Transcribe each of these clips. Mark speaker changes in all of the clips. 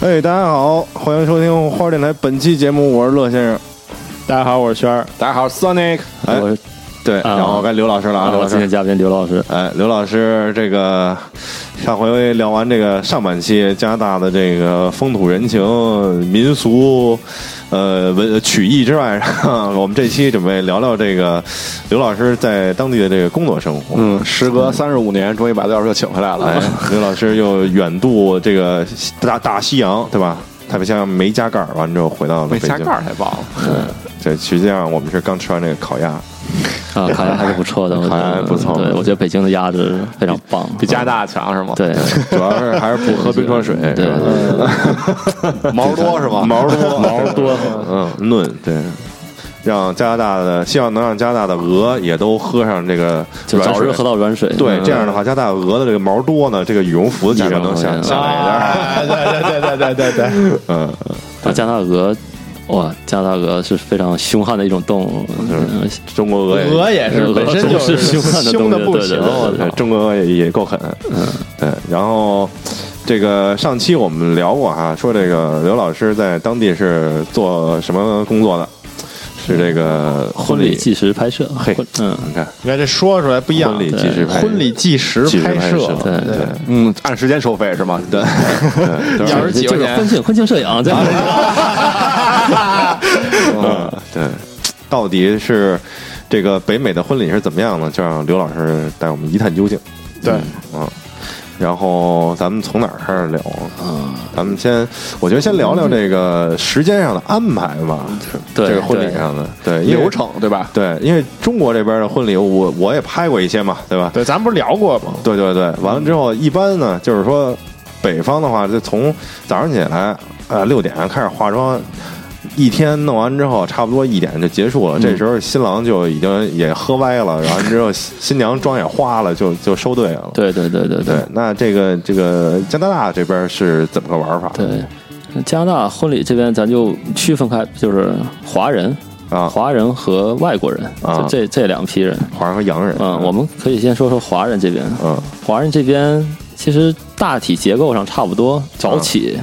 Speaker 1: 哎，大家好，欢迎收听花儿电台本期节目，我是乐先生。
Speaker 2: 大家好，我是轩儿。
Speaker 1: 大家好，Sonic。哎，
Speaker 2: 我
Speaker 1: 对，
Speaker 2: 啊
Speaker 1: 然后该刘老师了啊，
Speaker 2: 啊，
Speaker 1: 刘
Speaker 2: 我
Speaker 1: 老
Speaker 2: 今天
Speaker 1: 师。
Speaker 2: 嘉宾刘老师。
Speaker 1: 哎，刘老师，这个上回聊完这个上半期加拿大的这个风土人情、民俗、呃文曲艺之外，我们这期准备聊聊这个刘老师在当地的这个工作生活。
Speaker 3: 嗯，时隔三十五年，终于把刘老师请回来了。
Speaker 1: 哎，刘老师又远渡这个西大大西洋，对吧？太平洋没加盖儿，完之后回到了
Speaker 3: 没
Speaker 1: 北京。
Speaker 3: 加盖儿太棒了，
Speaker 1: 这实际上我们是刚吃完这个烤鸭，
Speaker 2: 啊，烤鸭还是不错的，我觉
Speaker 1: 烤鸭
Speaker 2: 得
Speaker 1: 还不错
Speaker 2: 对，我觉得北京的鸭子非常棒，
Speaker 3: 比加拿大强是吗？，
Speaker 2: 对。
Speaker 1: 主要是还是不喝冰川水，
Speaker 2: 对
Speaker 1: 是吧嗯
Speaker 3: 毛多是吗？
Speaker 1: 啊 毛多
Speaker 2: 毛多，
Speaker 1: 嗯，嫩对。让加拿大的，希望能让加拿大的鹅也都喝上这个
Speaker 2: 就
Speaker 1: 软
Speaker 2: 早
Speaker 1: 水
Speaker 2: 日。喝到软水。
Speaker 1: 对，
Speaker 2: 嗯
Speaker 1: 这样的话，加拿大鹅的这个毛多呢，这个羽绒服的价格能下
Speaker 2: 也能
Speaker 1: 下来一点儿。
Speaker 3: 哎对对对对对对对，
Speaker 1: 嗯，
Speaker 2: 那啊加拿大鹅，哇，加拿大鹅是非常凶悍的一种动物，嗯
Speaker 1: 中国鹅也
Speaker 3: 鹅也是
Speaker 2: 鹅
Speaker 3: 本身就
Speaker 2: 总是凶悍的
Speaker 3: 凶的
Speaker 2: 东西
Speaker 3: 不
Speaker 2: 对对对
Speaker 3: 行，
Speaker 2: 对
Speaker 3: 我
Speaker 2: 对
Speaker 3: 操
Speaker 1: 对，中国也也够狠，嗯，对。然后这个上期我们聊过哈，说这个刘老师在当地是做什么工作的？是这个
Speaker 2: 婚礼纪实拍摄，
Speaker 1: 嘿
Speaker 2: 婚嗯，
Speaker 1: 你看
Speaker 3: 你看这说出来不一样
Speaker 1: 婚。礼纪实拍，
Speaker 3: 婚礼哎计时
Speaker 1: 纪实
Speaker 3: 拍
Speaker 1: 拍摄
Speaker 3: 摄，
Speaker 2: 对对
Speaker 3: 嗯，按时间收费是吗？对，
Speaker 1: 对
Speaker 3: 要是几
Speaker 2: 这
Speaker 3: 块
Speaker 2: 个
Speaker 3: 钱
Speaker 2: 婚庆婚庆摄
Speaker 1: 啊
Speaker 2: 影，这个
Speaker 1: 嗯对，到底是这个北美的婚礼是怎么样呢？就让刘老师带我们一探究竟。
Speaker 3: 对，
Speaker 1: 嗯，然后咱们从哪儿开始聊？嗯，咱们先，我觉得先聊聊这个时间上的安排吧，
Speaker 2: 对
Speaker 1: 这个婚礼啊
Speaker 2: 对
Speaker 1: 上的对因为
Speaker 3: 流程对吧？
Speaker 1: 对，因为中国这边的婚礼，我我也拍过一些嘛，对吧？
Speaker 3: 对，咱不是聊过吗？
Speaker 1: 对对对，完了之后，一般呢就是说，北方的话，就从早上起来，呃，六点开始化妆，一天弄完之后，差不多一点就结
Speaker 2: 嗯
Speaker 1: 束了。这时候新郎就已经也喝歪了，然后之后新新娘妆也花了，就就收队了。
Speaker 2: 对对对对
Speaker 1: 对，那这个这个加拿大这边是怎么个玩法？
Speaker 2: 对。加拿大婚礼这边咱就区分开，就是华人、
Speaker 1: 啊，
Speaker 2: 华人和外国人，
Speaker 1: 啊
Speaker 2: 就这这两批人。
Speaker 1: 华人和洋人。
Speaker 2: 嗯，我们可以先说说华人这边。
Speaker 1: 嗯
Speaker 2: 华人这边其实大体结构上差不多，早起，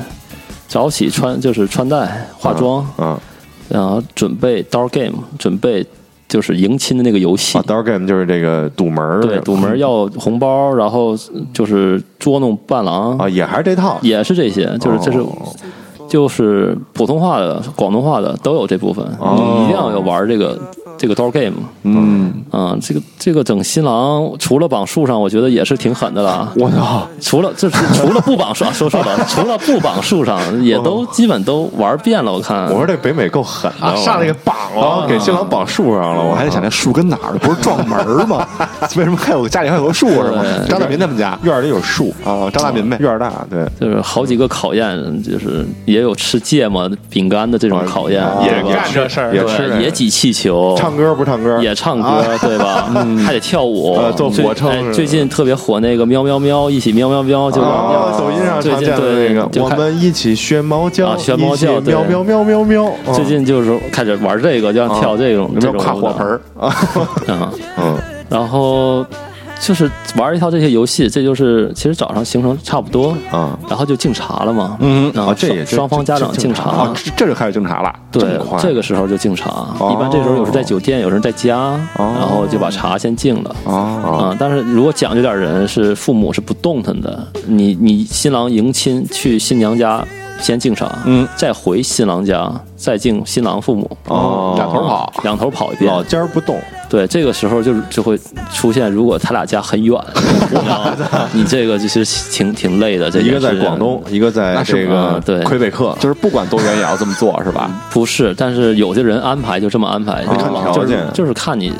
Speaker 2: 早起穿就是穿戴、化妆，
Speaker 1: 嗯，
Speaker 2: 然后准备 door game，准备就是迎亲的那个游戏。
Speaker 1: 啊，door game 就是这个堵门儿，
Speaker 2: 对，堵门要红包，然后就是捉弄伴郎，
Speaker 1: 啊，也还是这套。
Speaker 2: 也是这些，就是这是、
Speaker 1: 哦
Speaker 2: 就是普通话的、广东话的都有这部分，
Speaker 1: 哦
Speaker 2: 你一定要要玩这个这个 door game。
Speaker 3: 嗯，
Speaker 2: 啊、这个这个整新郎除了绑树上，我觉得也是挺狠的了。
Speaker 3: 我操，
Speaker 2: 除了这是除了不绑树，啊说错了，除了不绑树上，也都基本都玩遍了。我看，
Speaker 1: 我说这北美够狠的
Speaker 3: 啊，
Speaker 1: 我
Speaker 3: 上来给绑
Speaker 1: 啊，
Speaker 3: 了，
Speaker 1: 给新郎绑树上了，我
Speaker 3: 我还
Speaker 1: 还
Speaker 3: 得
Speaker 1: 得想
Speaker 3: 想
Speaker 2: 啊
Speaker 3: 那树跟哪儿的，不是撞门儿吗？ 为什么还有家里还有个树是吗
Speaker 2: 对？
Speaker 3: 张大民他们家
Speaker 1: 院里有树，
Speaker 3: 啊，张大民呗，
Speaker 1: 院儿大，对，
Speaker 2: 就是好几个考验，就是也有吃芥末、饼干的这种考验，
Speaker 1: 啊
Speaker 2: 对
Speaker 3: 也
Speaker 2: 吧
Speaker 3: 干这事儿，
Speaker 1: 也
Speaker 2: 对
Speaker 1: 吃这个
Speaker 2: 也挤气球，
Speaker 1: 唱歌不唱歌，
Speaker 2: 也唱歌，对 吧？嗯还得跳舞
Speaker 1: 啊呃，做俯
Speaker 2: 最
Speaker 1: 卧撑
Speaker 2: 哎
Speaker 1: 是吧
Speaker 2: 最近特别火那个喵喵喵，一起喵喵喵，就是
Speaker 1: 啊，抖音上
Speaker 2: 最
Speaker 1: 常
Speaker 2: 近
Speaker 1: 见的那
Speaker 2: 对
Speaker 1: 个，
Speaker 2: 就
Speaker 1: 我
Speaker 2: 看
Speaker 1: 们一起学猫叫，
Speaker 2: 啊学猫叫
Speaker 1: 一起喵
Speaker 2: 对哦
Speaker 1: 喵喵喵喵，啊
Speaker 2: 最近就是开始玩这个，就像跳这种
Speaker 1: 有没
Speaker 2: 这
Speaker 1: 哦有
Speaker 2: 种
Speaker 1: 跨
Speaker 2: 舞蹈
Speaker 1: 火盆儿啊，
Speaker 2: 嗯，
Speaker 1: 嗯
Speaker 2: 然后就是玩一套这些游戏，这就是其实早上行程差不多，
Speaker 1: 啊，
Speaker 2: 然后就敬茶了嘛。
Speaker 3: 嗯
Speaker 2: 然
Speaker 1: 啊
Speaker 2: 后
Speaker 1: 这也就
Speaker 2: 双方家长
Speaker 1: 就敬
Speaker 2: 敬
Speaker 1: 哦
Speaker 2: 茶
Speaker 3: 啊，，这这就开始敬茶了，
Speaker 2: 对
Speaker 1: 么快，哦
Speaker 2: 这个时候就敬茶。一般这时候有时在酒店，有人在家，然后就把茶先敬了。
Speaker 1: 啊
Speaker 2: 啊，但是如果讲究点人，是父母是不动弹的。你你新郎迎亲去新娘家，先敬茶，
Speaker 3: 嗯，
Speaker 2: 再回新郎家，再敬新郎父母，
Speaker 1: 哦
Speaker 3: 两头跑，
Speaker 2: 两头跑一遍。
Speaker 1: 老尖儿不动，
Speaker 2: 对，这个时候就是就会出现，如果他俩家很 远，你知道吗你这个就是挺挺累的。这
Speaker 1: 一
Speaker 2: 件
Speaker 1: 个在
Speaker 2: 事情
Speaker 1: 广东，一个在
Speaker 3: 那是
Speaker 1: 这个
Speaker 2: 嗯啊对
Speaker 1: 魁北克，
Speaker 3: 就是不管多远也要这么做，是吧？
Speaker 2: 不是，但是有的人安排就这么安排，
Speaker 1: 啊看条
Speaker 2: 就是
Speaker 1: 件
Speaker 2: 就是看你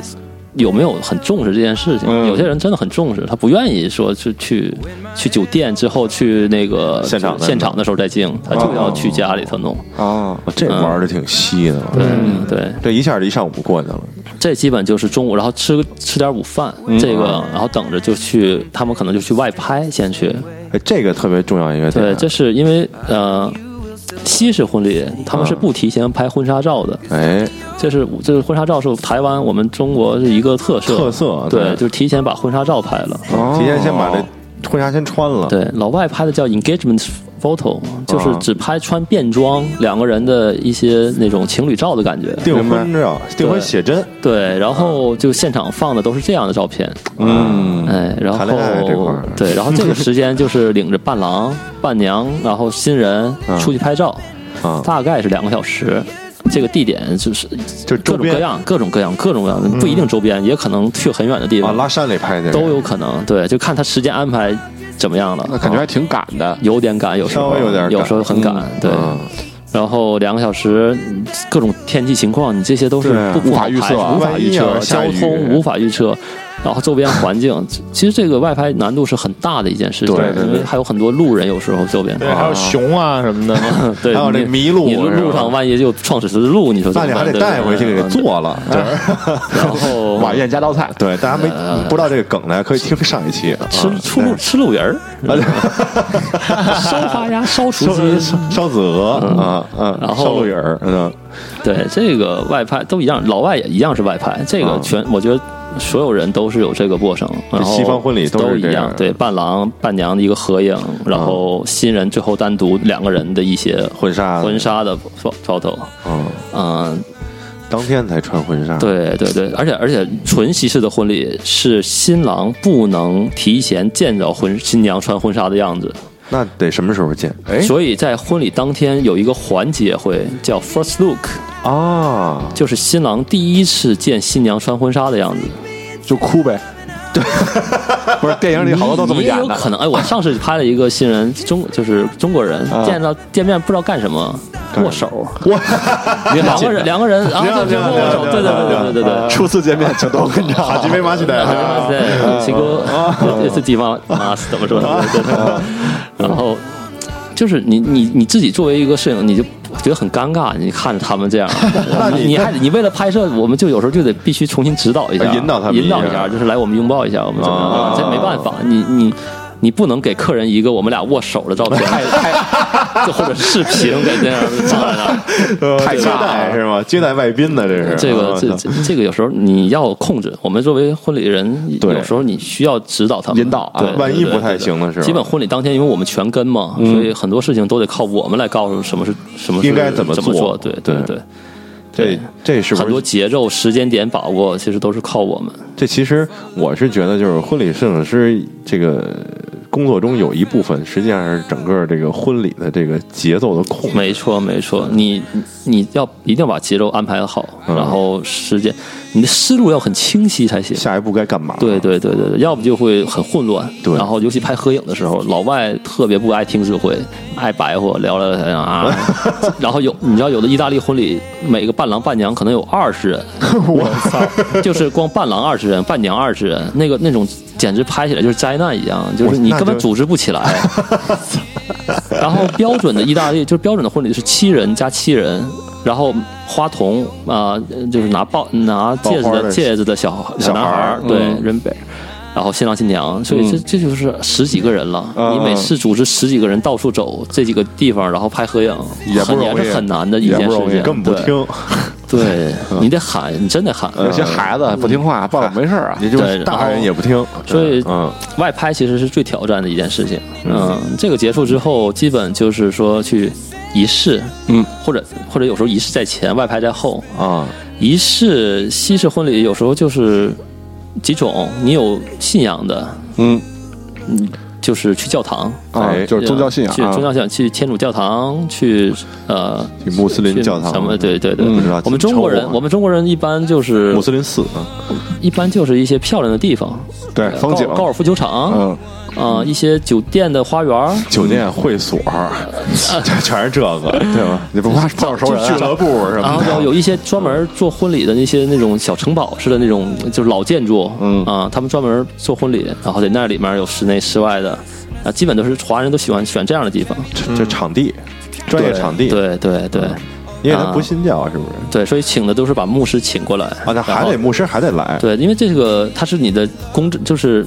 Speaker 2: 有没有很重视这件事情。
Speaker 1: 嗯
Speaker 2: 有些人真的很重视，他不愿意说是去去酒店之后去那个
Speaker 1: 现场的
Speaker 2: 现场的时候再静，他就要去家里头弄。
Speaker 1: 哦，这玩的挺细的嘛，
Speaker 2: 对对，
Speaker 1: 这一下就一上午过去了。
Speaker 2: 这基本就是中午，然后吃吃点午饭，
Speaker 1: 嗯
Speaker 2: 这个然后等着就去，他们可能就去外拍先去。
Speaker 1: 哎，这个特别重要一个点。
Speaker 2: 对，这是因为呃。西式婚礼，他们是不提前拍婚纱照的，
Speaker 1: 哎，
Speaker 2: 这是这是婚纱照是台湾我们中国是一个特色
Speaker 1: 特色
Speaker 2: 对，
Speaker 1: 对
Speaker 2: 就是提前把婚纱照拍了。
Speaker 4: 哦
Speaker 1: 提前先把这婚纱先穿了。
Speaker 2: 对，老外拍的叫 engagement photo，就是
Speaker 1: 啊
Speaker 2: 只拍穿便装两个人的一些那种情侣照的感觉。
Speaker 1: 订婚照，订婚写真，
Speaker 2: 对，然后就现场放的都是这样的照片，
Speaker 1: 嗯，
Speaker 2: 哎，然
Speaker 1: 谈恋爱这块
Speaker 2: 后
Speaker 1: 儿
Speaker 2: 对，然后这个时间就是领着伴郎、 伴娘，然后新人
Speaker 1: 嗯
Speaker 2: 出去拍照，
Speaker 1: 啊，
Speaker 2: 大概是两个小时。这个地点就是
Speaker 1: 就周
Speaker 2: 各种各
Speaker 1: 边嗯
Speaker 2: 样、各种各样、各种各样的，不一定周边，也可能去很远的地
Speaker 1: 啊，
Speaker 2: 方，
Speaker 1: 拉山里拍去
Speaker 2: 都有可能。对，就看他时间安排怎么样了。
Speaker 3: 那感觉还挺赶的。
Speaker 2: 有点赶，有时
Speaker 1: 稍
Speaker 2: 候
Speaker 1: 微有点赶
Speaker 2: 有时候很赶，对。
Speaker 1: 嗯
Speaker 2: 然后两个小时，各种天气情况，你这些都是
Speaker 1: 对啊
Speaker 2: 不不
Speaker 3: 无法
Speaker 2: 好
Speaker 3: 预
Speaker 2: 排
Speaker 3: 测
Speaker 2: 无法预
Speaker 1: 万一
Speaker 2: 测，
Speaker 1: 要是下
Speaker 2: 交
Speaker 1: 雨啊
Speaker 2: 通无法预测，然后周边环境，其实这个外拍难度是很大的一件事情，
Speaker 1: 对对
Speaker 2: 因为还有很多路人，有时候周边
Speaker 3: 对，还有熊啊什么的，
Speaker 2: 对，
Speaker 1: 还有这
Speaker 2: 你
Speaker 1: 迷路
Speaker 2: 你路
Speaker 1: 是吧
Speaker 2: 路上万一就创始之路，你说怎
Speaker 1: 那
Speaker 2: 么
Speaker 1: 你
Speaker 2: 办
Speaker 1: 还得
Speaker 2: 对不对
Speaker 1: 带回去给做了。
Speaker 2: 然后
Speaker 3: 晚宴加道菜，
Speaker 1: 对，大家没不知道这个梗呢，可以听上一期。啊
Speaker 2: 吃出路吃路人 儿，烧花鸭、烧雏
Speaker 1: 烧
Speaker 2: 鸡，
Speaker 1: 烧烧子鹅啊啊，
Speaker 2: 然后
Speaker 1: 烧鹿眼儿，嗯，
Speaker 2: 对，这个外派都一样，老外也一样是外派，这个
Speaker 1: 啊
Speaker 2: 全、我觉得所有人都是有这个过程。然后
Speaker 1: 西方婚礼都是
Speaker 2: 都一
Speaker 1: 这样嗯
Speaker 2: 样，对，伴郎伴娘的一个合影，然后新人最后单独两个人的一些
Speaker 1: 婚纱
Speaker 2: 婚，纱的 photo，
Speaker 1: 嗯，
Speaker 2: 嗯，
Speaker 1: 当天才穿婚纱，，
Speaker 2: 对对对，而且而且纯西式的婚礼是新郎不能提前见着婚新娘穿婚纱的样子，
Speaker 1: 那得什么时候见？哎
Speaker 2: 所以在婚礼当天有一个环节会叫 first look，
Speaker 1: 啊，
Speaker 2: 就是新郎第一次见新娘穿婚纱的样子。
Speaker 3: 就哭呗。对， 不是电影里好多都这么
Speaker 2: 你
Speaker 3: 演
Speaker 2: 也有
Speaker 3: 的。
Speaker 2: 可能，哎，我上次拍了一个新人，中就是中国人，见到见面不知道干什么，握手，握两个人两个人，然后就握手，对对对对对对。
Speaker 4: 初次见面请多跟着。
Speaker 1: 哈基 梅马西代，
Speaker 2: 对，西哥，
Speaker 1: 呃
Speaker 2: 这是地 方啊，怎么说呢？对对对然后就是你你你自己作为一个摄影，你就觉得很尴尬，你看着他们 这样，你你还你为了拍摄，我们就有时候就得必须重新指导一下，
Speaker 1: 呃引导他们
Speaker 2: 引导
Speaker 1: 一下
Speaker 2: 一下，就是来我们拥抱一下，我们怎么
Speaker 1: 啊
Speaker 2: 样？这没办法，你你。你不能给客人一个我们俩握手的照 片，
Speaker 3: 哎
Speaker 2: 就或者视频给这样放在那儿，
Speaker 1: 太接待是吗？接待外宾呢，这是
Speaker 2: 这个这这这个有时候你要控制，我们作为婚礼人，
Speaker 1: 对
Speaker 2: 有时候你需要指导他们
Speaker 3: 引导啊
Speaker 2: 对对
Speaker 1: 万一
Speaker 2: 对
Speaker 1: 不太
Speaker 2: 对
Speaker 1: 行的时候嗯
Speaker 2: 基本婚礼当天，因为我们全跟嘛，所以很多事情都得靠我们来告诉什么是什么是
Speaker 1: 应该怎
Speaker 2: 怎
Speaker 1: 么
Speaker 2: 么
Speaker 1: 做
Speaker 2: 做，对对
Speaker 1: 对
Speaker 2: 对，
Speaker 1: 这这是
Speaker 2: 很
Speaker 1: 不
Speaker 2: 多
Speaker 1: 是？
Speaker 2: 节奏、时间点把握，其实都是靠我们。
Speaker 1: 这其实我是觉得，就是婚礼摄影师这个工作中有一部分，实际上是整个这个婚礼的这个节奏的控制。
Speaker 2: 没错，没错，你你要一定要把节奏安排好，
Speaker 1: 嗯
Speaker 2: 然后时间，你的思路要很清晰才行。
Speaker 1: 下一步该干嘛？
Speaker 2: 对对对对对，要不就会很混乱。
Speaker 1: 对
Speaker 2: 然后尤其拍合影的时候，老外特别不爱听指挥，爱白活，聊聊聊 啊。然后有你知道，有的意大利婚礼，每个伴郎伴娘可能有二十 人，我操，就是光伴郎二十人，伴娘二十人，那个那种简直拍起来就是灾难一样，就是你
Speaker 1: 那就
Speaker 2: 根本组织不起 来。然后标准的意大利就是标准的婚礼是七人加七人，然后花童啊、就是拿抱拿戒指
Speaker 1: 抱花的
Speaker 2: 的戒指的小
Speaker 1: 小
Speaker 2: 小男
Speaker 1: 孩
Speaker 2: 孩
Speaker 1: 儿嗯
Speaker 2: 儿，对，人北。然后新郎新娘，所以这这就是十几个人了。
Speaker 1: 嗯
Speaker 2: 你每次组织十几个人到处走这几个地方，然后拍合影，
Speaker 1: 也不
Speaker 2: 很
Speaker 1: 容易
Speaker 2: 也是很难的一
Speaker 1: 也
Speaker 2: 件
Speaker 1: 不
Speaker 2: 事
Speaker 1: 容易，
Speaker 2: 情。
Speaker 1: 根本不
Speaker 2: 对，
Speaker 1: 听。 嗯
Speaker 2: 对你得喊，你真得喊。
Speaker 3: 有些孩子不听话，爸爸没事儿啊。
Speaker 1: 也就是
Speaker 2: 对
Speaker 1: 大
Speaker 2: 然后
Speaker 1: 人也不听，
Speaker 2: 所以
Speaker 1: 嗯，
Speaker 2: 外拍其实是最挑战的一件事情。嗯，这个结束之后，基本就是说去仪式，嗯，或者或者有时候仪式在前，外拍在后。
Speaker 1: 啊，
Speaker 2: 仪式西式婚礼有时候就是几种，你有信仰的，
Speaker 3: 嗯，
Speaker 2: 就是去教堂，
Speaker 3: 啊
Speaker 1: 哎，
Speaker 3: 就是宗教信
Speaker 2: 去
Speaker 3: 仰
Speaker 2: 宗
Speaker 3: 啊。
Speaker 2: 教信仰，去天主教堂，去呃
Speaker 1: 去穆斯林
Speaker 2: 去
Speaker 1: 教堂
Speaker 2: 什
Speaker 5: 嗯
Speaker 2: 么？对对对，
Speaker 1: 不知道
Speaker 2: 我们中国人
Speaker 1: 怎么，抽啊
Speaker 2: 我们中国人一般就是
Speaker 1: 穆
Speaker 5: 嗯
Speaker 1: 斯林寺啊，
Speaker 2: 一般就是一些漂亮的地方，
Speaker 4: 对，风景
Speaker 2: 呃高高尔夫球场，
Speaker 4: 嗯，
Speaker 2: 呃，一些酒店的花园儿，
Speaker 5: 酒店、会所，
Speaker 2: 啊
Speaker 5: 全全是这个，对
Speaker 3: 啊
Speaker 5: 吧？你不怕碰上熟人？
Speaker 2: 就
Speaker 5: 俱乐部什
Speaker 2: 然后
Speaker 5: 么
Speaker 2: 有
Speaker 5: 的，
Speaker 2: 有一些专门做婚礼的那些那种小城堡式的那种，就是老建筑，
Speaker 5: 嗯
Speaker 2: 啊，他们专门做婚礼，然后在那里面有室内、室外的，啊，基本都是华人都喜欢选这样的地方，
Speaker 5: 这这场地，
Speaker 2: 嗯
Speaker 5: 专业场地，
Speaker 2: 对啊对对
Speaker 5: 因为他不信教，啊是不是？
Speaker 2: 对，所以请的都是把牧师请过来
Speaker 5: 啊，那还得
Speaker 2: 然后
Speaker 5: 牧师还得来，
Speaker 2: 对，因为这个他是你的公证，就是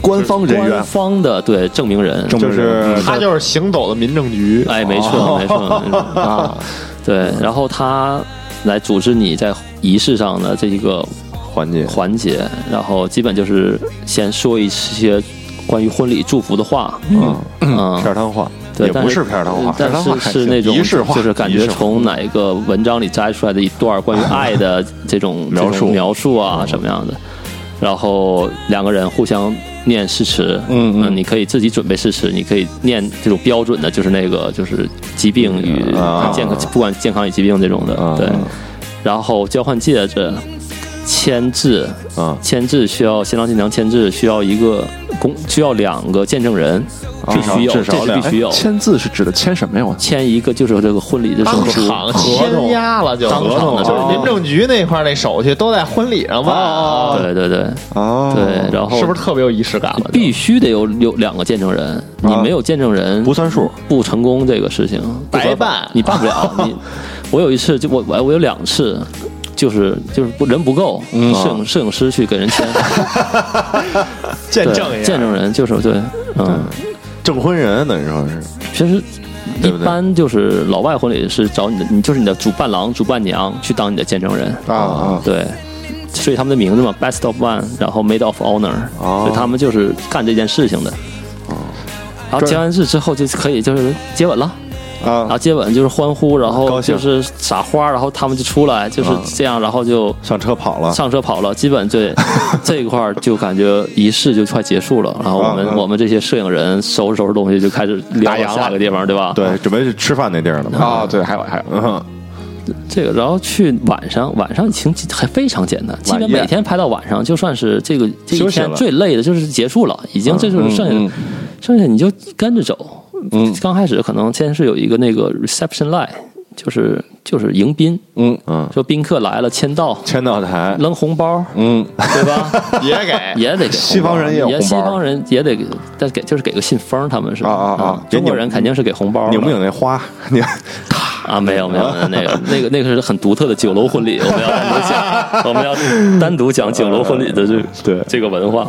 Speaker 1: 官方人员
Speaker 2: 官方的对证明人，
Speaker 5: 就
Speaker 1: 明
Speaker 5: 是
Speaker 3: 他 就是行走的民政局，
Speaker 2: 哎，没错没错没错
Speaker 1: 啊，
Speaker 2: 对，然后他来组织你在仪式上的这一个
Speaker 5: 环节，
Speaker 2: 环节，然后基本就是先说一些关于婚礼祝福的话，
Speaker 5: 嗯，
Speaker 2: 嗯
Speaker 5: 片，儿汤话，
Speaker 2: 对，
Speaker 5: 也
Speaker 2: 但呃
Speaker 5: 不是片儿汤话，片儿
Speaker 2: 但
Speaker 5: 汤话
Speaker 2: 是
Speaker 5: 还
Speaker 2: 是那种
Speaker 1: 仪式化
Speaker 2: 就是感
Speaker 1: 仪
Speaker 2: 觉
Speaker 1: 式化
Speaker 2: 从哪一个文章里摘出来的一段关于爱 的这种
Speaker 5: 描述嗯
Speaker 2: 这种描述啊什么样的，然后两个人互相念诗词，
Speaker 1: 嗯嗯
Speaker 2: 你可以自己准备诗词，你可以念这种标准的，就是那个就是疾病与
Speaker 5: 啊
Speaker 2: 健康，不管健康与疾病这种的
Speaker 5: 啊，
Speaker 2: 对，然后交换戒指。签字，
Speaker 5: 啊
Speaker 2: 签字需要新郎新娘签字，需要一个公，需要两个见证人，必
Speaker 5: 至少
Speaker 2: 须有，
Speaker 5: 啊至少哎
Speaker 2: 这是
Speaker 5: 两
Speaker 2: 必须有。
Speaker 1: 签字是指的签什么呀？我
Speaker 2: 签一个就是这个婚礼的
Speaker 3: 当
Speaker 2: 手续，
Speaker 3: 场签押了就
Speaker 2: 当场的
Speaker 3: 就是
Speaker 2: 哦
Speaker 3: 民政局那块儿那手续都在婚礼上吧？
Speaker 2: 对对对
Speaker 5: 哦，
Speaker 2: 对，然后
Speaker 3: 是不是特别有仪式感了？
Speaker 2: 必须得有有两个见证人？你没有见证人
Speaker 5: 啊不算数，
Speaker 2: 不成功这个事情不合
Speaker 3: 白
Speaker 2: 法
Speaker 3: 办
Speaker 2: 你办不 了。你我有一次就我我我有两次。就是就是不人不够，
Speaker 5: 嗯
Speaker 2: 摄影摄影师去给人 签
Speaker 3: 见
Speaker 2: 对
Speaker 3: 证一下，
Speaker 2: 见证人，就是对，嗯，
Speaker 5: 证婚人等于说是，
Speaker 2: 其实
Speaker 5: 对
Speaker 2: 一
Speaker 5: 不对
Speaker 2: 般就是老外婚礼是找你的，你就是你的主伴郎、主伴娘去当你的见证人，
Speaker 1: 啊啊，
Speaker 2: 对，所以他们的名字嘛，Best of One，然后 Made of Honor，、
Speaker 5: 哦
Speaker 2: 所以他们就是干这件事情的。然后
Speaker 5: 这
Speaker 2: 结完事之后就可以就是接吻了，然
Speaker 5: 啊
Speaker 2: 后，接吻就是欢呼，然
Speaker 5: 高
Speaker 2: 后
Speaker 5: 兴
Speaker 2: 就
Speaker 5: 啊
Speaker 2: 是撒花，然后他们就出来就是这样，然后就
Speaker 5: 上车跑了，
Speaker 2: 上车跑了。基本 这这一块儿就感觉仪式就快结束了，然后我们、
Speaker 5: 啊啊
Speaker 2: 我们这些摄影人收拾收拾东西就开始
Speaker 1: 打
Speaker 2: 聊
Speaker 1: 烊了
Speaker 2: 下个地方，对吧？
Speaker 5: 对，准备去吃饭那地儿了嘛，
Speaker 1: 啊，对，还有还有，
Speaker 5: 嗯，
Speaker 2: 这个，然后去晚上，晚上情还非常简单，基
Speaker 5: 晚宴
Speaker 2: 本每天排到晚上，就算是这个这一
Speaker 5: 休息
Speaker 2: 天
Speaker 5: 了
Speaker 2: 最累的就是结束了，已经这就是剩下的，
Speaker 1: 嗯
Speaker 2: 剩下你就跟着走。嗯，刚开始可能先是有一个那个 reception line，就是就是迎宾，
Speaker 1: 嗯
Speaker 5: 嗯
Speaker 2: 说宾客来了签到
Speaker 5: 签到台，
Speaker 2: 扔红包，
Speaker 1: 嗯，
Speaker 2: 对吧？
Speaker 3: 也给
Speaker 2: 也得给红包
Speaker 1: 西方人也有红包
Speaker 2: 西方人也得给，但给就是给个信封，他们是
Speaker 1: 啊啊啊
Speaker 5: 别
Speaker 2: 中国
Speaker 5: 拧
Speaker 2: 人肯定是给红包的，
Speaker 5: 拧不拧那花？你
Speaker 2: 啊，没有没有，那个那个那个是很独特的酒楼婚礼，我们要单独讲，我们要单独讲酒楼婚礼的这
Speaker 5: 对
Speaker 2: 这个文化。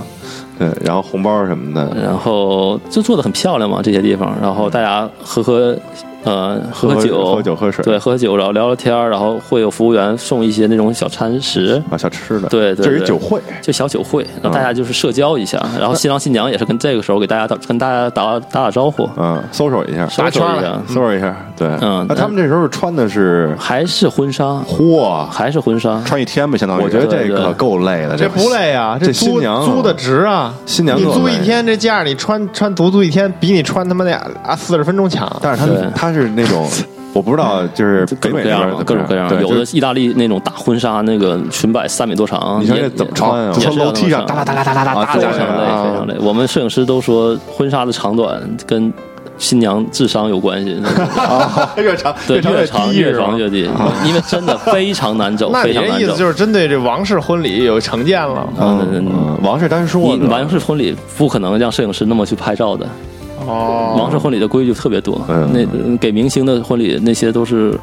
Speaker 5: 对，呃然后红包什么的，
Speaker 2: 然后就做的很漂亮嘛，这些地方，然后大家喝喝呃喝
Speaker 5: 喝
Speaker 2: 酒
Speaker 5: 喝酒喝水
Speaker 2: 对，喝酒然后聊聊天儿，然后会有服务员送一些那种小餐食。
Speaker 5: 啊，小吃的，
Speaker 2: 对对
Speaker 5: 这是
Speaker 2: 对
Speaker 5: 酒会，啊
Speaker 2: 就小酒会，然后大家就是社交一下，然后新郎新娘也是跟这个时候给大家打跟大家打打打招呼，
Speaker 5: 嗯，搜索一下，
Speaker 2: 打圈一下，
Speaker 5: 搜索一下，对，
Speaker 2: 嗯
Speaker 5: 那他们这时候穿的是，
Speaker 2: 还是婚纱，
Speaker 5: 嚯，
Speaker 2: 还是婚纱，
Speaker 1: 穿一天吧，相当于
Speaker 5: 我觉得这
Speaker 2: 对对
Speaker 5: 可够累的，
Speaker 3: 这不累啊，
Speaker 5: 这新
Speaker 3: 租
Speaker 5: 娘
Speaker 3: 租的值啊，
Speaker 5: 新娘
Speaker 3: 你
Speaker 5: 子
Speaker 3: 租一天这价，你穿穿足足一天，比你穿他妈那啊四十分钟强。
Speaker 5: 但是
Speaker 2: 对
Speaker 5: 他他是那种，我不知道，就是
Speaker 2: 就各种
Speaker 5: 北美
Speaker 2: 各
Speaker 5: 那
Speaker 2: 样的，
Speaker 5: 边怎么
Speaker 2: 各种各样的，
Speaker 5: 对
Speaker 2: 有的
Speaker 5: 就
Speaker 2: 意大利那种大婚纱，那个裙摆三米多长，
Speaker 5: 你说
Speaker 2: 也
Speaker 5: 这怎么穿啊
Speaker 2: 也
Speaker 5: 就
Speaker 2: 也
Speaker 1: 从
Speaker 2: 是要
Speaker 1: 楼梯上
Speaker 2: 那
Speaker 1: 哒
Speaker 2: 么
Speaker 1: 哒哒哒哒哒
Speaker 5: 啊
Speaker 1: 哒
Speaker 5: 对
Speaker 2: 非
Speaker 1: 下去
Speaker 5: 搭
Speaker 2: 常累，非常
Speaker 1: 啊，
Speaker 2: 累。我们摄影师都说，婚纱的长短跟新娘智商有关 系，
Speaker 3: 啊越长
Speaker 2: 对，越
Speaker 3: 长
Speaker 2: 长
Speaker 3: 低
Speaker 2: 越
Speaker 3: 是吧
Speaker 2: 长越 低，因为真的非常难 走，
Speaker 3: 那
Speaker 2: 非
Speaker 3: 你
Speaker 2: 常
Speaker 3: 这
Speaker 2: 难啊
Speaker 3: 意思
Speaker 2: 走。
Speaker 3: 就是针对这王室婚礼有成见了？
Speaker 5: 嗯嗯，王氏单说
Speaker 2: 你
Speaker 5: 呢
Speaker 2: 王室婚礼不可能让摄影师那么去拍照的，
Speaker 3: 哦，
Speaker 2: 王室婚礼的规矩特别多，
Speaker 5: 嗯
Speaker 2: 那给明星的婚礼那些都是。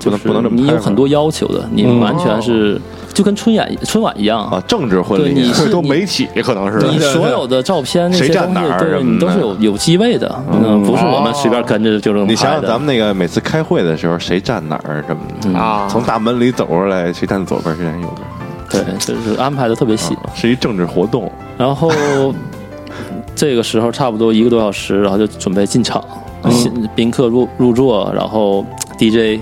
Speaker 2: 就
Speaker 5: 不能
Speaker 2: 是
Speaker 5: 不能这么
Speaker 2: 你
Speaker 5: 拍嗯哦
Speaker 2: 有
Speaker 5: 吧
Speaker 2: 很多要求的，你完全是就跟春晚春晚一样
Speaker 5: 啊，政治婚
Speaker 2: 对
Speaker 5: 礼
Speaker 2: 你
Speaker 1: 会
Speaker 2: 是
Speaker 1: 多媒体可能是
Speaker 2: 你所有的照片那些
Speaker 5: 谁站
Speaker 2: 东
Speaker 5: 哪儿
Speaker 2: 西，对
Speaker 5: 什么
Speaker 2: 你
Speaker 5: 的
Speaker 2: 都是有有机位的，嗯，不是我们随便跟着就能
Speaker 5: 你想
Speaker 2: 拍
Speaker 5: 想咱
Speaker 2: 的。嗯
Speaker 5: 们那个每次开会的时候，谁站哪儿什么的
Speaker 3: 啊
Speaker 5: 从大门里走出来，谁站左边，谁站右边，
Speaker 2: 对，就是安排的特别细。
Speaker 5: 是一政治活动。
Speaker 2: 然 后这个时候差不多一个多小时，然后就准备进场，
Speaker 5: 嗯
Speaker 2: 新宾客入入座，然后 DJ。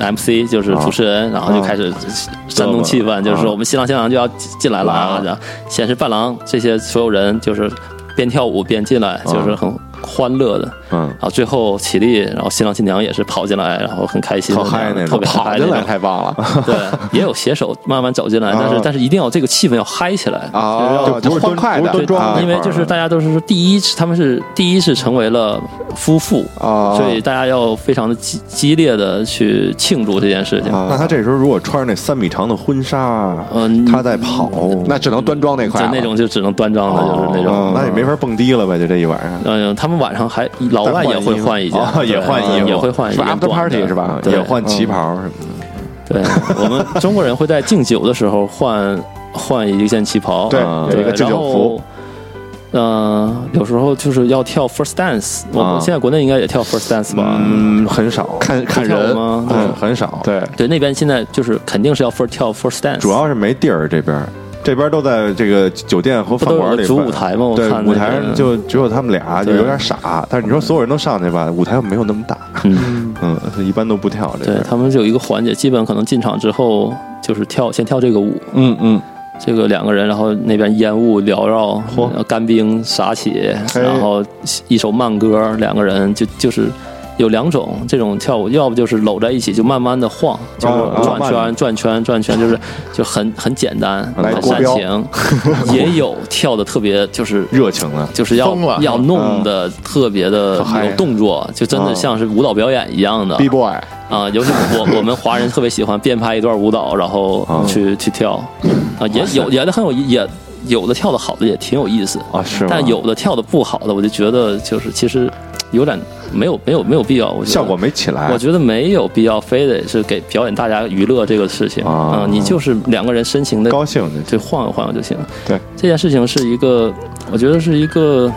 Speaker 2: MC 就是主持
Speaker 5: 啊
Speaker 2: 人，然后就开始煽动气氛，就是说我们新郎新娘就要进来了
Speaker 5: 啊
Speaker 2: 啊！然后先是伴郎这些所有人就是边跳舞边进来，就是很欢乐的。
Speaker 5: 嗯，
Speaker 2: 然后最后起立，然后新郎新娘也是跑进来，然后很开心，
Speaker 5: 特嗨那种
Speaker 2: 特别
Speaker 1: 跑
Speaker 2: 嗨
Speaker 1: 进来
Speaker 2: 那种。
Speaker 1: 太棒 了。
Speaker 2: 对，也有携手慢慢走进来，但是
Speaker 5: 啊
Speaker 2: 但是一定要这个气氛要嗨起来
Speaker 1: 啊
Speaker 2: 就是要
Speaker 1: 就不是欢快的
Speaker 5: 不是
Speaker 2: 对，
Speaker 5: 蹲桩那
Speaker 2: 因为
Speaker 5: 块儿啊
Speaker 2: 就是
Speaker 5: 的
Speaker 2: 大家都是说第一，他们是第一是成为了夫妇
Speaker 5: 啊
Speaker 1: 哦
Speaker 2: 所以大家要非常的激激烈的去庆祝这件事情。
Speaker 5: 那他这时候如果穿着那三米长的婚纱，
Speaker 2: 嗯
Speaker 5: 他在跑，
Speaker 1: 那只能端庄那块
Speaker 2: 就
Speaker 1: 了
Speaker 2: 那啊种就只能端庄了，就是那种。
Speaker 5: 哦那也没法蹦迪了呗？就这一晚上，
Speaker 2: 嗯，他们晚上还老外也会换一件
Speaker 5: 哦，也
Speaker 2: 对
Speaker 5: 换衣服
Speaker 2: 也会换一
Speaker 1: 是
Speaker 2: 件
Speaker 1: 吧 after
Speaker 2: 短的
Speaker 1: party 是吧
Speaker 2: 对嗯
Speaker 5: 也换旗袍什么的。
Speaker 2: 对，我们中国人会在敬酒的时候换换一件旗袍，
Speaker 1: 对
Speaker 2: 嗯
Speaker 1: 有一个敬酒
Speaker 2: 然后
Speaker 1: 服
Speaker 2: 呃，有时候就是要跳 first dance，我
Speaker 5: 啊
Speaker 2: 们现在国内应该也跳 first dance 吧？
Speaker 5: 嗯，很少，
Speaker 1: 看看
Speaker 2: 跳舞
Speaker 1: 人，
Speaker 2: 吗？对
Speaker 5: 嗯，很少。，
Speaker 1: 对，
Speaker 2: 对，那边现在就是肯定是要 first 跳 first dance，
Speaker 5: 主要是没地儿这边儿。这边儿都在这个酒店和饭馆
Speaker 2: 不都
Speaker 5: 里
Speaker 2: 有主舞台吗我
Speaker 5: 对，
Speaker 2: 看那
Speaker 5: 舞台
Speaker 2: 个
Speaker 5: 就只有他们俩，就
Speaker 2: 对
Speaker 5: 有点傻。但是你说所有人都上去吧，舞台又没有那么大，
Speaker 2: 嗯
Speaker 5: 嗯，一般都不跳这边
Speaker 2: 对
Speaker 5: 儿。
Speaker 2: 他们有一个环节，基本可能进场之后就是跳先跳这个舞，
Speaker 5: 嗯嗯，
Speaker 2: 这个两个人，然后那边烟雾缭绕，然后干冰撒起，
Speaker 1: 哎
Speaker 2: 然后一首慢歌，两个人就就是有两种这种跳舞，要不就是搂在一起就慢慢的晃，就是
Speaker 5: 啊
Speaker 2: 转
Speaker 5: 慢
Speaker 2: 圈、
Speaker 5: 慢
Speaker 2: 转圈转圈，就是就很很简单，
Speaker 5: 来
Speaker 2: 很
Speaker 5: 国
Speaker 2: 煽
Speaker 5: 标
Speaker 2: 情，也有跳的特别就是
Speaker 5: 热情啊的，
Speaker 2: 就是要
Speaker 3: 疯了
Speaker 2: 要弄的特别的有动作，就
Speaker 5: 啊
Speaker 2: 真的像是舞蹈表演一样的
Speaker 1: B boy
Speaker 2: 啊。尤其我我们华人特别喜欢编排一段舞蹈，然后
Speaker 5: 啊
Speaker 2: 去去跳啊，也有也很有意也有的跳的好的也挺有意思，
Speaker 5: 啊，是吗
Speaker 2: 但有的跳的不好的，我就觉得就是其实有点没有没有没有必要，我觉得
Speaker 5: 效果。没起来。
Speaker 2: 我觉得没有必要，非得是给表演大家娱乐这个事情
Speaker 5: 啊
Speaker 2: 啊、你就是两个人深情的
Speaker 5: 高兴就行
Speaker 2: 就晃悠晃悠就行。
Speaker 1: 对，
Speaker 2: 这件事情是一个，我觉得是一个，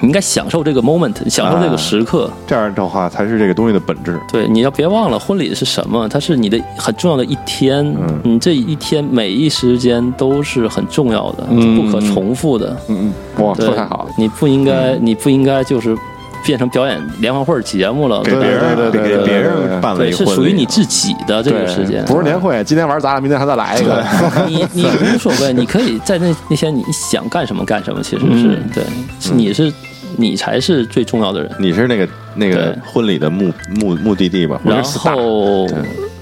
Speaker 2: 你应该享受这个 moment，享
Speaker 5: 啊
Speaker 2: 受这个时刻。
Speaker 5: 这样的话才是这个东西的本质。
Speaker 2: 对，你要别忘了婚礼是什么，它是你的很重要的一天，
Speaker 5: 嗯
Speaker 2: 你这一天每一时间都是很重要的，不可重复的。
Speaker 1: 嗯嗯，哇，
Speaker 2: 对
Speaker 1: 说太好了，嗯
Speaker 2: 你不应该，你不应该就是变成表演联欢会节目了，
Speaker 5: 给
Speaker 2: 对
Speaker 5: 别人
Speaker 1: 对
Speaker 5: 给
Speaker 1: 对对
Speaker 5: 给
Speaker 1: 对
Speaker 5: 别
Speaker 1: 对对
Speaker 5: 人
Speaker 1: 对
Speaker 5: 办了
Speaker 2: 对，
Speaker 5: 一
Speaker 2: 是
Speaker 5: 婚
Speaker 2: 属于
Speaker 5: 礼嗯
Speaker 2: 你自己的这个时间，
Speaker 1: 不是年会，今天玩砸了，明天还再来一个，
Speaker 2: 你 你无所谓，你可以在那那天你想干什么干什么，其实是、
Speaker 1: 嗯
Speaker 2: 对，是你是你才是最重要的人。
Speaker 5: 你是那个那个
Speaker 2: 对
Speaker 5: 婚礼的目目目的地吧？
Speaker 2: 然
Speaker 5: 或者是 star
Speaker 2: 后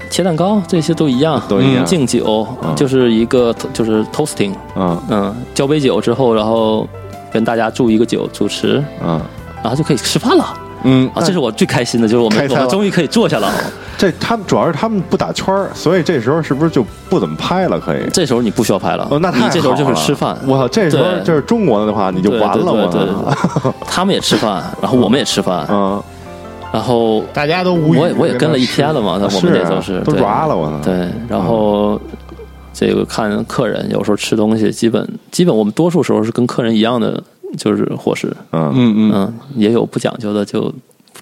Speaker 2: 切蛋糕这些都一样，
Speaker 5: 都一
Speaker 2: 嗯
Speaker 5: 样
Speaker 2: 敬酒、
Speaker 5: 嗯
Speaker 2: 就是一个就是 toasting，
Speaker 5: 嗯
Speaker 2: 嗯，交杯酒之后，然后跟大家祝一个酒，主持，
Speaker 5: 嗯，
Speaker 2: 然后就可以吃饭了。
Speaker 1: 嗯
Speaker 2: 啊，这是我最开心的，就是我
Speaker 1: 开
Speaker 2: 们我
Speaker 1: 餐了
Speaker 2: 们终于可以坐下了。
Speaker 5: 这他们主要是他们不打圈儿，所以这时候是不是就不怎么拍了？可以。
Speaker 2: 这时候你不需要拍了，
Speaker 5: 哦，那
Speaker 2: 你
Speaker 5: 太
Speaker 2: 这时候就
Speaker 5: 好
Speaker 2: 是
Speaker 5: 了
Speaker 2: 吃饭。
Speaker 5: 我操，这时候
Speaker 2: 对
Speaker 5: 就是中国的话，你就
Speaker 2: 对
Speaker 5: 完了
Speaker 2: 对对对
Speaker 5: 我 操。
Speaker 2: 对他们也吃饭，然后我们也吃饭，
Speaker 5: 嗯，
Speaker 2: 然后
Speaker 3: 大家都无语。
Speaker 2: 我也我也跟了一天了
Speaker 3: 嘛，
Speaker 2: 嘛，那我
Speaker 5: 是
Speaker 2: 们这
Speaker 5: 啊
Speaker 2: 都是
Speaker 5: 都
Speaker 2: 对
Speaker 5: 抓了我啊操
Speaker 2: 对，然后这个看客人，有时候吃东西，基本基本我们多数时候是跟客人一样的，就是伙食。
Speaker 5: 嗯
Speaker 1: 嗯嗯，
Speaker 2: 嗯，也有不讲究的，就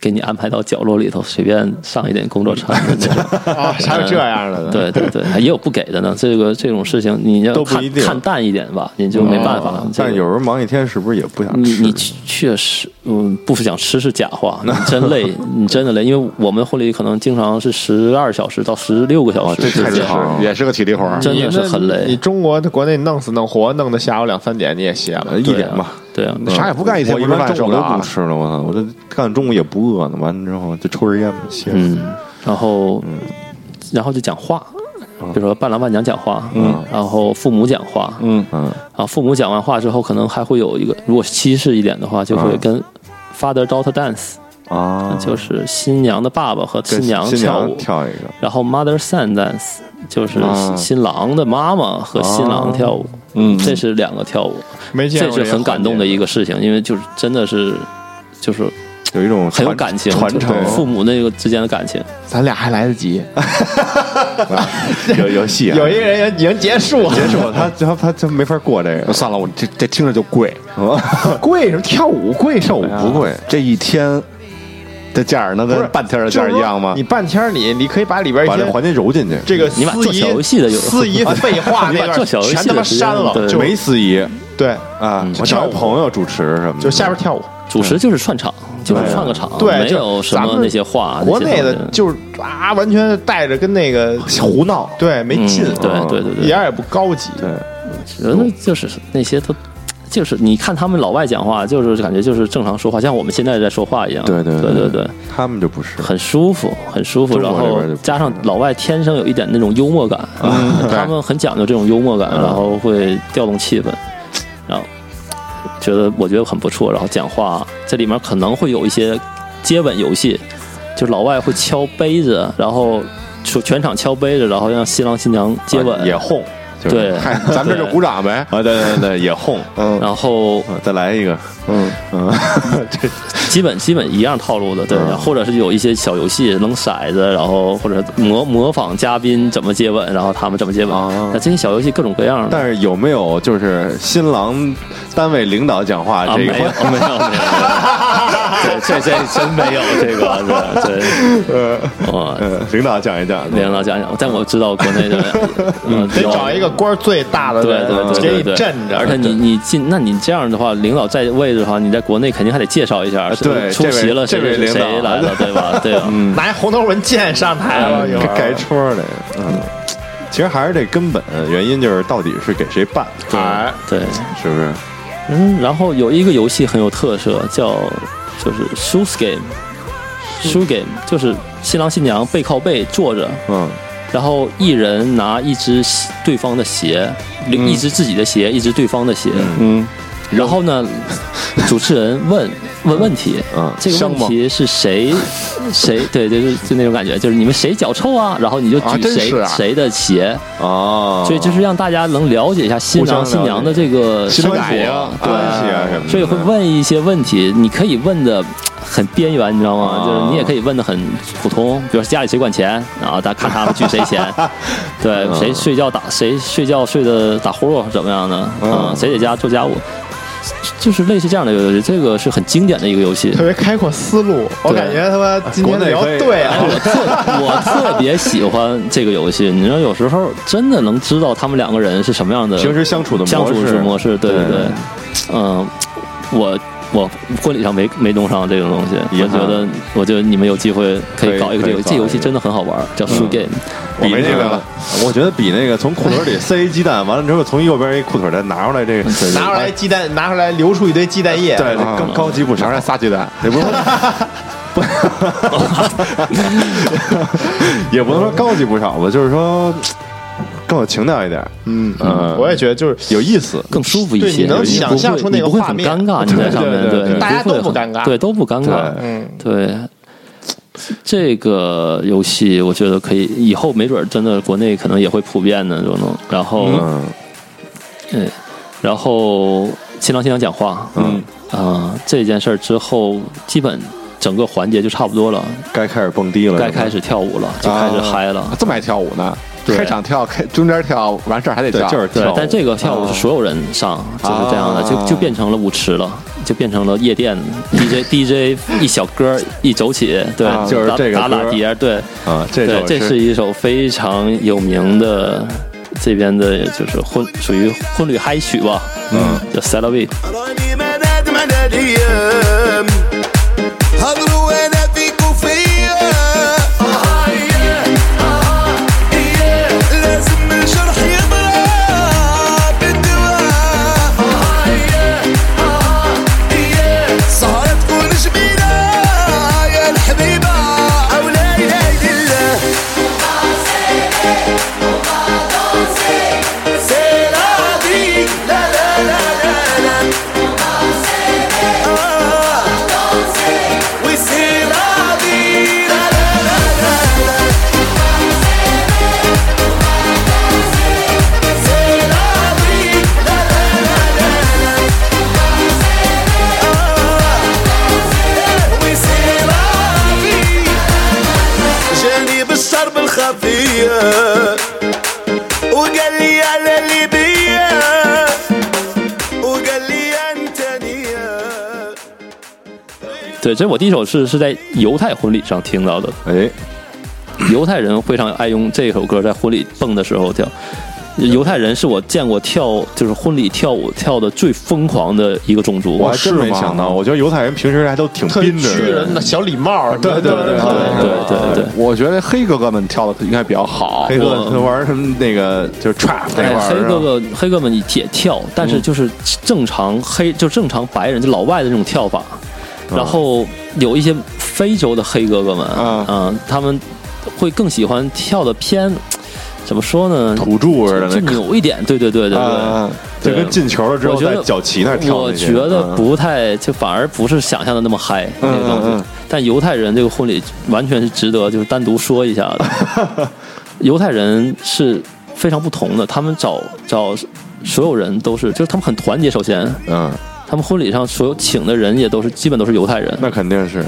Speaker 2: 给你安排到角落里头，随便上一点工
Speaker 5: 嗯
Speaker 2: 作餐的那 种。
Speaker 3: 啊，还有这样的呢，
Speaker 2: 对对对，也有不给的呢。这个这种事情，你要
Speaker 5: 都不
Speaker 2: 看
Speaker 5: 一定哦
Speaker 2: 看淡一点吧，你就没办法。这
Speaker 5: 嗯但
Speaker 2: 个
Speaker 5: 是有时候忙一天，是不是也不想
Speaker 2: 你
Speaker 5: 吃？
Speaker 2: 你确确实，嗯，不想吃是假 话，你真累，你真的累，因为我们婚礼可能经常是十二小时到十六个小时
Speaker 5: 哦这
Speaker 2: 之
Speaker 5: 太
Speaker 2: 间，
Speaker 5: 厉害了
Speaker 1: 是也是个体力活儿，
Speaker 2: 真的是很
Speaker 3: 你
Speaker 2: 累，
Speaker 3: 中国的国内弄死弄活，弄到下午两三点你也歇了
Speaker 5: 呃，一
Speaker 2: 对啊
Speaker 5: 点吧。，
Speaker 2: 对啊，
Speaker 1: 哎啥也不干，一天
Speaker 5: 我一
Speaker 1: 不吃
Speaker 5: 般
Speaker 1: 饭
Speaker 5: 中
Speaker 1: 受
Speaker 5: 午
Speaker 1: 不
Speaker 5: 都
Speaker 1: 了
Speaker 5: 不
Speaker 1: 啊。
Speaker 5: 吃了，我操！我这干中午也不饿呢，完了之后就抽根烟吧，歇会儿。
Speaker 2: 嗯，然后
Speaker 5: 嗯
Speaker 2: 然后就讲话，比如说伴郎伴娘讲话，嗯，然后父母讲话，
Speaker 1: 嗯
Speaker 5: 嗯
Speaker 2: 然后父母讲完话之后，可能还会有一个，如果西式一点的话，就会
Speaker 5: 嗯
Speaker 2: 跟 father daughter dance，
Speaker 5: 啊，
Speaker 2: 就是新娘的爸爸和
Speaker 5: 跟
Speaker 2: 新娘
Speaker 5: 新
Speaker 2: 跳
Speaker 5: 娘
Speaker 2: 舞，
Speaker 5: 跳一个，
Speaker 2: 然后 mother son dance 就是
Speaker 5: 啊
Speaker 2: 新郎的妈妈和新郎跳舞，
Speaker 1: 嗯
Speaker 2: 这是两个跳舞，
Speaker 3: 没见
Speaker 2: 这
Speaker 3: 过
Speaker 2: 是
Speaker 3: 个
Speaker 2: 很感动的一
Speaker 3: 环
Speaker 2: 个事情，因为就是真的是就是
Speaker 5: 有一种
Speaker 2: 很有
Speaker 5: 传
Speaker 2: 感情，
Speaker 5: 传承
Speaker 2: 对父母那个之间的感情。
Speaker 3: 节，咱俩还来得及。
Speaker 5: 有有戏啊，
Speaker 3: 有一个人已经结束了，
Speaker 5: 结束了，他他他他没法过这个，
Speaker 1: 算了，我这这听着就贵，
Speaker 3: 贵什么跳舞贵什
Speaker 5: 跳舞
Speaker 3: 哎么呀？
Speaker 5: 不贵，
Speaker 1: 这一天的价儿能
Speaker 3: 啊不
Speaker 1: 跟
Speaker 3: 是
Speaker 1: 半天的价儿一样吗
Speaker 3: 就是说你？半天儿你你可以把里边一
Speaker 5: 把这
Speaker 3: 些
Speaker 5: 环节揉进去，
Speaker 3: 这个
Speaker 2: 你把
Speaker 3: 司
Speaker 2: 做
Speaker 3: 仪
Speaker 2: 小游戏的有
Speaker 3: 司仪废话
Speaker 2: 你
Speaker 3: 那
Speaker 2: 把
Speaker 3: 段
Speaker 2: 做小游戏的
Speaker 3: 全他妈
Speaker 2: 时间
Speaker 3: 删了，
Speaker 2: 对
Speaker 3: 就
Speaker 5: 没司仪
Speaker 3: 对，
Speaker 5: 啊，我找一朋友主持什么的，
Speaker 3: 就下边跳舞。
Speaker 2: 主持就是串场，
Speaker 5: 啊
Speaker 2: 就是串个场，
Speaker 3: 对
Speaker 2: 没有
Speaker 3: 就
Speaker 2: 什
Speaker 3: 咱
Speaker 2: 么
Speaker 3: 们
Speaker 2: 那些话。
Speaker 3: 国
Speaker 2: 那些
Speaker 3: 内的
Speaker 2: 东西
Speaker 3: 就是啊，完全带着跟那个
Speaker 5: 胡闹，
Speaker 3: 对没劲，啊
Speaker 2: 嗯对对对对，
Speaker 3: 一点儿也不高级。
Speaker 5: 对，
Speaker 2: 觉得就是那些都，就是你看他们老外讲话，就是感觉就是正常说话，像我们现在在说话一样。
Speaker 5: 对对
Speaker 2: 对
Speaker 5: 对
Speaker 2: 对，
Speaker 5: 他们就不是，
Speaker 2: 很舒服，很舒服。
Speaker 5: 中
Speaker 2: 然
Speaker 5: 国这
Speaker 2: 后
Speaker 5: 边就不嗯
Speaker 2: 加上老外天生有一点那种幽默感，啊他们很讲究这种幽默感，然后会调动气氛，然后觉得我觉得很不错。然后讲话这里面可能会有一些接吻游戏，就是老外会敲杯子，然后全全场敲杯子，然后让新郎新娘接吻，
Speaker 5: 啊也哄，就是
Speaker 2: 对
Speaker 5: 嗨
Speaker 1: 咱们这就鼓掌呗。
Speaker 5: 啊，对对对，也哄，
Speaker 3: 嗯
Speaker 2: 然后
Speaker 5: 啊再来一个，
Speaker 3: 嗯，
Speaker 2: 基本基本一样套路的，对，
Speaker 5: 嗯
Speaker 2: 或者是有一些小游戏扔骰子，然后或者模模仿嘉宾怎么接吻，然后他们怎么接吻，
Speaker 5: 哦
Speaker 2: 那、这些小游戏各种各样的。
Speaker 5: 但是有没有就是新郎单位领导讲话
Speaker 2: 啊，
Speaker 5: 这
Speaker 2: 没
Speaker 5: 一
Speaker 2: 有没有
Speaker 5: 块？
Speaker 2: 没有，没有对这这真没有这个，对对，哦，
Speaker 5: 嗯， 领导讲一讲，
Speaker 2: 领导讲讲，但我知道国内 的，嗯，
Speaker 3: 得找一个官儿最大的啊
Speaker 2: 对
Speaker 3: 人
Speaker 2: 对对对
Speaker 3: 给
Speaker 2: 对，
Speaker 3: 你镇着，
Speaker 2: 而且你你进，那你这样的话，领导在位置的话，你在国内肯定还得介绍一下，是不是
Speaker 5: 对
Speaker 2: 出席了
Speaker 5: 这
Speaker 2: 谁谁
Speaker 5: 位这位领导
Speaker 2: 谁来了，对吧？ 对吧？嗯，
Speaker 3: 拿一红头文件上台了，一会儿
Speaker 5: 哎改戳儿来，嗯，其实还是这根本原因就是到底是给谁办，
Speaker 3: 哎
Speaker 2: 对，
Speaker 5: 是不是？
Speaker 2: 嗯，然后有一个游戏很有特色，叫就是 shoes game。shoe game 就是新郎新娘背靠背坐着，
Speaker 5: 嗯，
Speaker 2: 然后一人拿一只鞋对方的鞋，一只自己的鞋，一只对方的鞋。
Speaker 1: 嗯，
Speaker 2: 然后呢， 主持人问问问题，
Speaker 5: 嗯
Speaker 2: 这个
Speaker 1: 香
Speaker 2: 问
Speaker 1: 吗
Speaker 2: 题是谁谁对对就是就那种感觉，就是你们谁脚臭啊，然后你就
Speaker 1: 啊
Speaker 2: 举
Speaker 1: 真
Speaker 2: 谁、
Speaker 1: 是啊
Speaker 2: 谁的鞋，
Speaker 5: 哦，
Speaker 2: 所以就是让大家能了解一下新
Speaker 5: 互相
Speaker 2: 郎
Speaker 5: 了解
Speaker 2: 新娘的这个生活
Speaker 5: 关系啊，
Speaker 2: 对
Speaker 5: 关系啊什么的，
Speaker 2: 所以会问一些问题，你可以问的很边缘，你知道吗？
Speaker 5: 啊
Speaker 2: 就是你也可以问的很普通，比如说家里谁管钱，啊然后大家看他们聚谁 钱，
Speaker 5: 啊
Speaker 2: 对，谁睡觉打谁睡觉睡的打呼噜怎么样呢？嗯，谁在家做家务，就是类似这样的游戏，这个是很经典的一个游戏
Speaker 3: 特。别开阔思路，我
Speaker 2: 对
Speaker 3: 感觉他妈今天聊
Speaker 5: 国内可以
Speaker 3: 对
Speaker 2: 哎
Speaker 3: 了，
Speaker 2: 我特 我特别喜欢这个游戏，你知道，有时候真的能知道他们两个人是什么样的
Speaker 5: 平时相处的
Speaker 2: 相处
Speaker 5: 式
Speaker 2: 模式，对对
Speaker 5: 对
Speaker 2: 对，嗯，我我婚礼上没没弄上这种东西，
Speaker 5: 遗
Speaker 2: 我
Speaker 5: 憾
Speaker 2: 觉得我觉得你们有机会可
Speaker 5: 可
Speaker 2: 以
Speaker 5: 以
Speaker 2: 搞一个这个游戏，
Speaker 5: 可以搞
Speaker 2: 这游戏
Speaker 5: 一个嗯
Speaker 2: 真的很好玩，叫 Shoe Game，
Speaker 5: 比
Speaker 1: 我没
Speaker 5: 那
Speaker 1: 这个
Speaker 5: 个
Speaker 1: 了，
Speaker 5: 我觉得比那个从裤腿里塞一鸡蛋，完了之后从右边一裤腿再拿出来
Speaker 2: 嗯
Speaker 5: 这个，哎
Speaker 3: 拿出来鸡蛋，拿出来流出一堆鸡蛋液，
Speaker 5: 对，
Speaker 2: 啊
Speaker 5: 更高级不
Speaker 1: 拿
Speaker 5: 少
Speaker 1: 出。来仨鸡蛋，
Speaker 5: 也不是，也不能说高级不少吧，就是说更有情调一点，
Speaker 3: 嗯
Speaker 5: 嗯
Speaker 3: 我也觉得就是
Speaker 5: 有意思。
Speaker 2: 更舒服一
Speaker 3: 对
Speaker 2: 些，
Speaker 3: 你能
Speaker 2: 不会
Speaker 3: 想象出那个
Speaker 2: 你不会
Speaker 3: 画
Speaker 2: 很
Speaker 3: 面
Speaker 2: 尴尬，你在上面
Speaker 5: 对对对
Speaker 2: 对，
Speaker 3: 大家
Speaker 2: 你会
Speaker 3: 都不
Speaker 2: 很
Speaker 3: 尴尬
Speaker 2: 对，都不尴尬，
Speaker 5: 对
Speaker 3: 嗯，
Speaker 2: 对。这个游戏我觉得可以，以后没准儿真的国内可能也会普遍的这种。然后，
Speaker 5: 嗯，
Speaker 2: 嗯，然后新郎新娘讲话，嗯啊、这件事儿之后，基本整个环节就差不多了，
Speaker 5: 该开始蹦迪了，
Speaker 2: 该开始跳舞了，就开始嗨了。
Speaker 1: 啊
Speaker 5: 啊
Speaker 1: 这么爱跳舞呢？
Speaker 2: 对
Speaker 1: 开场跳，开中间跳，完事儿还得
Speaker 5: 对
Speaker 1: 跳，，
Speaker 5: 就是
Speaker 2: 对
Speaker 5: 跳舞，。啊
Speaker 2: 但这个跳舞是所有人上，就是这样的，就就变成了舞池了，就变成了夜店 DJ DJ 一小歌一走起，对，
Speaker 5: 啊就是
Speaker 2: 打
Speaker 5: 这个
Speaker 2: 打打
Speaker 5: 歌
Speaker 2: 碟，对，
Speaker 5: 啊，这
Speaker 2: 对
Speaker 5: 种，
Speaker 2: 这是一首非常有名的这边的，就是婚属于婚礼嗨曲吧，嗯，叫 Celebrate。
Speaker 6: راني مناد مناد ايام هضروا انا فيكوا فيا لازم الجرح يضرب بالدواء سهرة تكون جميلة يا الحبيبة او لا اله الا الله C'est la vie, la la la la la. Ah, oui, c'est la vie, la la la la la. C'est la vie, la la la la la. Ah, oui, c'est la vie. جاني بالشرب الخفيه وقال لي على اللي بيا وقال لي انت نيه
Speaker 2: 对，这我第一首是是在犹太婚礼上听到的，
Speaker 5: 哎，
Speaker 2: 犹太人非常爱用这首歌在婚礼蹦的时候跳。犹太人是我见过跳就是婚礼跳舞跳的最疯狂的一个种族。
Speaker 5: 我还真没想
Speaker 1: 哦
Speaker 5: 到，我觉得犹太人平时还都挺
Speaker 3: 特
Speaker 5: 宾着
Speaker 3: 屈人的小礼帽儿，
Speaker 5: 对对对
Speaker 2: 对对对对，
Speaker 1: 我觉得黑哥哥们跳的应该比较好。
Speaker 5: 黑哥他玩什么那个就是 trap 那
Speaker 2: 哎
Speaker 5: 块儿，
Speaker 2: 黑
Speaker 5: 是吧嗯
Speaker 2: 哥哥，黑哥们也跳，但是就是正常黑，就正常白人，就老外的那种跳法。
Speaker 5: 嗯
Speaker 2: 然后有一些非洲的黑哥哥们，
Speaker 5: 啊
Speaker 2: 嗯、他们会更喜欢跳的偏，怎么说呢？
Speaker 5: 土著似的
Speaker 2: 就
Speaker 5: 那
Speaker 2: 扭一点，对对对对对。
Speaker 5: 啊，就跟进球了之
Speaker 2: 我
Speaker 5: 后
Speaker 2: 觉
Speaker 5: 在
Speaker 2: 得
Speaker 5: 脚旗那儿跳
Speaker 2: 我
Speaker 5: 那些
Speaker 2: 觉得
Speaker 5: 嗯
Speaker 2: 不太，就反而不是想象的那么嗨那
Speaker 5: 嗯
Speaker 2: 种。
Speaker 5: 嗯嗯
Speaker 2: 但犹太人这个婚礼完全是值得就是单独说一下 的。犹太人是非常不同的，他们找找所有人都是，就是他们很团结。首先，
Speaker 5: 嗯，
Speaker 2: 他们婚礼上所有请的人也都是基本都是犹太人，
Speaker 5: 那肯定是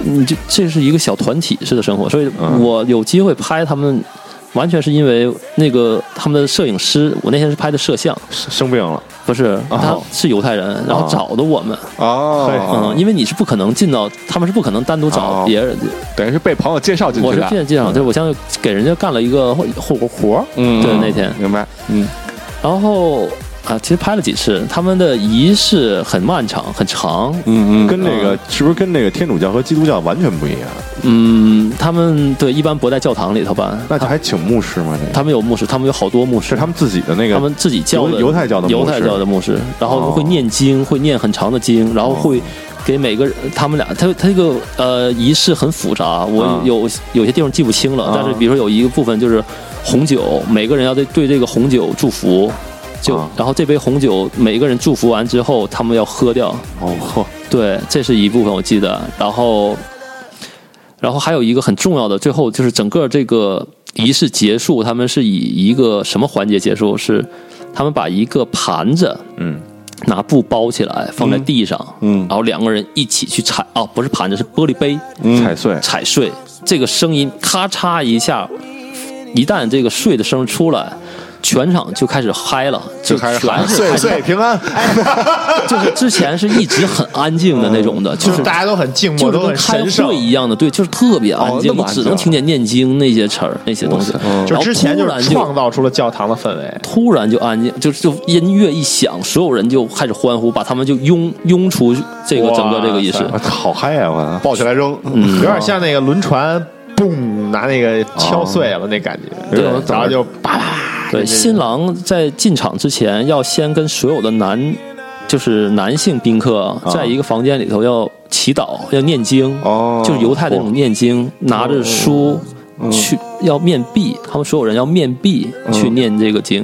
Speaker 2: 你就这是一个小团体式的生活，所以
Speaker 5: 嗯
Speaker 2: 我有机会拍他们。完全是因为那个他们的摄影师，我那天是拍的摄像，
Speaker 5: 生病了
Speaker 2: 不是他是犹太人，然后找的我们，
Speaker 5: 哦
Speaker 1: 啊
Speaker 2: 嗯，因为你是不可能进到，他们是不可能单独找
Speaker 5: 哦
Speaker 2: 别人。
Speaker 1: 等于是被朋友介绍进
Speaker 2: 我
Speaker 1: 去
Speaker 2: 是
Speaker 1: 的。
Speaker 2: 进进场，就是我相当于给人家干了一个后后活儿。
Speaker 1: 嗯
Speaker 2: 对那天
Speaker 1: 明白。
Speaker 2: 然后啊，其实拍了几次，他们的仪式很漫长，很长。
Speaker 1: 嗯
Speaker 5: 跟那个是不是跟那个天主教和基督教完全不一样？
Speaker 2: 嗯，他们对一般不在教堂里头办，
Speaker 5: 那还请牧师吗？这个
Speaker 2: 他们有牧师，他们有好多牧师，
Speaker 5: 是他们自己的那个
Speaker 2: 他们自己教的
Speaker 5: 犹犹太教的牧师哦
Speaker 2: 犹太教的牧师，然后会念经，会念很长的经，然后会给每个人他们俩，他他这个呃仪式很复杂，我
Speaker 5: 啊
Speaker 2: 有、有些地方记不清了，
Speaker 5: 嗯
Speaker 2: 但是比如说有一个部分就是红酒，每个人要对对这个红酒祝福。就、
Speaker 5: 啊
Speaker 2: 然后这杯红酒，每个人祝福完之后，他们要喝掉。
Speaker 5: 哦嚯
Speaker 2: 对，这是一部分我记得。然后，然后还有一个很重要的，最后就是整个这个仪式结束，他们是以一个什么环节结束？是他们把一个盘子，
Speaker 5: 嗯，
Speaker 2: 拿布包起来放在地上，
Speaker 1: 嗯
Speaker 2: 然后两个人一起去踩，哦，不是盘子，是玻璃杯
Speaker 1: 嗯
Speaker 5: 踩碎
Speaker 1: 啊
Speaker 2: 踩碎，这个声音咔嚓一下，一旦这个碎的声出来。全场就开始嗨了，就
Speaker 1: 开始
Speaker 2: 全
Speaker 1: 喊
Speaker 2: 是
Speaker 1: 岁
Speaker 2: 嗨
Speaker 1: 岁平安，
Speaker 2: 就是之前是一直很安静的那种的，就
Speaker 3: 就是是大家都很静
Speaker 2: 就
Speaker 3: 默，
Speaker 2: 是
Speaker 3: 都
Speaker 2: 跟
Speaker 3: 很
Speaker 2: 开
Speaker 3: 神圣
Speaker 2: 会。一样的，对，就是特别安
Speaker 1: 哦
Speaker 2: 静，
Speaker 1: 那么
Speaker 2: 你
Speaker 1: 安
Speaker 2: 只
Speaker 1: 静
Speaker 3: 啊
Speaker 2: 能听见念经那些词儿、那些东西
Speaker 1: 哇。
Speaker 2: 嗯然
Speaker 3: 哦就
Speaker 2: 后
Speaker 3: 之前
Speaker 2: 突
Speaker 3: 就
Speaker 2: 然
Speaker 3: 是创造出了教堂的氛围，
Speaker 2: 突然就安静，就是就音乐一响，所有人就开始欢呼，把他们就拥拥出这个
Speaker 3: 哇
Speaker 2: 整个这个仪式。
Speaker 5: 我操好嗨
Speaker 1: 啊
Speaker 5: 呀！我
Speaker 1: 抱起来扔。
Speaker 3: 有点像那个轮船，嘣，拿那个敲碎了那感觉，
Speaker 5: 有种
Speaker 2: 对
Speaker 5: 早
Speaker 3: 然后
Speaker 5: 上
Speaker 3: 就叭叭，
Speaker 2: 对，新郎在进场之前要先跟所有的男，就是男性宾客，在一个房间里头要祈祷，要念经，
Speaker 5: 哦
Speaker 2: 就是犹太的那种念经，拿着书去要面壁，他们所有人要面壁去念这个经。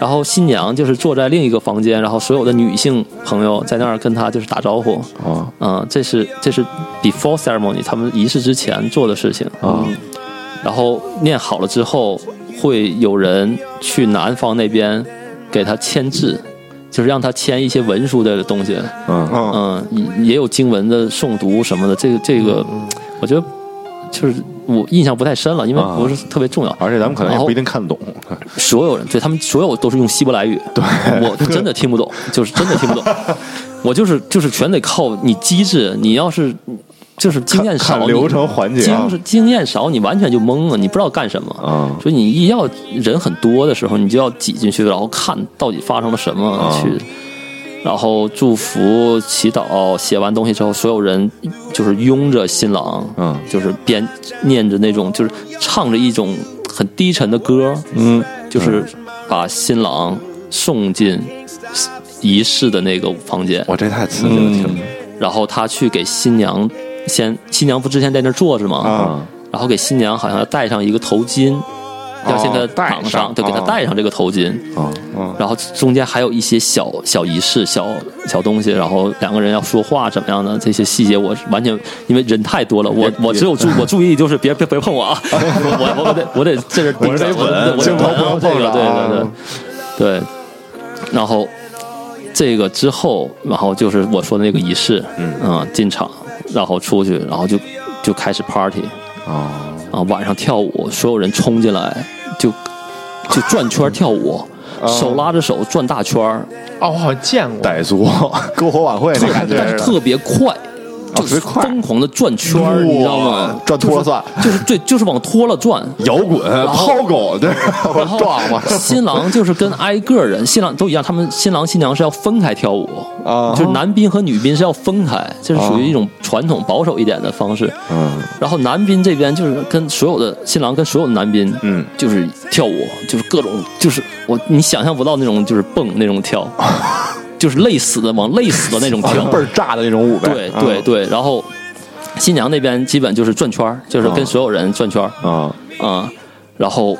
Speaker 2: 然后新娘就是坐在另一个房间，然后所有的女性朋友在那儿跟她就是打招呼。
Speaker 5: 哦
Speaker 2: 嗯，这是这是 before ceremony 他们仪式之前做的事情啊、嗯然后念好了之后，会有人去男方那边给他签字，就是让他签一些文书的东西。
Speaker 5: 嗯
Speaker 1: 嗯，
Speaker 2: 嗯，也也有经文的诵读什么的。这个这个，
Speaker 5: 嗯
Speaker 2: 我觉得就是我印象不太深了，因为
Speaker 5: 啊
Speaker 2: 不是特别重要。
Speaker 5: 而且咱们可能
Speaker 2: 然
Speaker 5: 也
Speaker 2: 后
Speaker 5: 不一定看懂，
Speaker 2: 所有人对他们所有都是用希伯来语，对我真的听不 懂，就是真的听不懂。我就是就是全得靠你机智，你要是就是经验
Speaker 5: 看
Speaker 2: 少，
Speaker 5: 看流程环
Speaker 2: 你
Speaker 5: 节啊
Speaker 2: 经经验少，你完全就懵了，你不知道干什么。
Speaker 5: 啊
Speaker 2: 所以你一要人很多的时候，你就要挤进去，然后看到底发生了什么，
Speaker 5: 啊
Speaker 2: 去，然后祝福、祈祷，写完东西之后，所有人就是拥着新郎，
Speaker 5: 嗯
Speaker 2: 就是边念着那种，就是唱着一种很低沉的歌，
Speaker 5: 嗯，
Speaker 2: 就是把新郎送进仪式的那个房间，
Speaker 5: 哇，这太刺激了，听着
Speaker 2: 然后他去给新娘先，新娘不之前在那儿坐着吗？
Speaker 5: 啊
Speaker 2: 然后给新娘好像要戴上一个头巾，要先给她
Speaker 1: 戴
Speaker 2: 绑
Speaker 1: 上
Speaker 2: 对，给她
Speaker 1: 哦
Speaker 2: 戴上这个头巾。
Speaker 5: 啊
Speaker 2: 然后中间还有一些小小仪式、小小东西，然后两个人要说话怎么样的这些细节，我是完全因为人太多了，我我只有注我注意就是别别别碰我 啊，我我我得我得这是盯着，我得我得
Speaker 5: 镜头
Speaker 2: 稳啊
Speaker 5: 不
Speaker 2: 这个
Speaker 5: 能碰着啊
Speaker 2: 对对对对，然后这个之后，然后就是我说的那个仪式，嗯进场，然后出去，然后就就开始 party，
Speaker 5: 啊
Speaker 2: 啊，晚上跳舞，所有人冲进来就就转圈儿跳舞，手拉着手转大圈儿，
Speaker 3: 哦，我好像见过，
Speaker 5: 傣族
Speaker 1: 篝火晚会那感觉
Speaker 2: 但
Speaker 1: 似的
Speaker 2: 是哎哦特别快，就是
Speaker 1: 快
Speaker 2: 疯狂的转圈儿，你知道吗？
Speaker 1: 转脱了算，
Speaker 2: 就是对，就是往脱了转。
Speaker 5: 摇滚、
Speaker 2: 后
Speaker 5: 抛狗，对，
Speaker 2: 然后
Speaker 1: 撞嘛
Speaker 2: 新郎就是跟挨个人，新郎都一样，他们新郎新娘是要分开跳舞
Speaker 1: 啊
Speaker 2: 就是男宾和女宾是要分开，这是属于一种传统保守一点的方式。
Speaker 5: 嗯，
Speaker 2: 然后男宾这边就是跟所有的新郎跟所有的男宾，
Speaker 5: 嗯，
Speaker 2: 就是跳舞，就是各种就是我你想象不到那种就是蹦那种 跳，就是累死的往累死的那种跳，
Speaker 1: 倍儿嗯炸的那种舞呗。
Speaker 2: 对对对，然后新娘那边基本就是转圈儿，就是跟所有人转圈儿
Speaker 1: 嗯
Speaker 5: 啊，
Speaker 2: 啊、然后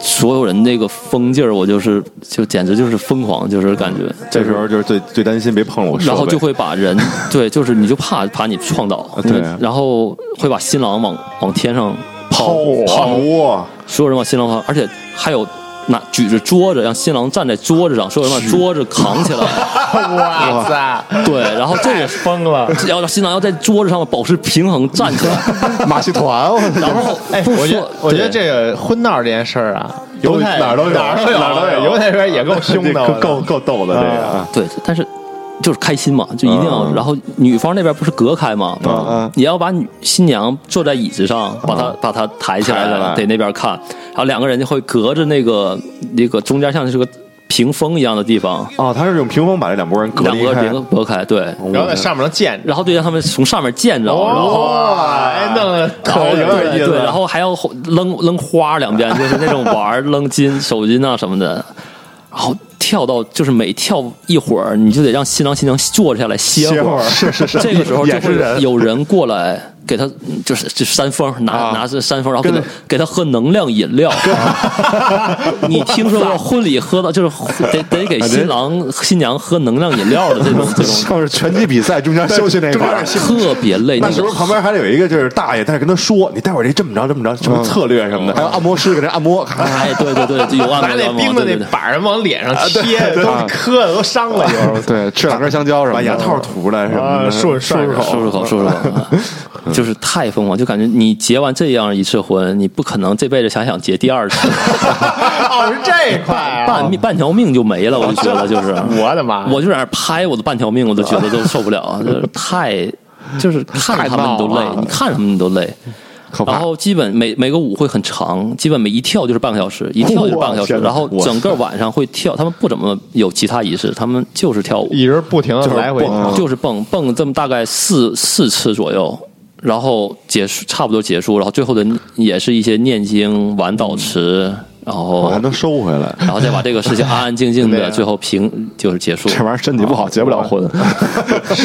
Speaker 2: 所有人那个疯劲儿，我就是就简直就是疯狂，就是感觉
Speaker 5: 这时候就是最最担心别碰了我设备，
Speaker 2: 然后就会把人对，就是你就怕把你撞倒，
Speaker 3: 啊
Speaker 5: 对
Speaker 2: 嗯然后会把新郎往往天上抛
Speaker 5: 抛
Speaker 2: 抛，
Speaker 1: 啊
Speaker 5: 我，
Speaker 2: 所有人往新郎抛，而且还有。拿举着桌子，让新郎站在桌子上，所有人把桌子扛起来。
Speaker 3: 哇塞，
Speaker 2: 对，然后 这个
Speaker 3: 疯了！
Speaker 2: 要让新郎要在桌子上保持平衡站 起来，
Speaker 5: 啊
Speaker 1: 马戏团，我操
Speaker 2: 然后
Speaker 3: 哎，
Speaker 2: 不
Speaker 3: 我觉
Speaker 2: 说
Speaker 3: 得，我觉
Speaker 2: 对
Speaker 3: 得这个婚闹这件事儿啊，
Speaker 5: 有
Speaker 3: 犹太
Speaker 5: 哪儿都有
Speaker 3: 哪儿都有，
Speaker 5: 哪儿都有
Speaker 3: 犹太人也够凶的，
Speaker 5: 这
Speaker 3: 我
Speaker 5: 够
Speaker 3: 操
Speaker 5: 够逗的这啊个，
Speaker 2: 对，但是就是开心嘛，就一定要。
Speaker 5: 嗯
Speaker 2: 然后女方那边不是隔开嘛，
Speaker 5: 嗯
Speaker 2: 你要把女新娘坐在椅子上，把她、把她抬起来
Speaker 5: 抬起来
Speaker 2: 得那边看，然后两个人就会隔着那个那个中间像是个屏风一样的地方，
Speaker 1: 啊
Speaker 5: 哦，他是用屏风把这两拨人隔
Speaker 2: 两
Speaker 5: 离
Speaker 2: 个
Speaker 5: 开
Speaker 2: 人，隔隔开，对，
Speaker 3: 然后在上面能见着，
Speaker 2: 然后对让他们从上面见着，然后。
Speaker 3: 哇，哎，弄得特别哦有点意
Speaker 2: 对，然
Speaker 3: 思。
Speaker 2: 后还要扔扔花两边，就是那种玩儿扔金手巾啊什么的，然后跳到就是每跳一会儿，你就得让新郎新娘坐下来歇
Speaker 5: 歇
Speaker 2: 会
Speaker 5: 会
Speaker 2: 儿
Speaker 5: 儿，是是 是
Speaker 2: 这个时候就
Speaker 5: 也是
Speaker 2: 会
Speaker 5: 人
Speaker 2: 有人过来给他就是就扇风，拿拿着扇风，然后给他给他喝能量饮料。你听说过婚礼喝到就是得得给新郎新娘喝能量饮料的这种这种
Speaker 1: 像是拳击比赛中间休息那一块儿，
Speaker 2: 特别累，
Speaker 5: 那
Speaker 2: 个
Speaker 5: 时候旁边还得有一个就是大爷在那跟他说，你待会儿这这么着这么着什么策略什么的，
Speaker 1: 还有按摩师给那按摩，
Speaker 5: 啊
Speaker 1: 咔
Speaker 2: 哎，对对对，就有按摩
Speaker 3: 拿那
Speaker 2: 按摩
Speaker 3: 冰的
Speaker 2: 对对
Speaker 3: 那
Speaker 2: 对
Speaker 3: 板儿往脸上贴，都磕的都伤了，有时候
Speaker 1: 对，吃两根香蕉什么
Speaker 5: 把
Speaker 1: 的，
Speaker 5: 牙套吐出来什么
Speaker 3: 啊，
Speaker 5: 的，
Speaker 3: 顺顺手
Speaker 2: 漱漱口，漱漱口，就是太疯狂，就感觉你结完这样一次婚，你不可能这辈子想想结第二次，
Speaker 3: 哦，是这一块 啊！
Speaker 2: 半命半条命就没了，我就觉得就是，
Speaker 3: 我的妈！
Speaker 2: 我就在那儿拍我的半条命，我都觉得都受不了，啊就是太，就是看着他们都累
Speaker 1: 太闹，了
Speaker 2: 你看着他们都累。
Speaker 1: 可
Speaker 2: 然
Speaker 1: 怕。
Speaker 2: 后基本每每个舞会很长，基本每一跳就是半个小时，一跳就是半个小时，
Speaker 5: 哇天哪
Speaker 2: 然后整个晚上会跳，他们不怎么有其他仪式，他们就是跳舞。
Speaker 3: 一直不停的
Speaker 5: 是
Speaker 3: 来回
Speaker 5: 蹦啊
Speaker 2: 就是蹦蹦这么大概四四次左右，然后结束差不多结束，然后最后的也是一些念经、玩祷词，然后
Speaker 5: 我还能收回来。
Speaker 2: 然后再把这个事情安安静 静
Speaker 3: 对
Speaker 2: 的
Speaker 3: 啊
Speaker 2: 最后平就是结束。
Speaker 1: 这玩意儿身体不好，结不了 婚。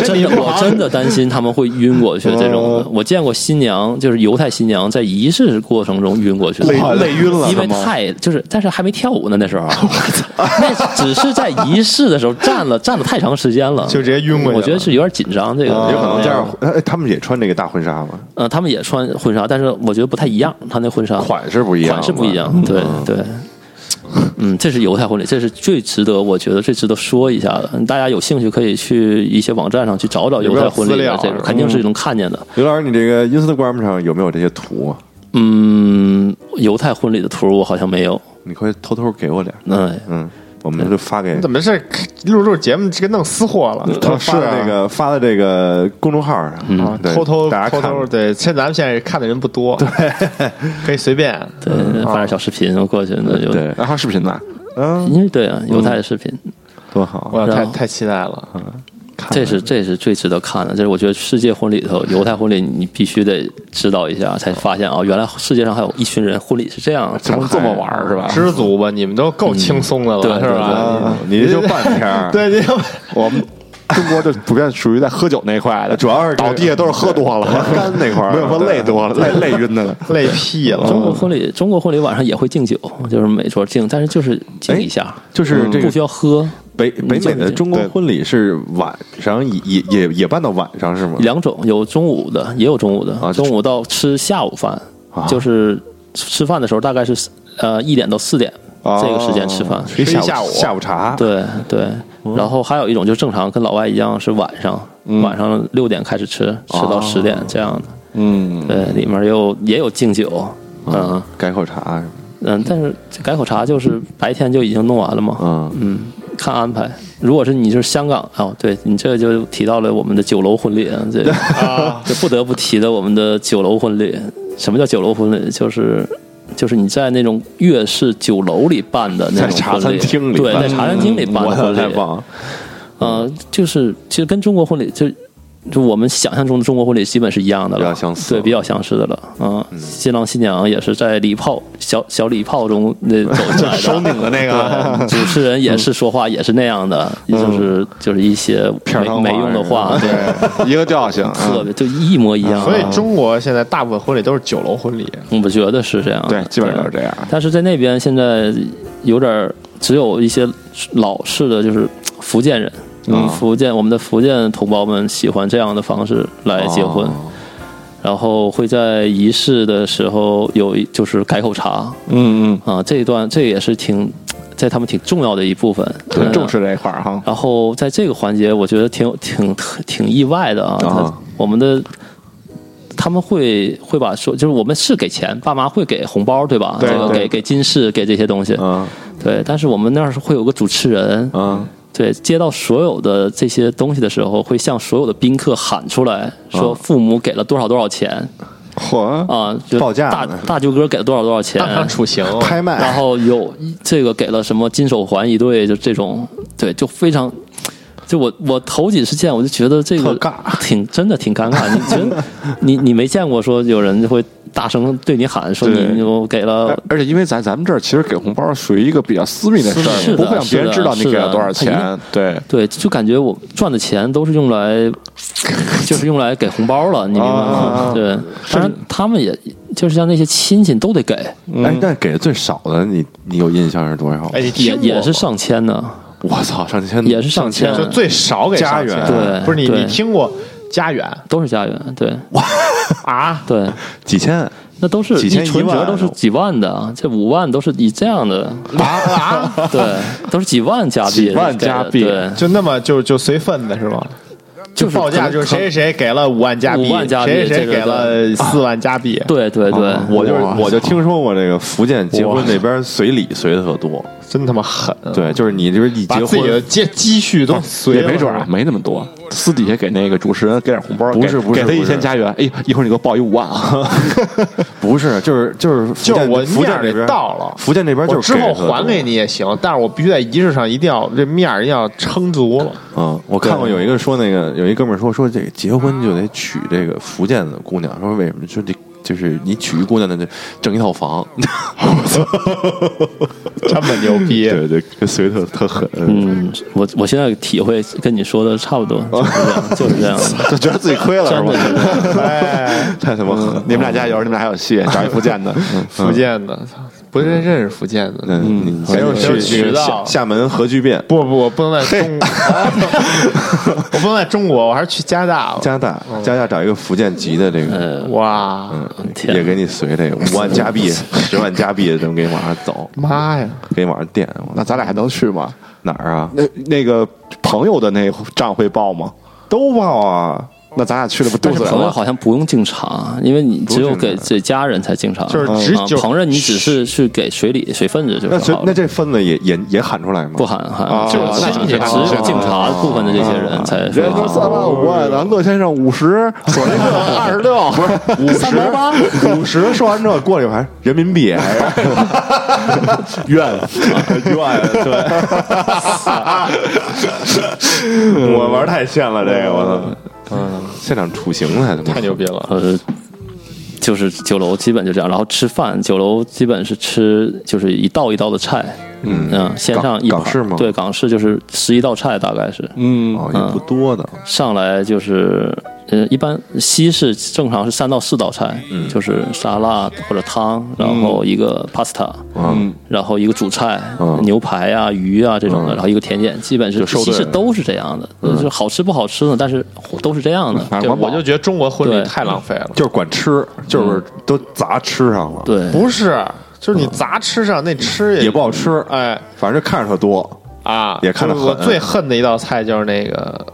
Speaker 2: 真的，我真的担心他们会晕过去。这
Speaker 1: 嗯
Speaker 2: 种的，我见过新娘，就是犹太新娘，在仪式过程中晕过去的，
Speaker 1: 累累晕了
Speaker 2: 因为
Speaker 1: 是吗
Speaker 2: 太就是，但是还没跳舞呢，那 时候，那只是在仪式的时候站了站了太长时间了，
Speaker 3: 就直接晕过去了
Speaker 2: 我觉得是有点紧张，这个
Speaker 1: 哦
Speaker 5: 有可 能这样，哎，他们也穿这个大婚纱吗？
Speaker 2: 呃，他们也穿婚纱，但是我觉得不太一样，他那婚纱
Speaker 5: 款式不一样
Speaker 2: 款式不一样，对对。嗯，这是犹太婚礼，这是最值得，我觉得最值得说一下的。大家有兴趣可以去一些网站上去找找犹太婚礼
Speaker 3: 有没有
Speaker 2: 的
Speaker 3: 资
Speaker 2: 这
Speaker 3: 料
Speaker 2: 个，肯定是能看见的。
Speaker 5: 刘老师，你这个 Instagram 上有没有这些图啊？
Speaker 2: 嗯，犹太婚礼的图我好像没有。
Speaker 5: 你快偷偷给我点儿。
Speaker 2: 嗯，
Speaker 5: 嗯，我们就发给
Speaker 3: 怎么是录录节目这个弄私货了？
Speaker 1: 嗯
Speaker 5: 他
Speaker 1: 啊
Speaker 5: 啊发的那个发的这个公众号上，
Speaker 3: 啊
Speaker 5: 对
Speaker 3: 偷偷
Speaker 5: 大家
Speaker 3: 偷
Speaker 5: 看
Speaker 3: 偷对，现在咱们现在看的人不多，对， 可以随便。
Speaker 2: 对，发点小视频过去，那就
Speaker 5: 对，
Speaker 1: 然后视频呢？
Speaker 5: 嗯，
Speaker 2: 因为对啊，犹太的视频，
Speaker 5: 多好。
Speaker 3: 我太
Speaker 2: 然后
Speaker 3: 太期待了，
Speaker 2: 这是这是最值得看的，这是我觉得世界婚礼里头，犹太婚礼你必须得知道一下，才发现啊，原来世界上还有一群人婚礼是这样，
Speaker 1: 怎么这么玩儿是吧？
Speaker 3: 知足吧，你们都够轻松的
Speaker 2: 对
Speaker 3: 了，是吧？
Speaker 5: 啊，你这就半天儿，
Speaker 3: 对，你
Speaker 1: 我们中国就普遍属于在喝酒那一块的，
Speaker 5: 主要是这个
Speaker 1: 倒地下都是喝多 了，
Speaker 5: 肝那块儿
Speaker 1: 没有说累多了，累累晕的了。
Speaker 3: 累屁
Speaker 2: 中
Speaker 1: 嗯
Speaker 3: 了。
Speaker 2: 国婚礼，中国婚礼晚上也会敬酒，就是每桌敬，但是就是
Speaker 1: 哎
Speaker 2: 敬一下，
Speaker 5: 就是这
Speaker 2: 不
Speaker 5: 个
Speaker 2: 需要喝。
Speaker 5: 北北美的中国
Speaker 1: 对
Speaker 5: 婚礼是晚上也也也也办到晚上是吗？
Speaker 2: 两种，有中午的，也有中午的。
Speaker 5: 啊
Speaker 2: 中午到吃下午饭，
Speaker 5: 啊
Speaker 2: 就是吃饭的时候大概是呃一点到四点、
Speaker 5: 哦
Speaker 2: 这个时间吃饭。
Speaker 5: 吃一
Speaker 3: 吃一
Speaker 5: 下
Speaker 3: 下
Speaker 5: 午
Speaker 3: 午
Speaker 5: 下午茶，
Speaker 2: 对对，然后还有一种就是正常跟老外一样是晚上，晚上六点开始吃，吃到十点这样的。
Speaker 1: 嗯，
Speaker 2: 对，里面有也有敬酒，嗯
Speaker 5: 改口茶什么的。
Speaker 2: 嗯，但是这改口茶就是白天就已经弄完了嘛，
Speaker 5: 嗯，
Speaker 2: 看安排。如果是你就是香港啊、哦，对你这就提到了我们的酒楼婚礼啊，这 这不得不提的我们的酒楼婚礼。什么叫酒楼婚礼？就是就是你在那种粤式酒楼里办的那
Speaker 5: 在
Speaker 2: 种
Speaker 5: 茶
Speaker 2: 婚
Speaker 5: 餐
Speaker 2: 礼
Speaker 5: 厅里
Speaker 2: 对，
Speaker 5: 办嗯
Speaker 2: 在茶餐厅里办
Speaker 5: 我
Speaker 2: 的
Speaker 5: 操
Speaker 2: 婚礼
Speaker 5: 太， 棒了！嗯
Speaker 2: 呃，就是其实跟中国婚礼就就我们想象中的中国婚礼基本是一样的了，
Speaker 5: 比较相似嗯
Speaker 2: 对，比较相似的了啊、新郎新娘也是在礼炮小小礼炮中那走出 来的，
Speaker 1: 手拧的那个，
Speaker 2: 对，主持人也是说话也是那样的，就是就是一些
Speaker 5: 嗯片儿汤
Speaker 2: 没没用的话，对，
Speaker 5: 对，一个调性，
Speaker 1: 啊
Speaker 2: 特别就一模一样。啊
Speaker 3: 所以中国现在大部分婚礼都是酒楼婚礼，
Speaker 2: 我觉得是这样的，
Speaker 5: 对基本上是这样
Speaker 2: 但是在那边现在有点儿只有一些老式的，就是福建人，嗯，福建我们的福建同胞们喜欢这样的方式来结婚。
Speaker 5: 哦
Speaker 2: 然后会在仪式的时候有一就是改口茶，
Speaker 1: 嗯嗯，
Speaker 2: 啊，这一段这也是挺在他们挺重要的一部分，
Speaker 1: 很
Speaker 2: 嗯
Speaker 1: 重视这一块儿哈。
Speaker 2: 然后在这个环节，我觉得挺有挺挺意外的啊，
Speaker 5: 啊
Speaker 2: 我们的。他们会会把说，就是我们是给钱，爸妈会给红包，对吧？
Speaker 5: 对
Speaker 2: 这个
Speaker 5: 对
Speaker 2: 给给金饰，给这些东西。
Speaker 5: 嗯
Speaker 2: 对，但是我们那儿是会有个主持人，
Speaker 5: 嗯，
Speaker 2: 对，接到所有的这些东西的时候，会向所有的宾客喊出来，
Speaker 5: 啊
Speaker 2: 说父母给了多少多少钱
Speaker 5: 嚯，
Speaker 2: 啊，就
Speaker 5: 报价
Speaker 2: 大
Speaker 5: 呢
Speaker 2: 大舅哥给了多少多少钱，
Speaker 3: 当场处刑。
Speaker 1: 拍卖
Speaker 2: 然后有这个给了什么金手环一对，就这种，对，就非常，就我我头几次见，我就觉得这个
Speaker 1: 特尬
Speaker 2: 挺真的挺尴尬。你觉得你你没见过说有人会大声对你喊说你
Speaker 5: 对
Speaker 2: 你我给了
Speaker 5: 而。而且因为在咱们这儿，其实给红包属于一个比较私密的事
Speaker 2: 是的
Speaker 5: 儿，不会让别人知道你给了多少
Speaker 2: 是的是的
Speaker 5: 钱。对，
Speaker 2: 对，就感觉我赚的钱都是用来，就是用来给红包了，你明白吗？对，当然他们也就是像那些亲戚都得给，
Speaker 5: 哎，但给的最少的，你你有印象是多少？
Speaker 3: 哎，你
Speaker 2: 也
Speaker 3: 听过
Speaker 2: 也是上千呢，
Speaker 5: 我操，上千
Speaker 2: 也是上千
Speaker 3: 就最少给
Speaker 5: 家
Speaker 3: 上千
Speaker 5: 园
Speaker 2: 对
Speaker 3: 不是你
Speaker 2: 对
Speaker 3: 你听过家园
Speaker 2: 都是家园，对
Speaker 3: 啊？
Speaker 2: 对。
Speaker 5: 几千，
Speaker 2: 那都是
Speaker 5: 几千
Speaker 2: 一存
Speaker 5: 一万
Speaker 2: 折都是几万的啊，这五万都是以这样的啊啊， 对，都是几万加币，
Speaker 5: 几万加币
Speaker 2: 对，
Speaker 3: 就那么就就随份子是吗？
Speaker 2: 就是
Speaker 3: 报价
Speaker 2: 可能
Speaker 3: 就是谁谁谁给了五万加币，
Speaker 2: 五万加币
Speaker 3: 谁谁
Speaker 2: 这
Speaker 3: 谁
Speaker 2: 个
Speaker 3: 给了四万加币，
Speaker 2: 对对对，
Speaker 5: 我就是
Speaker 1: 哇
Speaker 5: 我就听说过这个福建结
Speaker 3: 哇
Speaker 5: 婚那边随礼随的特多，
Speaker 3: 真他妈狠！，
Speaker 5: 对，就是你就是一
Speaker 3: 把
Speaker 5: 结
Speaker 3: 自己的
Speaker 5: 婚。
Speaker 3: 积积蓄都随
Speaker 1: 也
Speaker 3: 了
Speaker 1: 没准儿啊，没那么多，私底下给那个主持人给点红包，
Speaker 5: 不是
Speaker 1: 给
Speaker 5: 不是
Speaker 1: 给他一
Speaker 5: 不是
Speaker 1: 千加元，哎，一会儿你给我报一五万啊，
Speaker 5: 不是，就是就是
Speaker 3: 就
Speaker 5: 福
Speaker 3: 是
Speaker 5: 建
Speaker 3: 我
Speaker 5: 福
Speaker 3: 面
Speaker 5: 建
Speaker 3: 儿
Speaker 5: 这
Speaker 3: 给
Speaker 5: 边
Speaker 3: 到了，
Speaker 5: 福建这边
Speaker 3: 我
Speaker 5: 就是
Speaker 3: 之后
Speaker 5: 的特多
Speaker 3: 还给你也行，但是我必须在仪式上一定要这面儿一定要撑足了。
Speaker 5: 嗯，我看过有一个说那个有一哥们儿说说这个结婚就得娶这个福建的姑娘，说为什么说这就是你娶一姑娘那就挣一套房，
Speaker 3: 这么牛逼，
Speaker 5: 对对，跟随特特狠，
Speaker 2: 嗯，我我现在体会跟你说的差不多，
Speaker 5: 哦
Speaker 2: 就是这样，就是这样，
Speaker 1: 就觉得自己亏
Speaker 5: 啊
Speaker 1: 了是
Speaker 2: 真的
Speaker 1: 吧？
Speaker 2: 是这样，
Speaker 3: 哎，
Speaker 5: 太他妈狠了。嗯
Speaker 1: 你们俩加油，你们俩还有戏，找一福建 的，
Speaker 3: 福建的，操不认认识福建的。
Speaker 5: 嗯，你
Speaker 3: 谁有谁有
Speaker 5: 去
Speaker 3: 渠
Speaker 5: 那个
Speaker 3: 道
Speaker 5: 厦厦门核聚变，
Speaker 3: 不不，我不能在中， 我不能在中国，我还是去加拿大吧。
Speaker 5: 加拿大
Speaker 1: 哦
Speaker 5: 加拿大找一个福建籍的这个，
Speaker 2: 呃，
Speaker 3: 哇，
Speaker 2: 天
Speaker 5: 也给你随这个
Speaker 1: 嗯
Speaker 5: 五万 加币、十万加币，这么给你往上走，
Speaker 3: 妈呀！
Speaker 5: 给你往上垫。我
Speaker 1: 那咱俩还能去吗？
Speaker 5: 哪儿啊？
Speaker 1: 那那个朋友的那账会报吗？
Speaker 5: 都报啊！
Speaker 1: 那咱俩去了不
Speaker 2: 但
Speaker 1: 丢
Speaker 2: 是
Speaker 1: 死人
Speaker 2: 朋友
Speaker 1: 了？
Speaker 2: 好像不用敬茶，因为你只有
Speaker 5: 不用
Speaker 2: 给
Speaker 5: 敬茶
Speaker 2: 这家人才敬茶，
Speaker 3: 就是只
Speaker 2: 啊
Speaker 3: 就
Speaker 2: 旁人你只是去给水礼水分子就
Speaker 5: 那
Speaker 2: 是
Speaker 5: 所以
Speaker 2: 好
Speaker 5: 那
Speaker 2: 了，
Speaker 5: 这份子也也也喊出来吗？
Speaker 2: 不喊
Speaker 5: 哦
Speaker 2: 喊，
Speaker 1: 就是
Speaker 2: 啊
Speaker 1: 亲戚
Speaker 2: 只有敬茶部分的这些人才说
Speaker 1: 人都
Speaker 2: 好
Speaker 1: 三万五
Speaker 5: 哎
Speaker 1: 万的，乐先生五 十，索先生二十六，不是
Speaker 5: 五十，五十说完之后过了一会儿， 人民币，
Speaker 1: 愿 愿对，
Speaker 5: 我玩太欠了，这个
Speaker 1: 嗯
Speaker 5: 我操！现场处刑才他妈
Speaker 3: 太牛逼了！
Speaker 2: 呃，就是酒楼基本就这样，然后吃饭，酒楼基本是吃就是一道一道的菜，嗯先上一
Speaker 5: 港
Speaker 2: 盘
Speaker 5: 港式吗
Speaker 2: 对，港式就是十一道菜大概是，
Speaker 1: 嗯，
Speaker 5: 哦，也不多的，
Speaker 2: 上来就是呃，一般西式正常是三到四道菜，嗯，就是沙拉或者汤，然后一个 pasta，
Speaker 5: 嗯，
Speaker 2: 然后一个主菜，
Speaker 5: 嗯
Speaker 2: 牛排啊、鱼啊这种的，然后一个甜点，基本是
Speaker 5: 就受
Speaker 2: 西
Speaker 5: 罪
Speaker 2: 式
Speaker 5: 了嗯
Speaker 2: 都是这样的，就是好吃不好吃呢，但是都是这样的，
Speaker 1: 反
Speaker 3: 就
Speaker 1: 正
Speaker 3: 我就觉得中国婚
Speaker 2: 对
Speaker 3: 礼太浪费了。
Speaker 5: 就是管吃，就是都砸吃上了，，
Speaker 2: 对，
Speaker 3: 不是，就是你砸吃上那吃也
Speaker 5: 也不好吃，
Speaker 3: 哎
Speaker 5: 反正就看着特多，
Speaker 3: 啊，
Speaker 5: 也看着
Speaker 3: 就是我
Speaker 5: 狠
Speaker 3: 最恨的一道菜就是那个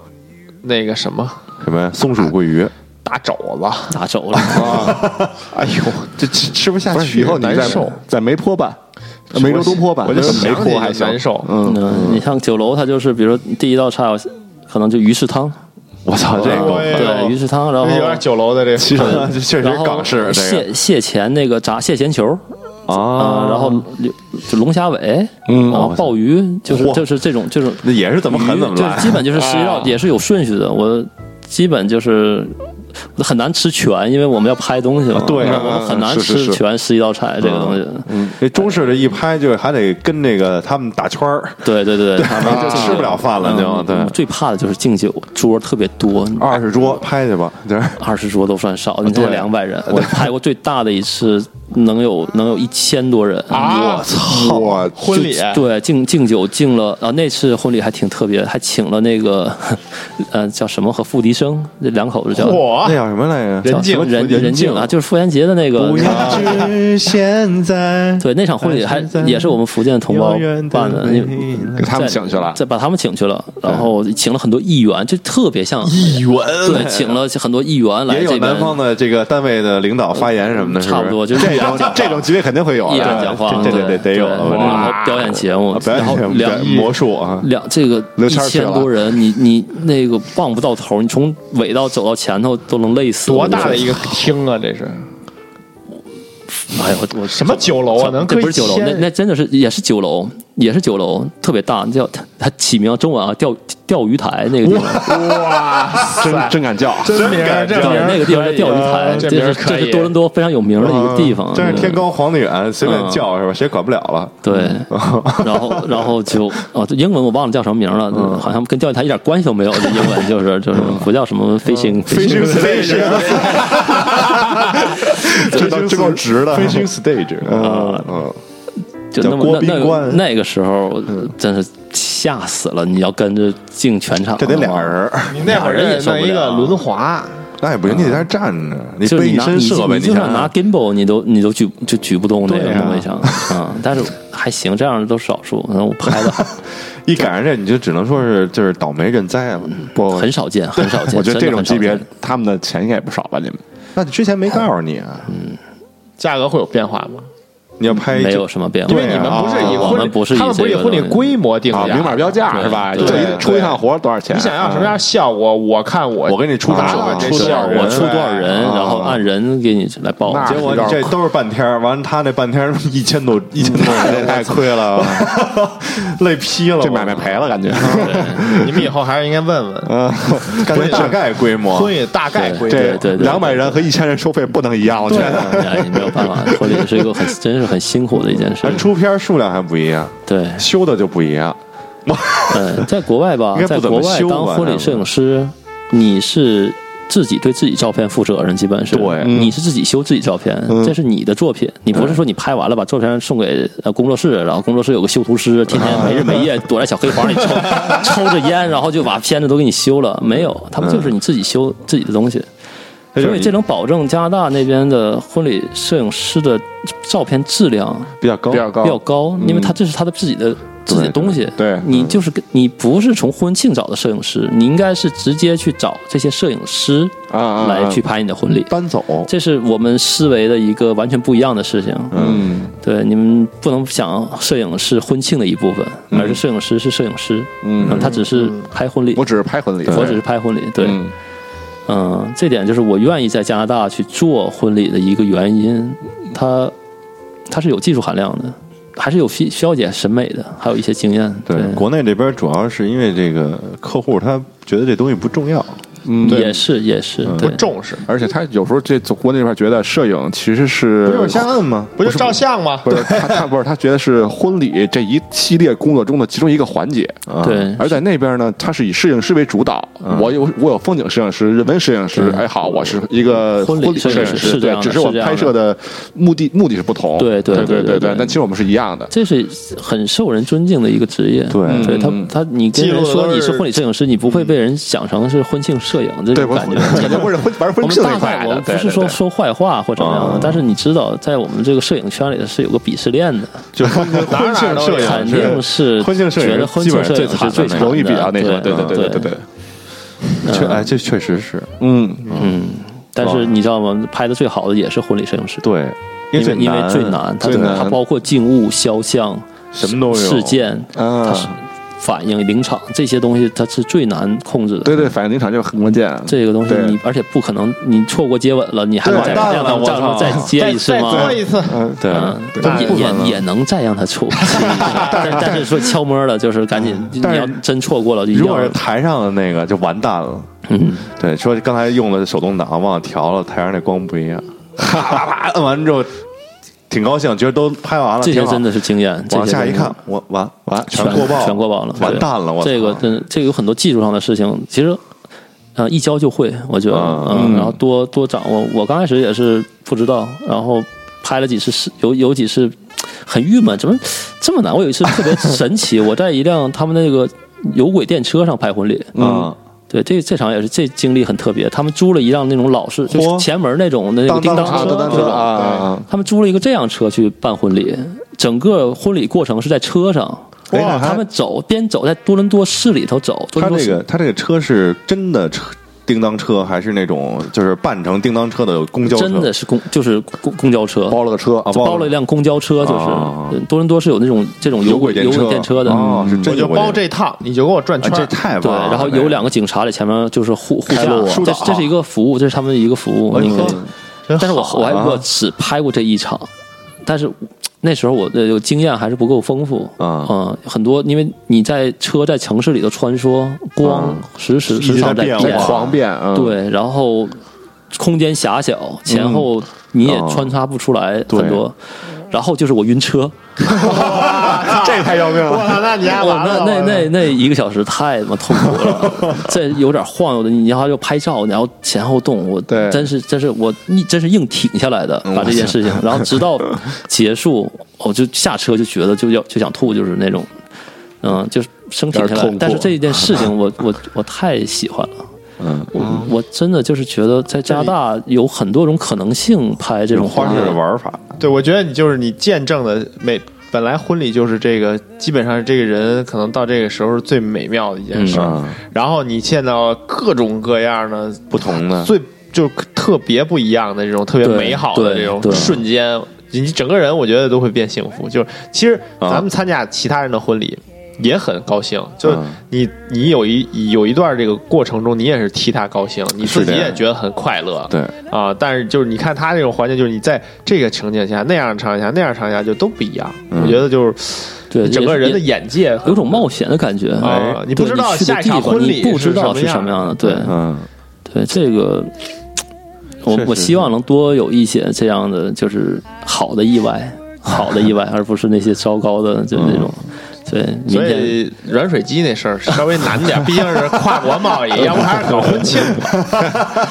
Speaker 3: 那个什么
Speaker 5: 什么呀哎松鼠桂鱼，
Speaker 3: 大肘子，
Speaker 2: 拿 走了。
Speaker 1: 哎呦，这吃吃不下
Speaker 5: 不是
Speaker 1: 去以后，你
Speaker 5: 难
Speaker 1: 在
Speaker 5: 受
Speaker 1: 在媒婆办，梅州东坡版
Speaker 3: 我就
Speaker 1: 跟
Speaker 3: 想
Speaker 1: 梅
Speaker 3: 起
Speaker 1: 坡
Speaker 3: 就
Speaker 1: 还行
Speaker 3: 难受
Speaker 1: 嗯，
Speaker 2: 嗯，你像酒楼，它就是比如说第一道菜，可能就鱼翅汤，
Speaker 5: 我操，这
Speaker 3: 哦
Speaker 5: 个
Speaker 3: 哎呦
Speaker 2: 对，鱼翅汤，然
Speaker 3: 这
Speaker 2: 后
Speaker 3: 有点酒楼的这
Speaker 5: 其实 确实
Speaker 2: 然后
Speaker 5: 港式这
Speaker 2: 蟹蟹钳那个炸蟹钳球
Speaker 5: 个啊
Speaker 2: 啊，，然后就龙虾尾，
Speaker 1: 嗯
Speaker 5: 哦
Speaker 2: 然后鲍鱼，就是
Speaker 5: 嚯
Speaker 2: 就是这种就是
Speaker 5: 那也是怎么狠怎么
Speaker 2: 就是
Speaker 5: 来，啊
Speaker 2: 基本就是十一道也是有顺序的。我基本就是很难吃全，因为我们要拍东西嘛，
Speaker 5: 对啊
Speaker 2: 我很难
Speaker 5: 是是
Speaker 2: 吃
Speaker 5: 是嗯
Speaker 2: 全十一道菜这个东西。
Speaker 5: 这中式这一拍就还得跟那个他们打圈儿，
Speaker 2: 对对对，
Speaker 1: 啊
Speaker 2: 他们
Speaker 5: 就吃不了饭
Speaker 1: 嗯
Speaker 5: 了就嗯对
Speaker 2: 我。最怕的就是敬酒桌特别多，
Speaker 5: 二十桌拍去吧，对，
Speaker 2: 二十桌都算少，你这两百人，我拍过最大的一次能有能有一千多人
Speaker 3: 啊！
Speaker 1: 操我
Speaker 3: 婚礼
Speaker 2: 对，敬敬酒敬了啊，那次婚礼还挺特别，还请了那个，呃，叫什么和付笛生这两口子叫
Speaker 3: 我
Speaker 5: 那叫什么来着？
Speaker 2: 叫什么人人静啊，就是傅炎杰的那个。
Speaker 5: 知现在，
Speaker 2: 对，那场婚礼还也是我们福建同胞办的，你
Speaker 1: 给他们
Speaker 2: 在
Speaker 1: 请去了，
Speaker 2: 再把他们请去了，然后请了很多议员，就特别像议员，对，请了很多议员来
Speaker 5: 也有
Speaker 2: 这
Speaker 5: 南方
Speaker 2: 边，
Speaker 5: 的这个单位的领导发言什么的，是
Speaker 2: 差不多就是
Speaker 5: 这
Speaker 2: 议
Speaker 5: 种
Speaker 2: 员讲话
Speaker 5: 这种级别肯定会有啊
Speaker 2: 议
Speaker 5: 的，
Speaker 2: 员讲话，
Speaker 5: 这这
Speaker 2: 对
Speaker 5: 得得有了
Speaker 2: 对然后
Speaker 5: 哇
Speaker 2: 表演节目，
Speaker 5: 表
Speaker 2: 然后
Speaker 5: 演
Speaker 2: 两
Speaker 5: 魔术啊，
Speaker 2: 两这个
Speaker 5: 刘
Speaker 2: 一
Speaker 5: 谦儿去
Speaker 2: 千
Speaker 5: 了
Speaker 2: 多人，你你那个望不到头，你从尾道走到前头都能累死。
Speaker 3: 多大的一
Speaker 2: 个？
Speaker 3: 个厅啊！这是
Speaker 2: 哎呦，我
Speaker 3: 什么酒楼啊？能
Speaker 2: 这
Speaker 3: 搁
Speaker 2: 不是酒楼，
Speaker 3: 一
Speaker 2: 那
Speaker 3: 千
Speaker 2: 那真的是也是酒楼，也是酒楼，特别大，叫它它起名中文啊，钓钓鱼台那个地方，
Speaker 3: 哇
Speaker 1: 真
Speaker 3: 塞，
Speaker 1: 真敢叫，
Speaker 3: 真名儿这
Speaker 2: 对，
Speaker 3: 名儿哦
Speaker 2: 那个地方叫钓鱼台，
Speaker 3: 这
Speaker 2: 这
Speaker 3: 名儿
Speaker 2: 是
Speaker 3: 可
Speaker 2: 这
Speaker 3: 以
Speaker 2: 是多伦多非常有名的一个地方。
Speaker 5: 真是
Speaker 2: 对
Speaker 5: 啊 天高皇帝远，随便
Speaker 2: 嗯
Speaker 5: 叫是吧？谁管不了了？
Speaker 2: 对，然后然后就哦，这英文我忘了叫什么名了，好像跟钓鱼台一点关系都没有。这英文就是就是不叫什么飞行飞 行
Speaker 5: stage，这都这够值的。
Speaker 3: Fishing stage，
Speaker 5: 嗯嗯，
Speaker 2: 就
Speaker 5: 叫
Speaker 2: 那
Speaker 5: 郭
Speaker 2: 么那
Speaker 5: 宾
Speaker 2: 那个
Speaker 5: 冠
Speaker 2: 那个时候真是吓死了，你要跟着进全场，
Speaker 5: 这得俩，人，
Speaker 3: 你那会儿
Speaker 2: 俩人也受
Speaker 3: 弄
Speaker 2: 不
Speaker 3: 一个
Speaker 2: 了啊
Speaker 3: 轮滑，
Speaker 5: 那也不行，你在那站着，你
Speaker 2: 就是
Speaker 5: 背
Speaker 2: 你
Speaker 5: 一
Speaker 2: 拿
Speaker 5: 身
Speaker 2: 你
Speaker 5: 设备，
Speaker 2: 嗯你就
Speaker 5: 想啊
Speaker 2: 算拿 gimbal 你都你都举就举不动那
Speaker 3: 对
Speaker 2: 个
Speaker 3: 啊
Speaker 2: 东西上啊，但是还行，这样的都是少数，然后我拍的
Speaker 5: 一赶上这，你就只能说是就是倒霉认灾了。
Speaker 2: 嗯
Speaker 1: 不
Speaker 2: 很少见，很少见，
Speaker 1: 我觉得这
Speaker 2: 真
Speaker 1: 种
Speaker 2: 的很少
Speaker 1: 级别
Speaker 2: 见，
Speaker 1: 他们的钱应该也不少吧？你们
Speaker 5: 那你之前没告诉你啊？
Speaker 3: 价格会有变化吗？
Speaker 5: 你要拍
Speaker 2: 没有什么变化，
Speaker 3: 因为你们不是以
Speaker 2: 啊我
Speaker 3: 婚礼，
Speaker 2: 们不是以
Speaker 3: 他们不是以
Speaker 2: 这个
Speaker 3: 婚礼
Speaker 2: 东西
Speaker 3: 规模定
Speaker 1: 啊，
Speaker 3: 价，
Speaker 1: 明码标价是吧？
Speaker 2: 对
Speaker 1: 就一
Speaker 5: 对
Speaker 1: 出一趟活多少钱？啊嗯
Speaker 3: 你想要什么样效果？我看我
Speaker 5: 我给你出
Speaker 3: 打
Speaker 5: 多少
Speaker 3: 我这
Speaker 2: 出
Speaker 5: 多
Speaker 2: 多
Speaker 3: 效
Speaker 2: 少
Speaker 5: 少
Speaker 3: 果
Speaker 2: 我出
Speaker 3: 对
Speaker 2: 多少人，
Speaker 3: 啊
Speaker 2: 然后按人给你来报，
Speaker 1: 那
Speaker 5: 结果你这都是半天儿，完了他那半天儿一千多，一千多，
Speaker 2: 嗯
Speaker 5: 这太亏了， 累劈了。
Speaker 1: 这买卖赔了，感觉。
Speaker 3: 你们以后还是应该问问
Speaker 5: 啊， 感觉大概规模。
Speaker 3: 婚礼大概规
Speaker 2: 嗯对
Speaker 3: 模。
Speaker 2: 对对对
Speaker 1: 两百人和一千人收费不能一样，我觉得。
Speaker 2: 哎你没有办法，婚礼是一个很真是很辛苦的一件事
Speaker 5: 咱。出片儿数量还不一样，
Speaker 2: 对，
Speaker 5: 修的就不一样。
Speaker 2: 嗯，在国外吧
Speaker 5: 应该，不
Speaker 2: 在
Speaker 5: 怎
Speaker 2: 国
Speaker 5: 么
Speaker 2: 外
Speaker 5: 修吧
Speaker 2: 当婚
Speaker 5: 那
Speaker 2: 礼
Speaker 5: 个
Speaker 2: 摄影师，你是自己对自己照片负责任，基本是
Speaker 5: 对嗯
Speaker 2: 你是自己修自己照片，这是你的作品，你不是说你拍完了把照片送给呃工作室，然后工作室有个修图师，天 天没日没夜躲在小黑房里抽抽着烟，然后就把片子都给你修了，没有，
Speaker 5: 嗯
Speaker 2: 他们就是你自己修自己的东西。
Speaker 5: 就是
Speaker 2: 所以
Speaker 5: 你
Speaker 2: 这能保证加拿大那边的婚礼摄影师的照片质量
Speaker 5: 比较高，
Speaker 1: 比较高嗯
Speaker 2: 比较高，因为他这是他的自己的自己的东西。
Speaker 1: 对对
Speaker 2: 你就是跟你不是从婚庆找的摄影师，你应该是直接去找这些摄影师
Speaker 1: 啊啊啊
Speaker 2: 来去拍你的婚礼。
Speaker 5: 搬走。
Speaker 2: 这是我们思维的一个完全不一样的事情。
Speaker 1: 嗯
Speaker 2: 对，你们不能想摄影是婚庆的一部分，而是摄影师是摄影师，
Speaker 1: 嗯，
Speaker 2: 他只是拍婚礼，
Speaker 1: 我只是拍婚礼，
Speaker 2: 我只是拍婚礼。对，
Speaker 1: 嗯
Speaker 2: 嗯，这点就是我愿意在加拿大去做婚礼的一个原因，它它是有技术含量的，还是有需需要一点审美的，还有一些经验。对，
Speaker 5: 国内这边主要是因为这个客户他觉得这东西不重要，
Speaker 1: 嗯，
Speaker 2: 也是也是，
Speaker 3: 不
Speaker 2: 对
Speaker 3: 重视，
Speaker 1: 而且他有时候这国内那边觉得摄影其实是
Speaker 5: 不就是瞎摁吗？
Speaker 3: 不就照相吗？
Speaker 1: 不是他他不是他觉得是婚礼这一系列工作中的其中一个环节，
Speaker 2: 对
Speaker 1: 而在那边呢，他是以摄影师为主导，
Speaker 2: 嗯
Speaker 1: 我有我有风景摄影师、人文摄影师，哎好，我是一个
Speaker 2: 婚礼
Speaker 1: 摄
Speaker 2: 摄
Speaker 1: 影
Speaker 2: 影
Speaker 1: 师，
Speaker 2: 师是这
Speaker 1: 对
Speaker 2: 样，的
Speaker 1: 只是我
Speaker 2: 是这样的
Speaker 1: 拍摄的目的目的是不同，
Speaker 2: 对
Speaker 1: 对
Speaker 2: 对
Speaker 1: 对
Speaker 2: 对对对
Speaker 1: 但其实我们是一样的，
Speaker 2: 这是很受人尊敬的一个职业。
Speaker 5: 对
Speaker 2: 对他他
Speaker 1: 嗯
Speaker 2: 你跟人
Speaker 3: 记录的
Speaker 2: 说
Speaker 3: 都是
Speaker 2: 你是婚礼摄影师，你不会被人想成是婚庆摄影这
Speaker 1: 对，
Speaker 2: 种
Speaker 1: 我
Speaker 2: 感觉。
Speaker 1: 感觉不是婚玩
Speaker 2: 我
Speaker 1: 婚
Speaker 2: 们
Speaker 1: 庆那
Speaker 2: 大
Speaker 1: 一块
Speaker 2: 概
Speaker 1: 的，
Speaker 2: 我们不
Speaker 1: 对
Speaker 2: 是说。说坏话或怎么样的
Speaker 5: 啊，
Speaker 2: 但是你知道，在我们这个摄影圈里是有个鄙视链的。
Speaker 5: 就婚
Speaker 3: 哪儿
Speaker 5: 婚
Speaker 3: 哪儿
Speaker 5: 庆
Speaker 3: 都
Speaker 5: 摄
Speaker 3: 有
Speaker 2: 肯
Speaker 5: 影
Speaker 2: 定是
Speaker 5: 婚庆摄影
Speaker 2: 觉得婚庆摄影是最
Speaker 5: 啊基本上最
Speaker 2: 惨
Speaker 5: 惨的那个
Speaker 2: 的
Speaker 1: 容易比啊较那什么，对对
Speaker 2: 对
Speaker 1: 对对对，
Speaker 5: 确哎，这确实是
Speaker 1: 嗯，
Speaker 2: 嗯。但是你知道吗？拍的最好的也是婚礼摄影师，
Speaker 5: 对，因
Speaker 2: 因为因为最难，它
Speaker 5: 最难，
Speaker 2: 它包括静物、肖像、
Speaker 5: 什么都有
Speaker 2: 事件、
Speaker 1: 啊
Speaker 2: 它是反应、临场这些东西，它是最难控制的。
Speaker 1: 对对，反应临场就是很关键。啊
Speaker 2: 这个东西
Speaker 1: 对
Speaker 2: 你，而且不可能，你错过接吻了，你还能
Speaker 5: 对
Speaker 2: 再
Speaker 5: 完蛋
Speaker 2: 让
Speaker 5: 了
Speaker 2: 他
Speaker 5: 我
Speaker 2: 站
Speaker 5: 操
Speaker 2: 再接一次
Speaker 3: 再
Speaker 2: 吗？
Speaker 3: 做一次，
Speaker 1: 嗯，
Speaker 5: 对，
Speaker 2: 嗯，
Speaker 5: 对
Speaker 2: 但
Speaker 5: 不
Speaker 2: 也
Speaker 5: 可能
Speaker 2: 也也能再让他错， 但但是说悄摸的，就是赶紧，你
Speaker 5: 但是
Speaker 2: 要真错过了，就一定
Speaker 5: 如
Speaker 2: 要
Speaker 5: 果是台上的那个就完蛋了。
Speaker 2: 嗯，
Speaker 5: 对，说刚才用的手动挡忘了调了，台上那光不一样，啪啪啪摁完之后挺高兴，觉得都拍完了，
Speaker 2: 这些
Speaker 5: 挺好
Speaker 2: 真的是经验。这些
Speaker 5: 往下
Speaker 2: 真
Speaker 5: 一
Speaker 2: 的
Speaker 5: 看，我完完
Speaker 2: 全
Speaker 5: 过曝，
Speaker 2: 全过曝了，
Speaker 5: 完
Speaker 2: 对
Speaker 5: 蛋了，我
Speaker 2: 这个
Speaker 5: 操
Speaker 2: 真的这个有很多技术上的事情，其实呃一教就会，我觉得，
Speaker 5: 嗯
Speaker 2: 嗯，然后多多掌握。我刚开始也是不知道，然后拍了几次是有有几次很郁闷，怎么这么难？我有一次特别神奇，我在一辆他们那个有轨电车上拍婚礼，
Speaker 5: 嗯，
Speaker 2: 对，这这场也是这经历很特别，他们租了一辆那种老式，就
Speaker 5: 嚯
Speaker 2: 是前门那种那个
Speaker 5: 当
Speaker 2: 叮当
Speaker 5: 当
Speaker 1: 啊，
Speaker 2: 车
Speaker 1: 单单
Speaker 2: 那
Speaker 1: 车
Speaker 2: 种
Speaker 1: 啊啊，
Speaker 2: 他们租了一个这样车去办婚礼，整个婚礼过程是在车上。
Speaker 5: 哎那还
Speaker 2: 他们走边走在多伦多市里头走，多
Speaker 5: 他
Speaker 2: 伦多
Speaker 5: 这
Speaker 2: 市
Speaker 5: 个他这个车是真的车叮当车，还是那种就是扮成叮当车的公交车？
Speaker 2: 真的是公就是公公交车，
Speaker 1: 包了个车
Speaker 5: 啊，
Speaker 2: 就包了一辆公交车，就是、
Speaker 5: 啊
Speaker 2: 对多伦多是有那种这种
Speaker 5: 有
Speaker 2: 有
Speaker 5: 轨电
Speaker 2: 有
Speaker 5: 车
Speaker 2: 轨电车的。嗯
Speaker 5: 哦，是
Speaker 3: 我
Speaker 5: 真
Speaker 3: 就
Speaker 5: 有轨
Speaker 3: 包
Speaker 5: 电
Speaker 3: 这套，你就给我转圈
Speaker 5: 啊，
Speaker 3: 儿。
Speaker 5: 这太
Speaker 2: 对
Speaker 5: 棒了，，
Speaker 2: 然后有两个警察在前面，就是护护
Speaker 1: 开
Speaker 2: 驾
Speaker 1: 路，
Speaker 2: 这
Speaker 1: 疏导
Speaker 2: 这是一个服务，这是他们的一个服务。那个，
Speaker 3: 真好
Speaker 2: 但是我我还我只拍过这一场，但是那时候我的有经验还是不够丰富
Speaker 5: 啊
Speaker 2: 嗯，很多因为你在车在城市里头穿梭，光时时时
Speaker 5: 直在
Speaker 2: 常在
Speaker 5: 变
Speaker 2: 变
Speaker 5: 化，
Speaker 1: 狂变，嗯，
Speaker 2: 对，然后空间狭小，前后你也穿插不出来很多。然后就是我晕车，
Speaker 1: 这太要命了。
Speaker 3: 我操，那你还
Speaker 2: 哇，
Speaker 3: 完
Speaker 2: 那
Speaker 3: 了？
Speaker 2: 那那那一个小时太他妈痛苦了，这有点晃悠的，你要就拍照，然后前后动，我
Speaker 1: 对嗯
Speaker 2: 真是真是我一真是硬挺下来的把这件事 情，然后直到结束，我就下车就觉得就要就想吐，就是那种，嗯，就是生挺
Speaker 1: 有
Speaker 2: 下
Speaker 1: 点
Speaker 2: 来
Speaker 1: 痛苦。
Speaker 2: 但是这一件事 情我，我我太喜欢了。
Speaker 5: 嗯，
Speaker 2: 我我真的就是觉得在加拿大有很多种可能性拍这种
Speaker 5: 花
Speaker 2: 婚
Speaker 5: 式
Speaker 2: 礼
Speaker 5: 的，玩法，
Speaker 3: 对，我觉得你就是你见证的每本来婚礼就是这个，基本上是这个人可能到这个时候是最美妙的一件事儿。
Speaker 5: 嗯
Speaker 3: 然后你见到各种各样的
Speaker 5: 不同的
Speaker 3: 最就特别不一样的这种特别
Speaker 2: 对
Speaker 3: 美好的
Speaker 2: 对
Speaker 3: 这种
Speaker 2: 对
Speaker 3: 瞬间，你整个人我觉得都会变幸福。就是其实
Speaker 5: 啊
Speaker 3: 咱们参加其他人的婚礼。也很高兴，就是
Speaker 5: 嗯
Speaker 3: 你，你有一有一段这个过程中，你也是替他高兴，你
Speaker 5: 是
Speaker 3: 自己
Speaker 5: 这样
Speaker 3: 也觉得很快乐，
Speaker 5: 对
Speaker 3: 啊。但是就是你看他这种环境，就是你在这个情景下、那样的场景下、那样的场景下就都不一样。我觉得就是
Speaker 2: 对，
Speaker 3: 整个人的
Speaker 2: 也
Speaker 3: 眼界
Speaker 2: 有种冒险的感觉哎
Speaker 3: 啊你不
Speaker 2: 对
Speaker 3: 知道
Speaker 2: 去的
Speaker 3: 下一场
Speaker 2: 地方
Speaker 3: 婚礼
Speaker 2: 你不知道
Speaker 3: 是
Speaker 2: 是
Speaker 3: 什
Speaker 2: 什
Speaker 3: 么
Speaker 2: 么
Speaker 3: 样
Speaker 2: 样的，
Speaker 3: 的
Speaker 2: 对
Speaker 5: 嗯，
Speaker 2: 对，这个我
Speaker 5: 是是
Speaker 2: 我
Speaker 5: 是
Speaker 2: 希望能多有一些这样的就是好的意外，好的意外，而不是那些糟糕的就那种，对，明
Speaker 3: 嗯所
Speaker 2: 天。
Speaker 3: 以软水机那事儿稍微难点，毕竟是跨国贸易，要不还是搞婚庆吧。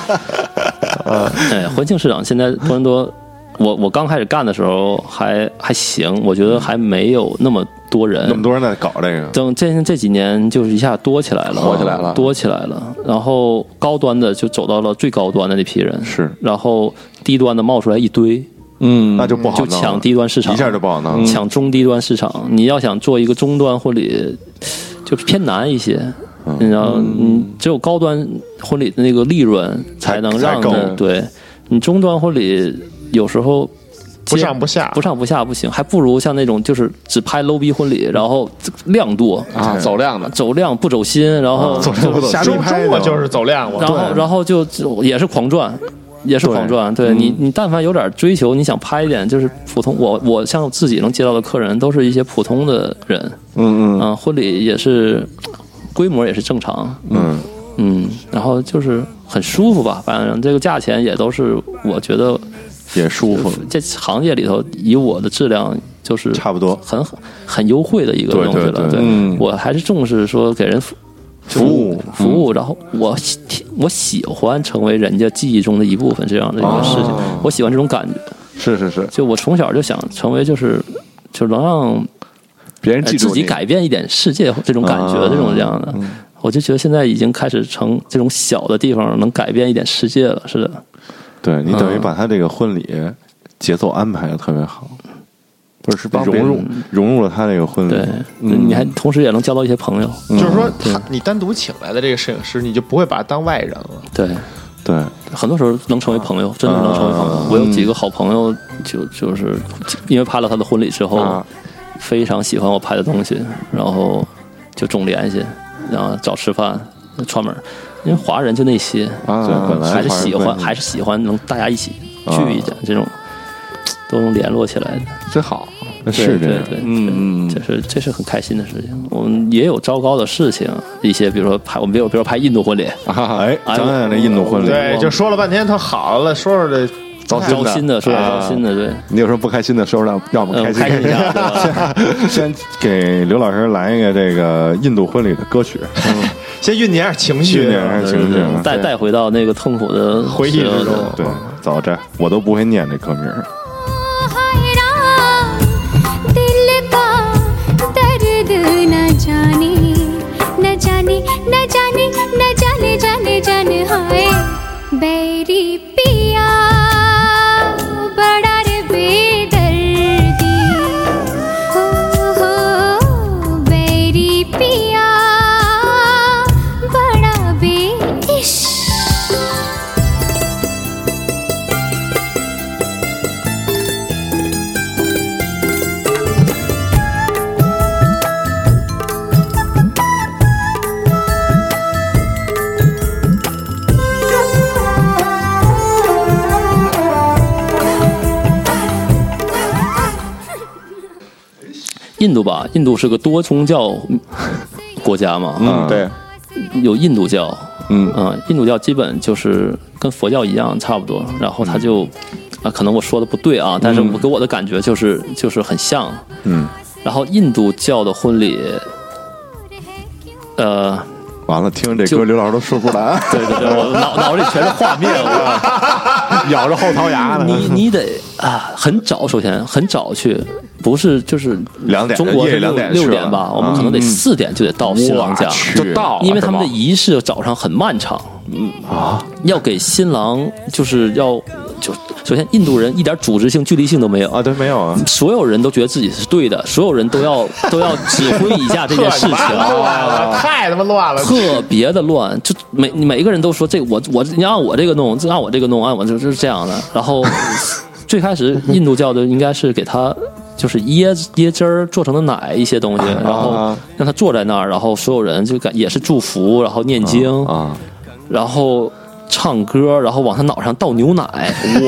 Speaker 2: 哎，婚庆市场现在多伦多，我我刚开始干的时候还还行，我觉得还没有那么多人，
Speaker 5: 那么多人在搞这个，
Speaker 2: 等这这几年就是一下多起来了，
Speaker 1: 火起来了
Speaker 2: 多起来了。然后高端的就走到了最高端的那批人，
Speaker 5: 是
Speaker 2: 然后低端的冒出来一堆，
Speaker 1: 嗯，
Speaker 5: 那就不好
Speaker 2: 就
Speaker 5: 弄了
Speaker 2: 抢嗯低端市场
Speaker 5: 一下就不好弄了，
Speaker 2: 抢中低端市场。你要想做一个终端婚礼，就是偏难一些。你知道，嗯，只有高端婚礼的那个利润才能
Speaker 5: 才
Speaker 2: 让
Speaker 5: 够
Speaker 2: 你对你中端婚礼有时候
Speaker 3: 不
Speaker 2: 接
Speaker 3: 上不下
Speaker 2: 不上不下不行，还不如像那种就是只拍 low 逼婚礼，然后量多
Speaker 1: 啊，走量的，
Speaker 2: 走量不走心，然后
Speaker 5: 走这不走
Speaker 3: 下
Speaker 5: 这
Speaker 3: 周
Speaker 5: 拍
Speaker 3: 中
Speaker 5: 的
Speaker 3: 国就是走量过，
Speaker 2: 然后然后就就也是狂赚，也是狂赚。
Speaker 1: 嗯
Speaker 2: 对你你但凡有点追求，你想拍一点就是普通，我我像自己能接到的客人都是一些普通的人，
Speaker 1: 嗯嗯，
Speaker 2: 嗯、婚礼也是规模也是正常，
Speaker 5: 嗯，
Speaker 2: 嗯，然后就是很舒服吧，反正这个价钱也都是我觉得
Speaker 5: 也舒服，
Speaker 2: 这行业里头以我的质量就是
Speaker 5: 差不多
Speaker 2: 很很优惠的一个
Speaker 5: 对
Speaker 2: 东西了。
Speaker 5: 对对
Speaker 1: 嗯
Speaker 2: 我还是重视说给人服
Speaker 5: 服务嗯
Speaker 2: 服务，然后我喜我喜欢成为人家记忆中的一部分这样的一个事情，
Speaker 5: 哦
Speaker 2: 我喜欢这种感觉。
Speaker 1: 是是是，
Speaker 2: 就我从小就想成为就是。就能让
Speaker 1: 别人
Speaker 2: 呃
Speaker 1: 记住
Speaker 2: 自己
Speaker 1: 你
Speaker 2: 改变一点世界这种感觉，
Speaker 5: 啊
Speaker 2: 这种这样的，
Speaker 5: 嗯
Speaker 2: 我就觉得现在已经开始成这种小的地方能改变一点世界了，是的，
Speaker 5: 对你
Speaker 2: 嗯
Speaker 5: 等于把他这个婚礼节奏安排的特别好，
Speaker 1: 不是是帮别
Speaker 5: 融入
Speaker 1: 人
Speaker 5: 融入了他这个婚礼，
Speaker 2: 对，
Speaker 5: 嗯
Speaker 2: 你还同时也能交到一些朋友，
Speaker 3: 就是说他你单独请来的这个摄影师，你就不会把他当外人了。
Speaker 2: 对，
Speaker 5: 对，
Speaker 2: 很多时候能成为朋友，真的能成为朋友。我有几个好朋友，就就是因为拍了他的婚礼之后，
Speaker 5: 啊
Speaker 2: 非常喜欢我拍的东西，然后就总联系，然后找吃饭、串门儿，因为华人就那些，
Speaker 5: 对，本来
Speaker 2: 还是
Speaker 5: 华人
Speaker 2: 喜
Speaker 5: 问
Speaker 2: 欢，
Speaker 5: 题
Speaker 2: 还是喜欢能大家一起
Speaker 5: 啊
Speaker 2: 聚一下，这种都能联络起来的。
Speaker 1: 真 好，
Speaker 5: 是这
Speaker 2: 对
Speaker 5: 样，
Speaker 2: 对，
Speaker 1: 嗯嗯
Speaker 2: 这是这是很开心的事情。我们也有糟糕的事情，一些比如说拍，我们比如比如说拍印度婚礼，
Speaker 1: 啊
Speaker 5: 哎，讲讲这印度婚礼，
Speaker 3: 对，
Speaker 2: 我
Speaker 3: 就说了半天他好了，说说这
Speaker 1: 糟心
Speaker 2: 糟心的，说
Speaker 1: 啊
Speaker 2: 糟心的，对，
Speaker 1: 你有什么不开心的时候让让我
Speaker 2: 嗯，
Speaker 1: 们
Speaker 2: 开
Speaker 1: 开
Speaker 2: 心一下，对吧
Speaker 5: 先给刘老师来一个这个印度婚礼的歌曲，
Speaker 3: 先酝酿点情
Speaker 5: 去
Speaker 3: 绪，
Speaker 5: 年还是
Speaker 2: 对
Speaker 5: 情
Speaker 2: 对
Speaker 5: 绪
Speaker 2: 对
Speaker 5: 啊，
Speaker 2: 带带回到那个痛苦的
Speaker 3: 回忆之
Speaker 2: 时候
Speaker 3: 中。
Speaker 5: 对，早这我都不会念这歌名儿。
Speaker 7: हायरां दिल का दर्द न जाने न जाने न जाने न जाने जाने जाने हाय बैरी पिया बड़ा रे बेदर्दी हो हो बैरी पिया बड़ा बेइश्क Thank you.
Speaker 2: 印度吧，印度是个多宗教国家嘛，
Speaker 5: 啊
Speaker 1: 嗯，对，
Speaker 2: 有印度教，
Speaker 1: 嗯
Speaker 2: 啊印度教基本就是跟佛教一样差不多，然后它就、啊，可能我说的不对啊，但是我给我的感觉就是就是很像，
Speaker 5: 嗯，
Speaker 2: 然后印度教的婚礼，呃，
Speaker 5: 完了，听着这
Speaker 2: 就
Speaker 5: 歌，刘老师都说不出来。
Speaker 2: 对对对，我脑脑里全是画 面，我
Speaker 5: 咬着后槽牙呢。
Speaker 2: 你你得啊，很早，首先很早去，不是就是
Speaker 5: 两点
Speaker 2: 中国
Speaker 5: 夜里
Speaker 2: 是
Speaker 5: 两点
Speaker 2: 六
Speaker 5: 去
Speaker 2: 六
Speaker 5: 了
Speaker 2: 点吧，我们
Speaker 5: 啊
Speaker 2: 可能得四点就得到新郎家，
Speaker 1: 就到了，
Speaker 2: 因为他们的
Speaker 1: 是吧
Speaker 2: 仪式早上很漫长，嗯啊，要给新郎就是要就首先印度人一点组织性、距离性都没有
Speaker 5: 啊，。对，没有啊，
Speaker 2: 所有人都觉得自己是对的，所有人都要都要指挥一下这件事情，
Speaker 3: 乱了，太他妈 乱了，
Speaker 2: 特别的乱，就每每一个人都说这我我你按我这个弄，就按我这个弄，按我这就是这样的。然后最开始印度教的应该是给他就是椰子椰汁儿做成的奶一些东西，然后让他坐在那儿，然后所有人就感也是祝福，然后念经，
Speaker 5: 啊，
Speaker 2: 然后唱歌，然后往他脑上倒牛奶，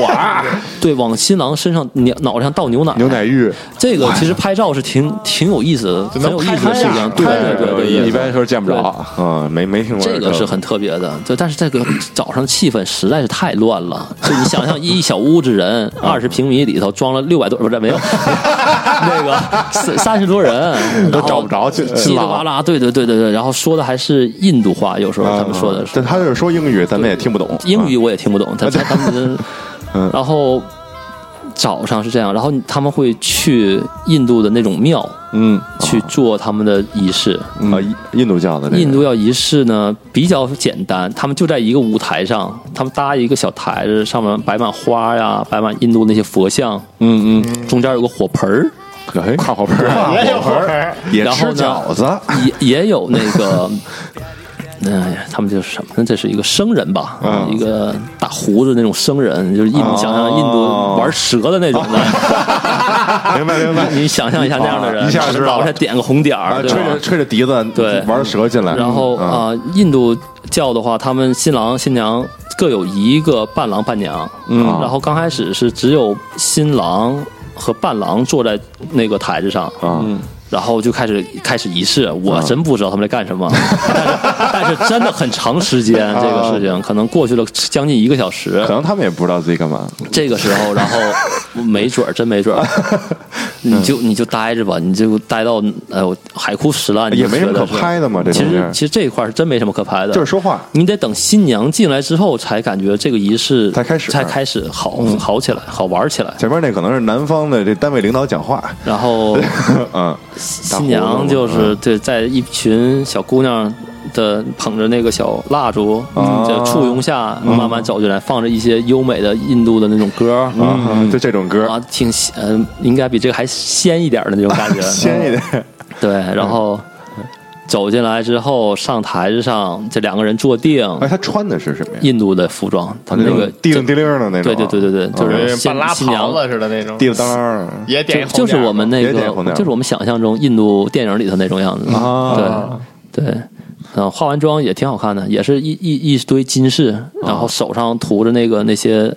Speaker 2: 哇，对，往新郎身上脑脑袋上倒牛奶，
Speaker 1: 牛奶浴，
Speaker 2: 这个其实拍照是挺挺有意思的，很有意思的事情，对对对对对，
Speaker 1: 一般时候见不着啊。
Speaker 5: 啊，没没听过
Speaker 2: 这个是很特别的，对，但是这个早上气氛实在是太乱了，就你想象一小屋子 人，
Speaker 1: 啊
Speaker 2: 二十平米里头装了六百多，不是没有， 那个三三十多人，
Speaker 1: 都
Speaker 2: 然后
Speaker 1: 找不着新
Speaker 2: 叽里哇啦，对对对对对，然后说的还是印度话，有时候他们说的
Speaker 1: 啊
Speaker 2: 是
Speaker 5: 啊但他就是说英语，咱们也听不懂。啊
Speaker 2: 英语我也听不懂，他他 们，
Speaker 1: 嗯
Speaker 2: 然后早上是这样，然后他们会去印度的那种庙
Speaker 1: 嗯，
Speaker 2: 去做他们的仪式，
Speaker 5: 啊，啊印印度教的这个
Speaker 2: 嗯印度教仪式呢比较简单，他们就在一个舞台上，他们搭一个小台子，上面摆满花呀，摆满印度那些佛像，
Speaker 1: 嗯嗯，
Speaker 2: 中间有个火盆儿，
Speaker 5: 哎
Speaker 1: 跨火盆儿，
Speaker 3: 也有盆
Speaker 5: 也
Speaker 2: 然
Speaker 5: 吃
Speaker 2: 后呢
Speaker 5: 饺子啊
Speaker 2: 也也有那个， 哎呀，他们就是什么呢？这是一个僧人吧，
Speaker 5: 嗯
Speaker 2: 一个大胡子那种僧人，就是
Speaker 5: 哦
Speaker 2: 印想象印度玩蛇的那种的。
Speaker 5: 明白明白。
Speaker 2: 你想象一下那样的人，
Speaker 5: 啊一下知道了
Speaker 2: 脑袋点个红点
Speaker 5: 啊，
Speaker 2: 儿，对
Speaker 5: 吹
Speaker 2: 吧？
Speaker 5: 着吹着笛子，
Speaker 2: 对
Speaker 5: 玩蛇进来，
Speaker 2: 然后
Speaker 5: 嗯
Speaker 2: 啊、印度教的话，他们新郎新娘各有一个伴郎伴娘，嗯然后刚开始是只有新郎和伴郎坐在那个台子上，
Speaker 5: 啊，
Speaker 2: 然后就开始开始仪式，
Speaker 5: 嗯
Speaker 2: 我真不知道他们在干什 么，但是但是真的很长时间，
Speaker 5: 嗯
Speaker 2: 这个事情可能过去了将近一个小时
Speaker 5: 可，能他们也不知道自己干嘛。
Speaker 2: 这个时候，然后没准儿真没准儿， 你就你就待着吧，你就待到哎呦海枯石烂，你就
Speaker 5: 也没什么
Speaker 2: 觉得
Speaker 5: 可
Speaker 2: 是
Speaker 5: 拍的嘛这
Speaker 2: 其
Speaker 5: 东西
Speaker 2: 实其实这一块儿是真没什么可拍的，
Speaker 5: 就是说话
Speaker 2: 你得等新娘进来之后，才感觉这个仪式
Speaker 5: 才开始嗯
Speaker 2: 才开始好好起来，好玩起来。
Speaker 5: 前面那可能是南方的这单位领导讲话，
Speaker 2: 然后
Speaker 5: 嗯，大胡
Speaker 2: 新
Speaker 5: 子嘛嗯
Speaker 2: 娘就是对，在一群小姑娘的捧着那个小蜡烛，
Speaker 5: 哦
Speaker 2: 嗯就簇拥下
Speaker 5: 嗯
Speaker 2: 慢慢走进来，放着一些优美的印度的那种歌儿，
Speaker 5: 啊，就这种歌
Speaker 2: 啊，挺鲜 嗯，应该比这个还鲜一点儿的那种感觉，
Speaker 5: 鲜一点。
Speaker 2: 对，然后走进来之后，上台子上这两个人坐定，
Speaker 5: 哎，他穿的是什么呀？
Speaker 2: 印度的服装，他们
Speaker 5: 那
Speaker 2: 那
Speaker 5: 种
Speaker 2: 个
Speaker 5: 滴铃滴铃的那种啊。
Speaker 2: 对对对对对，就
Speaker 3: 有
Speaker 2: 是
Speaker 3: 点
Speaker 2: 新
Speaker 3: 嗯半拉
Speaker 2: 新娘
Speaker 3: 袍子似的那种，
Speaker 5: 滴了当儿
Speaker 3: 也
Speaker 2: 就
Speaker 3: 点一红
Speaker 2: 就是
Speaker 3: 点儿
Speaker 2: 我们那
Speaker 5: 也点
Speaker 2: 个
Speaker 5: 红点儿
Speaker 2: 就是我们想象中印度电影里头那种样子
Speaker 5: 啊
Speaker 2: 对对，嗯，化完妆也挺好看的，也是一一一堆金饰，然后手上涂着那个那些
Speaker 5: 嗯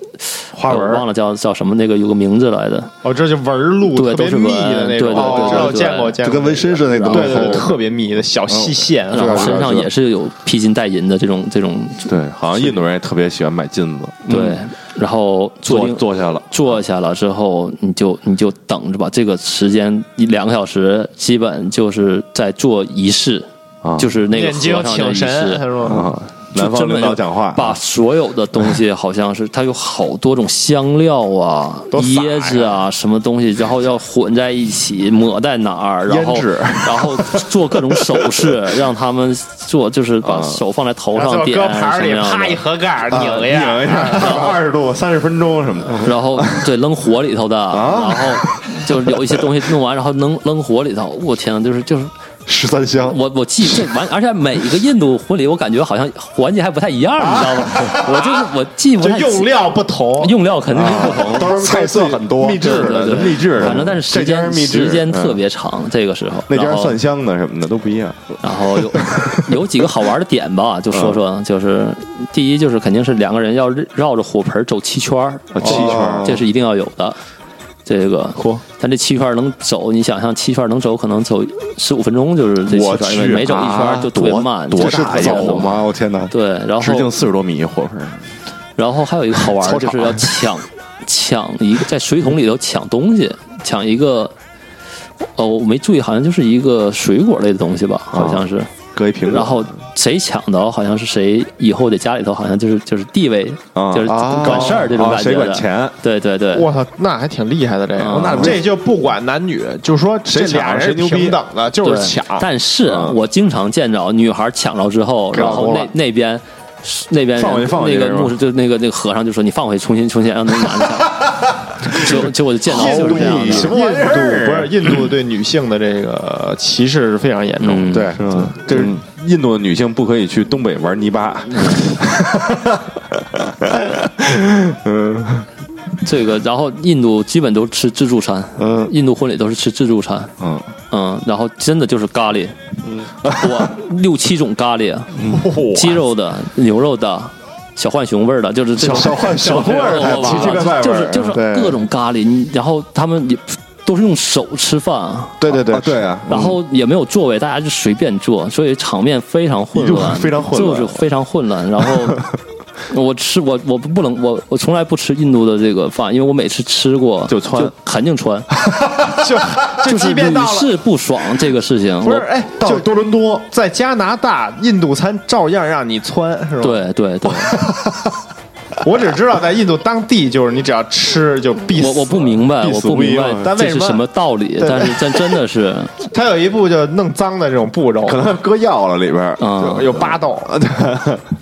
Speaker 5: 花纹
Speaker 2: 呃忘了叫叫什么那个有个名字来的，
Speaker 3: 哦，这就纹路
Speaker 2: 对
Speaker 3: 特别
Speaker 2: 都是
Speaker 3: 密
Speaker 2: 纹
Speaker 3: 的那
Speaker 2: 对对
Speaker 3: 种，
Speaker 2: 对
Speaker 3: 哦
Speaker 2: 对
Speaker 3: 知道
Speaker 2: 对
Speaker 3: 见过见
Speaker 1: 就
Speaker 3: 过，
Speaker 1: 跟纹身似的那
Speaker 3: 对
Speaker 1: 东
Speaker 3: 对对，
Speaker 1: 西。
Speaker 3: 特别密的小细线，
Speaker 5: 啊
Speaker 2: 然后身上
Speaker 1: 是的
Speaker 2: 也嗯是有披金戴银的这种这种
Speaker 5: 对，好像印度人也特别喜欢买金子，
Speaker 2: 对，然后坐
Speaker 5: 坐
Speaker 2: 定
Speaker 5: 坐下了，
Speaker 2: 坐下了之后，你就你就等着吧。这个时间一两个小时，基本就是在做仪式，
Speaker 5: 啊
Speaker 2: 就是那个
Speaker 3: 念经
Speaker 2: 和尚的
Speaker 3: 请
Speaker 2: 仪
Speaker 3: 神是
Speaker 2: 式。嗯
Speaker 3: 吗？
Speaker 5: 啊，南方
Speaker 2: 真的
Speaker 5: 领导讲话，
Speaker 2: 把所有的东西好像是它有好多种香料啊、
Speaker 3: 都撒呀
Speaker 2: 椰子啊什么东西，然后要混在一起抹在哪儿，然后
Speaker 5: 胭脂
Speaker 2: 然后做各种手势，让他们做就是把手放在头
Speaker 3: 啊然后
Speaker 2: 上
Speaker 3: 最
Speaker 2: 点啊
Speaker 3: 后搁盘儿
Speaker 2: 什么
Speaker 3: 里
Speaker 2: 样
Speaker 3: 啪
Speaker 2: 的啊
Speaker 3: 一合盖儿拧
Speaker 2: 哎
Speaker 5: 拧
Speaker 3: 一下，
Speaker 5: 一下，二十度三十分钟什么的，
Speaker 2: 然后对扔火里头的，然后就是有一些东西弄完，然后扔扔火里头。我天呐，就是就是
Speaker 1: 十三 香，
Speaker 2: 我我记这完，而且每一个印度婚礼，我感觉好像环节还不太一样，你知道吗？我就是我记不
Speaker 3: 就
Speaker 2: 太清
Speaker 3: 用料不同，
Speaker 2: 用料肯定是不同。
Speaker 5: 都是
Speaker 1: 菜色很多
Speaker 5: 秘制
Speaker 2: 对
Speaker 5: 的，
Speaker 2: 对对，
Speaker 5: 秘制的，
Speaker 2: 反正但是时
Speaker 5: 这家
Speaker 2: 间
Speaker 5: 秘制
Speaker 2: 时间特
Speaker 5: 嗯
Speaker 2: 别长，这个时候
Speaker 5: 那家
Speaker 2: 然后
Speaker 5: 蒜香的什么的都不一样，
Speaker 2: 然后 有有几个好玩的点
Speaker 5: 嗯
Speaker 2: 吧，就说说，就是第一就是肯定是两个人要绕着火盆走七圈儿哦
Speaker 5: 啊七圈儿
Speaker 2: 这是一定要有的。这个，但这七圈儿能走，你想象七圈儿能走，可能走十五分钟，就是这七
Speaker 5: 我
Speaker 2: 圈儿，因
Speaker 5: 去
Speaker 2: 为每走一圈
Speaker 5: 啊
Speaker 2: 儿就特别慢，
Speaker 5: 多
Speaker 2: 这
Speaker 5: 多
Speaker 2: 是
Speaker 5: 大
Speaker 2: 很
Speaker 5: 呀
Speaker 2: 走
Speaker 5: 我妈，我天哪！
Speaker 2: 对，然
Speaker 5: 直
Speaker 2: 后
Speaker 5: 径四啊十多米，火盆
Speaker 2: 然后还有一个好玩儿，就是要抢抢一个在水桶里头抢东西，抢一个，哦，我没注意，好像就是一个水果类的东西吧，好像是。
Speaker 5: 搁一瓶，
Speaker 2: 然后谁抢到，好像是谁以后在家里头好像就是就是地位，
Speaker 5: 啊
Speaker 2: 就是
Speaker 5: 啊
Speaker 2: 管事儿这种
Speaker 5: 啊
Speaker 2: 感觉的。
Speaker 5: 谁管钱？
Speaker 2: 对对对，
Speaker 3: 我操，那还挺厉害的这个，
Speaker 2: 嗯那
Speaker 5: 不是
Speaker 3: 啊这就不管男女，就说这俩人
Speaker 5: 谁抢谁牛逼
Speaker 3: 平等的，就
Speaker 2: 对
Speaker 3: 是抢。
Speaker 2: 但是啊
Speaker 5: 嗯
Speaker 2: 我经常见着女孩抢着之后，然后那那边。那边人
Speaker 5: 放回去放回去
Speaker 2: 那
Speaker 5: 是
Speaker 2: 个
Speaker 5: 吧
Speaker 2: 牧师就那个那个和尚就说你放回去重新重新让那个男的抢， 就就我就见到就是这样的，
Speaker 3: 印度不是印度对女性的这个歧视是非常严
Speaker 2: 嗯
Speaker 3: 重的，
Speaker 5: 对，是吧？这是印度的女性不可以去东北玩泥巴，
Speaker 2: 这个，然后印度基本都吃自助餐，
Speaker 5: 嗯
Speaker 2: 印度婚礼都是吃自助餐，
Speaker 5: 嗯，
Speaker 2: 嗯，然后真的就是咖喱，我六七种咖喱，啊鸡肉的、牛肉的、小浣熊味儿的，就是这种哦
Speaker 5: 小浣熊味儿的
Speaker 2: 我忘了
Speaker 5: 奇奇怪怪味儿嗯
Speaker 2: 就是就是
Speaker 1: 对
Speaker 2: 各种咖喱，你然后他们也都是用手吃饭，
Speaker 1: 对对对
Speaker 5: 啊对啊，
Speaker 2: 然后也没有座位，大家就随便坐，所以场面非常混乱，
Speaker 5: 非常混乱
Speaker 2: 就是非常混乱。然后我吃我我不能我我从来不吃印度的这个饭，因为我每次吃过
Speaker 5: 就窜
Speaker 2: 肯定穿，
Speaker 3: 就就
Speaker 2: 就是
Speaker 3: 即便
Speaker 2: 屡
Speaker 3: 到了。
Speaker 2: 试不爽这个事情。
Speaker 3: 不是，
Speaker 2: 我
Speaker 3: 哎，
Speaker 1: 到
Speaker 3: 就
Speaker 1: 多伦多，
Speaker 3: 在加拿大，印度餐照样让你窜，是吧？，
Speaker 2: 对对对，
Speaker 3: 我只知道在印度当地，就是你只要吃就必死。
Speaker 2: 我我不明白，
Speaker 5: 必
Speaker 2: 我
Speaker 5: 死
Speaker 2: 不
Speaker 5: 无疑
Speaker 2: 明
Speaker 5: 嘛
Speaker 2: 白
Speaker 3: 但为
Speaker 2: 这
Speaker 3: 什
Speaker 2: 是
Speaker 3: 么
Speaker 2: 什么道理，但是真真的是，
Speaker 3: 他有一步就弄脏的这种步骤，
Speaker 5: 可能搁药了里边儿，
Speaker 2: 嗯
Speaker 3: 有有巴豆，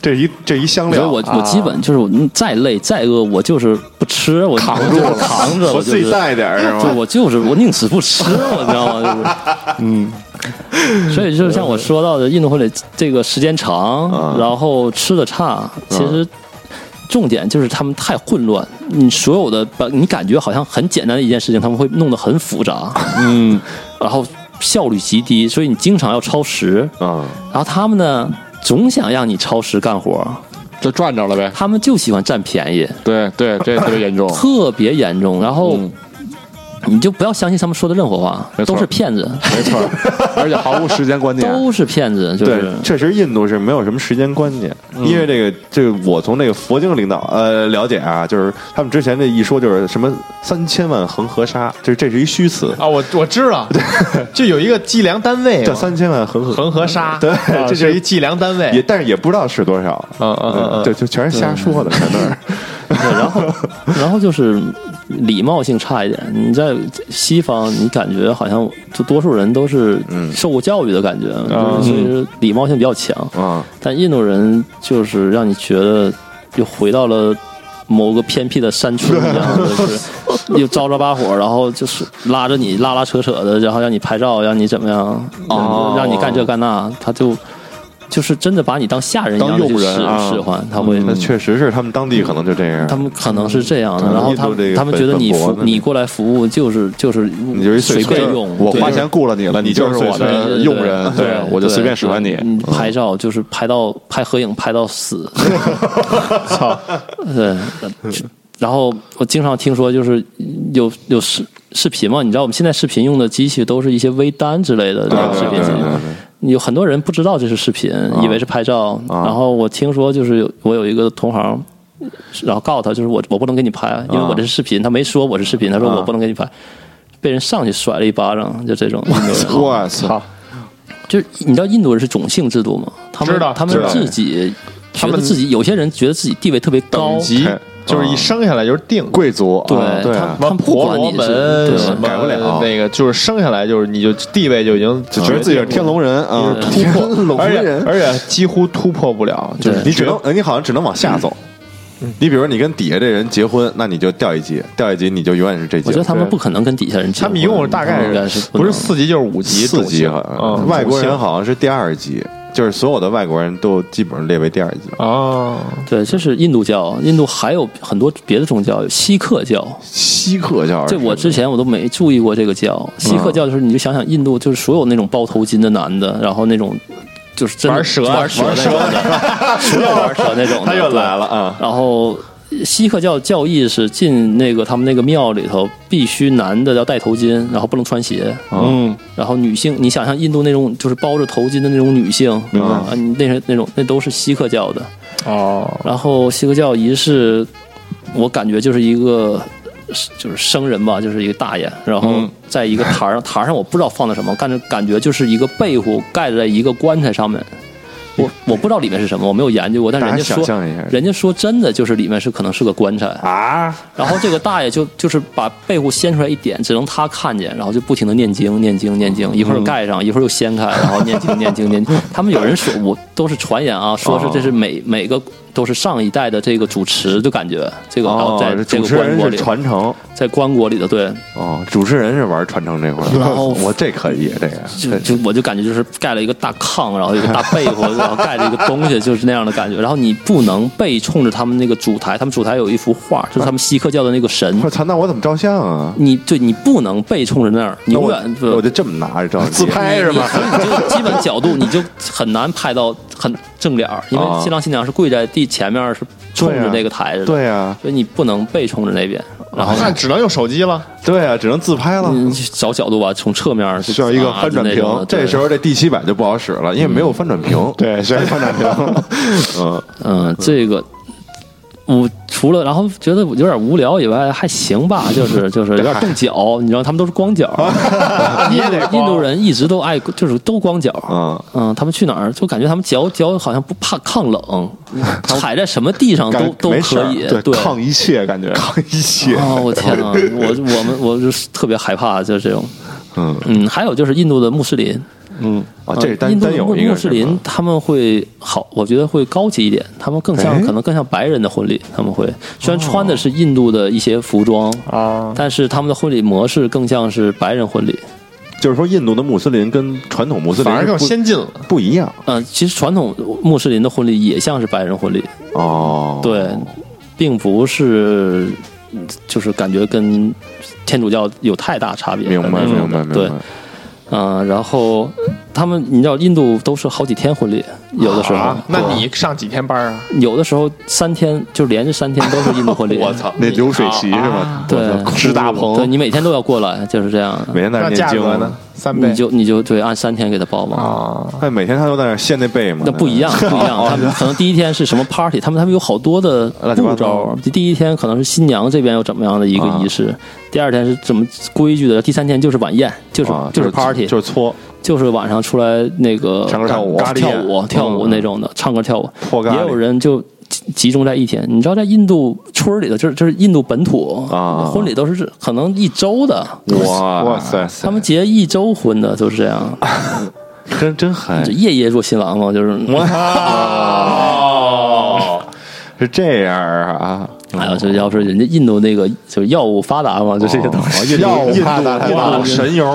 Speaker 5: 这一这一香
Speaker 2: 所以
Speaker 5: 料，
Speaker 2: 我
Speaker 3: 啊
Speaker 2: 我基本就是我嗯再累再饿，我就是不吃，我扛
Speaker 5: 住
Speaker 2: 着扛着，
Speaker 5: 我
Speaker 2: 就
Speaker 5: 自己
Speaker 2: 是
Speaker 5: 带点儿是
Speaker 2: 就
Speaker 5: 吗？
Speaker 2: 我就是我宁死不吃，我知道吗？就是，嗯，所以就是像我说到的，印度婚礼这个时间长，
Speaker 5: 啊
Speaker 2: 然后吃的差，其实重点就是他们太混乱，你所有的把你感觉好像很简单的一件事情，他们会弄得很复杂，嗯， 然后效率极低，所以你经常要超时，
Speaker 5: 啊，
Speaker 2: 然后他们呢总想让你超时干活，
Speaker 1: 就赚着了呗。
Speaker 2: 他们就喜欢占便宜，。
Speaker 1: 对对，这特别严 重
Speaker 2: 特别严重，然后。你就不要相信他们说的任何话
Speaker 1: 嗯没，错
Speaker 2: 都是骗子，
Speaker 1: 没错，而且毫无时间观念。
Speaker 2: 都是骗子，就
Speaker 5: 对
Speaker 2: 是，
Speaker 5: 确实印度是没有什么时间观念，
Speaker 2: 嗯
Speaker 5: 因为这个，这个我从那个佛经领导呃了解啊，就是他们之前这一说就是什么三千万恒河沙，这这是一虚词，
Speaker 2: 哎
Speaker 3: 啊，我我知道，就有一个计量单位嘛，
Speaker 5: 叫三千万恒河，
Speaker 3: 恒河沙，
Speaker 5: 对
Speaker 3: 啊
Speaker 5: 这就是是
Speaker 3: 一计量单位，
Speaker 5: 也但是也不知道是多少，
Speaker 3: 嗯嗯嗯嗯
Speaker 5: 对，就全是瞎说的，
Speaker 2: 嗯
Speaker 5: 全都是。
Speaker 2: 对，然后然后就是礼貌性差一点。你在西方，你感觉好像就多数人都是
Speaker 5: 嗯
Speaker 2: 受过教育的感觉，就是所以说礼貌性比较强。
Speaker 5: 啊，
Speaker 2: 但印度人就是让你觉得又回到了某个偏僻的山村一样，就是又招着把火，然后就是拉着你拉拉扯扯的，然后让你拍照，让你怎么样，
Speaker 1: 哦
Speaker 2: 让你干这干那，他就就是真的把你当下人一样
Speaker 5: 当
Speaker 2: 的
Speaker 5: 诱
Speaker 2: 去
Speaker 5: 人
Speaker 2: 使
Speaker 5: 啊
Speaker 2: 使唤，他会
Speaker 5: 那确实是他们当地可能就这样，
Speaker 2: 嗯他们可能是这样的，
Speaker 5: 嗯
Speaker 2: 然后
Speaker 5: 印
Speaker 2: 他
Speaker 5: 度这
Speaker 2: 们
Speaker 5: 个
Speaker 2: 他们觉得你
Speaker 5: 本国
Speaker 2: 服
Speaker 5: 的那
Speaker 2: 你过来服务就是就是
Speaker 5: 你就是一碎
Speaker 2: 随
Speaker 5: 碎
Speaker 2: 便
Speaker 5: 儿
Speaker 2: 用，
Speaker 1: 我
Speaker 2: 对
Speaker 1: 花钱雇了你了，你就是我的
Speaker 2: 对
Speaker 1: 佣人，
Speaker 2: 对，
Speaker 1: 我就随便使唤你嗯
Speaker 2: 对。嗯拍照就是拍到拍合影拍到 死，
Speaker 3: 操，
Speaker 2: 对。然后我经常听说，就是有有视视频嘛，你知道我们现在视频用的机器都是一些微单之类的这种
Speaker 5: 对
Speaker 2: 视频
Speaker 5: 对
Speaker 2: 机
Speaker 5: 对对
Speaker 2: 有很多人不知道这是视频，
Speaker 1: 啊
Speaker 2: 以为是拍照。然后我听说，就是有我有一个同行，然后告诉他，就是我我不能给你拍，因为
Speaker 1: 啊
Speaker 2: 我这是视频。他没说我是视频，他说我不能给你拍，被人上去甩了一巴掌，就这种。
Speaker 5: 我操，
Speaker 2: 就是你知道印度人是种姓制度吗？他们
Speaker 3: 知道
Speaker 2: 他们
Speaker 3: 知道
Speaker 2: 自己觉
Speaker 3: 们
Speaker 2: 得自己有些人觉得自己地位特别高
Speaker 3: 等，级
Speaker 5: 哎
Speaker 3: 就是一生下来就是定。
Speaker 1: 贵族，
Speaker 2: 对
Speaker 1: 啊
Speaker 5: 对
Speaker 2: 他
Speaker 5: 啊
Speaker 2: 他们不
Speaker 3: 婆
Speaker 2: 管
Speaker 3: 罗
Speaker 2: 你是
Speaker 3: 门
Speaker 2: 对
Speaker 3: 什么
Speaker 5: 改不了
Speaker 3: 那个就是生下来就是你就地位就已经
Speaker 1: 就觉得自己是天龙人啊，
Speaker 3: 突破，而
Speaker 5: 龙
Speaker 3: 且
Speaker 5: 人
Speaker 3: 而且几乎突破不了，就是
Speaker 5: 你只能呃你好像只能往下走。你比如说你跟底下这人结婚，那你就掉一级，掉一级你就永远是这级。
Speaker 2: 我觉得他们不可能跟底下人结婚，
Speaker 3: 他们一共大概
Speaker 2: 应该嗯是
Speaker 3: 不
Speaker 2: 能
Speaker 3: 是四级就是五级，啊
Speaker 5: 四级好
Speaker 3: 好
Speaker 5: 像，
Speaker 2: 嗯
Speaker 3: 像
Speaker 5: 外国人好像是第二级，就是所有的外国人都基本上列为第二级。
Speaker 3: 哦，
Speaker 2: 对，这是印度教，印度还有很多别的宗教，有锡克教。
Speaker 5: 锡克教是
Speaker 2: 这我之前我都没注意过这个教，锡克教就是你就想想印度就是所有那种包头巾的男的，然后那种就是真的
Speaker 3: 玩蛇
Speaker 2: 玩蛇那种 的，所有玩蛇那种的，
Speaker 5: 他又
Speaker 2: 对
Speaker 5: 来了啊！
Speaker 2: 然后锡克教教义是进那个他们那个庙里头，必须男的要戴头巾，然后不能穿鞋。啊
Speaker 1: 嗯，
Speaker 2: 然后女性，你想象印度那种就是包着头巾的那种女性啊，你那是那种那都是锡克教的。
Speaker 3: 哦，
Speaker 2: 然后锡克教仪式，我感觉就是一个就是僧人吧，就是一个大爷，然后
Speaker 5: 嗯
Speaker 2: 在一个坛上，坛上我不知道放的什么，感觉感觉就是一个被褥盖在一个棺材上面。我我不知道里面是什么，我没有研究过，但
Speaker 5: 大
Speaker 2: 人
Speaker 5: 家
Speaker 2: 家
Speaker 5: 想
Speaker 2: 说，
Speaker 5: 象一下
Speaker 2: 人家说真的就是里面是可能是个棺材啊。然后这个大爷就就是把被褥掀出来一点，只能他看见，然后就不停的念经念经念
Speaker 5: 嗯
Speaker 2: 经，一会儿盖 上，一会儿又掀开，然后念经念经念经。他们有人说我都是传言啊，说是这
Speaker 5: 哦
Speaker 2: 是每每个都是上一代的这个主持，就感觉这个然后
Speaker 5: 哦
Speaker 2: 在，这
Speaker 5: 主
Speaker 2: 个
Speaker 5: 持
Speaker 2: 棺
Speaker 5: 人
Speaker 2: 椁
Speaker 5: 是
Speaker 2: 里，
Speaker 5: 传承
Speaker 2: 在棺椁里的对，
Speaker 5: 哦，主持人是玩传承这块儿。
Speaker 2: 然后
Speaker 5: 我这可以，这个
Speaker 2: 就就我就感觉就是盖了一个大炕，然后一个 大被窝，然后盖了一个东西，就是那样的感觉。然后你不能背冲着他们那个主台，他们主台有一幅画，就是他们锡克教的那个神
Speaker 5: 我。操，那我怎么照相啊？
Speaker 2: 你对你不能背冲着那儿，你
Speaker 5: 那
Speaker 2: 永
Speaker 5: 我
Speaker 2: 远呃
Speaker 5: 我就这么拿着照相机，
Speaker 1: 自拍是吧？
Speaker 2: 你就基本角度你就很难拍到很正脸儿，因为
Speaker 5: 啊
Speaker 2: 新郎新娘是跪在地前面，是冲着那个台子的，
Speaker 5: 对哦呀，
Speaker 2: 所以你不能背冲着那边。然后
Speaker 3: 那只能用手机了。
Speaker 5: 对呀，只能自拍了。
Speaker 2: 你找角度吧，从侧面儿
Speaker 5: 需要一个翻转
Speaker 2: 嗯啊那种的
Speaker 5: 屏，
Speaker 2: 对
Speaker 5: 这时候这 D 七百就不好使了，因为没有翻转屏。哎
Speaker 1: 对，是
Speaker 5: 翻转屏，嗯，
Speaker 2: 嗯，这个我除了然后觉得有点无聊以外，还行吧，就是就是有点冻脚，你知道他们都是光脚，
Speaker 3: 你也得
Speaker 2: 印度人一直都爱就是都光脚。
Speaker 5: 嗯
Speaker 2: 嗯，他们去哪儿就感觉他们脚脚好像不怕抗冷，踩在什么地上都
Speaker 1: 感
Speaker 2: 都
Speaker 1: 没事
Speaker 2: 可
Speaker 1: 儿
Speaker 2: 以，
Speaker 1: 对，抗一切感觉，
Speaker 5: 看一些
Speaker 2: 哦，我天哪！我我们我就是特别害怕，就是这种。
Speaker 5: 嗯
Speaker 2: 嗯，还有就是印度的穆斯林，
Speaker 5: 啊，这是单
Speaker 2: 印度
Speaker 5: 单
Speaker 2: 的
Speaker 5: 有
Speaker 2: 穆
Speaker 5: 一个
Speaker 2: 穆斯林他们会好，我觉得会高级一点，他们更像可能更像白人的婚礼，他们会虽
Speaker 5: 哦
Speaker 2: 然穿的是印度的一些服装，
Speaker 3: 啊，
Speaker 2: 但是他们的婚礼模式更像是白人婚礼。
Speaker 5: 就是说印度的穆斯林跟传统穆斯林
Speaker 3: 反而
Speaker 5: 是
Speaker 3: 更
Speaker 5: 不
Speaker 3: 先进了。
Speaker 5: 不一样
Speaker 2: 嗯、其实传统穆斯林的婚礼也像是白人婚礼，
Speaker 5: 哦。
Speaker 2: 对，并不是就是感觉跟天主教有太大差别。
Speaker 5: 明白
Speaker 2: 嗯
Speaker 5: 明白明
Speaker 2: 对
Speaker 5: 白。
Speaker 2: 嗯，然后他们，你知道印度都是好几天婚礼，有的时候，
Speaker 3: 啊，那你上几天班啊？
Speaker 2: 有的时候三天就连着三天都是印度婚礼。
Speaker 3: 我操，
Speaker 1: 那流水席是吧？
Speaker 2: 对，
Speaker 1: 吃大棚
Speaker 2: 对你每天都要过来，就是这样。
Speaker 5: 每天在
Speaker 3: 那
Speaker 5: 那
Speaker 3: 价
Speaker 5: 念
Speaker 3: 格
Speaker 5: 经啊
Speaker 3: 呢？？三倍
Speaker 2: 你就你就对按三天给他报嘛，
Speaker 3: 啊，
Speaker 5: 哎，每天他都在那掀那被嘛，
Speaker 2: 那不一样，不一样。他们可能第一天是什么 party，他们他们有好多的
Speaker 5: 乱七八
Speaker 2: 步
Speaker 5: 糟
Speaker 2: 骤。第一天可能是新娘这边有怎么样的一个仪式，第二天是怎么规矩的，第三天就是晚宴，就是
Speaker 5: 啊，
Speaker 2: 就是 party，
Speaker 5: 就是搓
Speaker 2: 就是晚上出来那个
Speaker 5: 唱歌跳舞
Speaker 2: 干
Speaker 5: 咖喱
Speaker 2: 跳
Speaker 5: 宴
Speaker 2: 舞、跳舞那种的，唱歌跳舞
Speaker 5: 破咖喱。
Speaker 2: 也有人就集集中在一天，你知道，在印度村儿里的，就是就是印度本土
Speaker 5: 啊
Speaker 2: 婚礼都是可能一周的，
Speaker 5: 哇
Speaker 3: 哇塞
Speaker 2: 他们结一周婚的都是这样，
Speaker 5: 哎真真嗨
Speaker 2: 就夜夜做新郎嘛，就是
Speaker 5: 哇！哦是这样啊，
Speaker 2: 哎呀，这要是人家印度那个就是药物发达嘛，就这些东西。
Speaker 5: 药物
Speaker 3: 印
Speaker 5: 发达
Speaker 3: 度
Speaker 5: 太大
Speaker 3: 印
Speaker 5: 了，
Speaker 3: 度
Speaker 5: 神油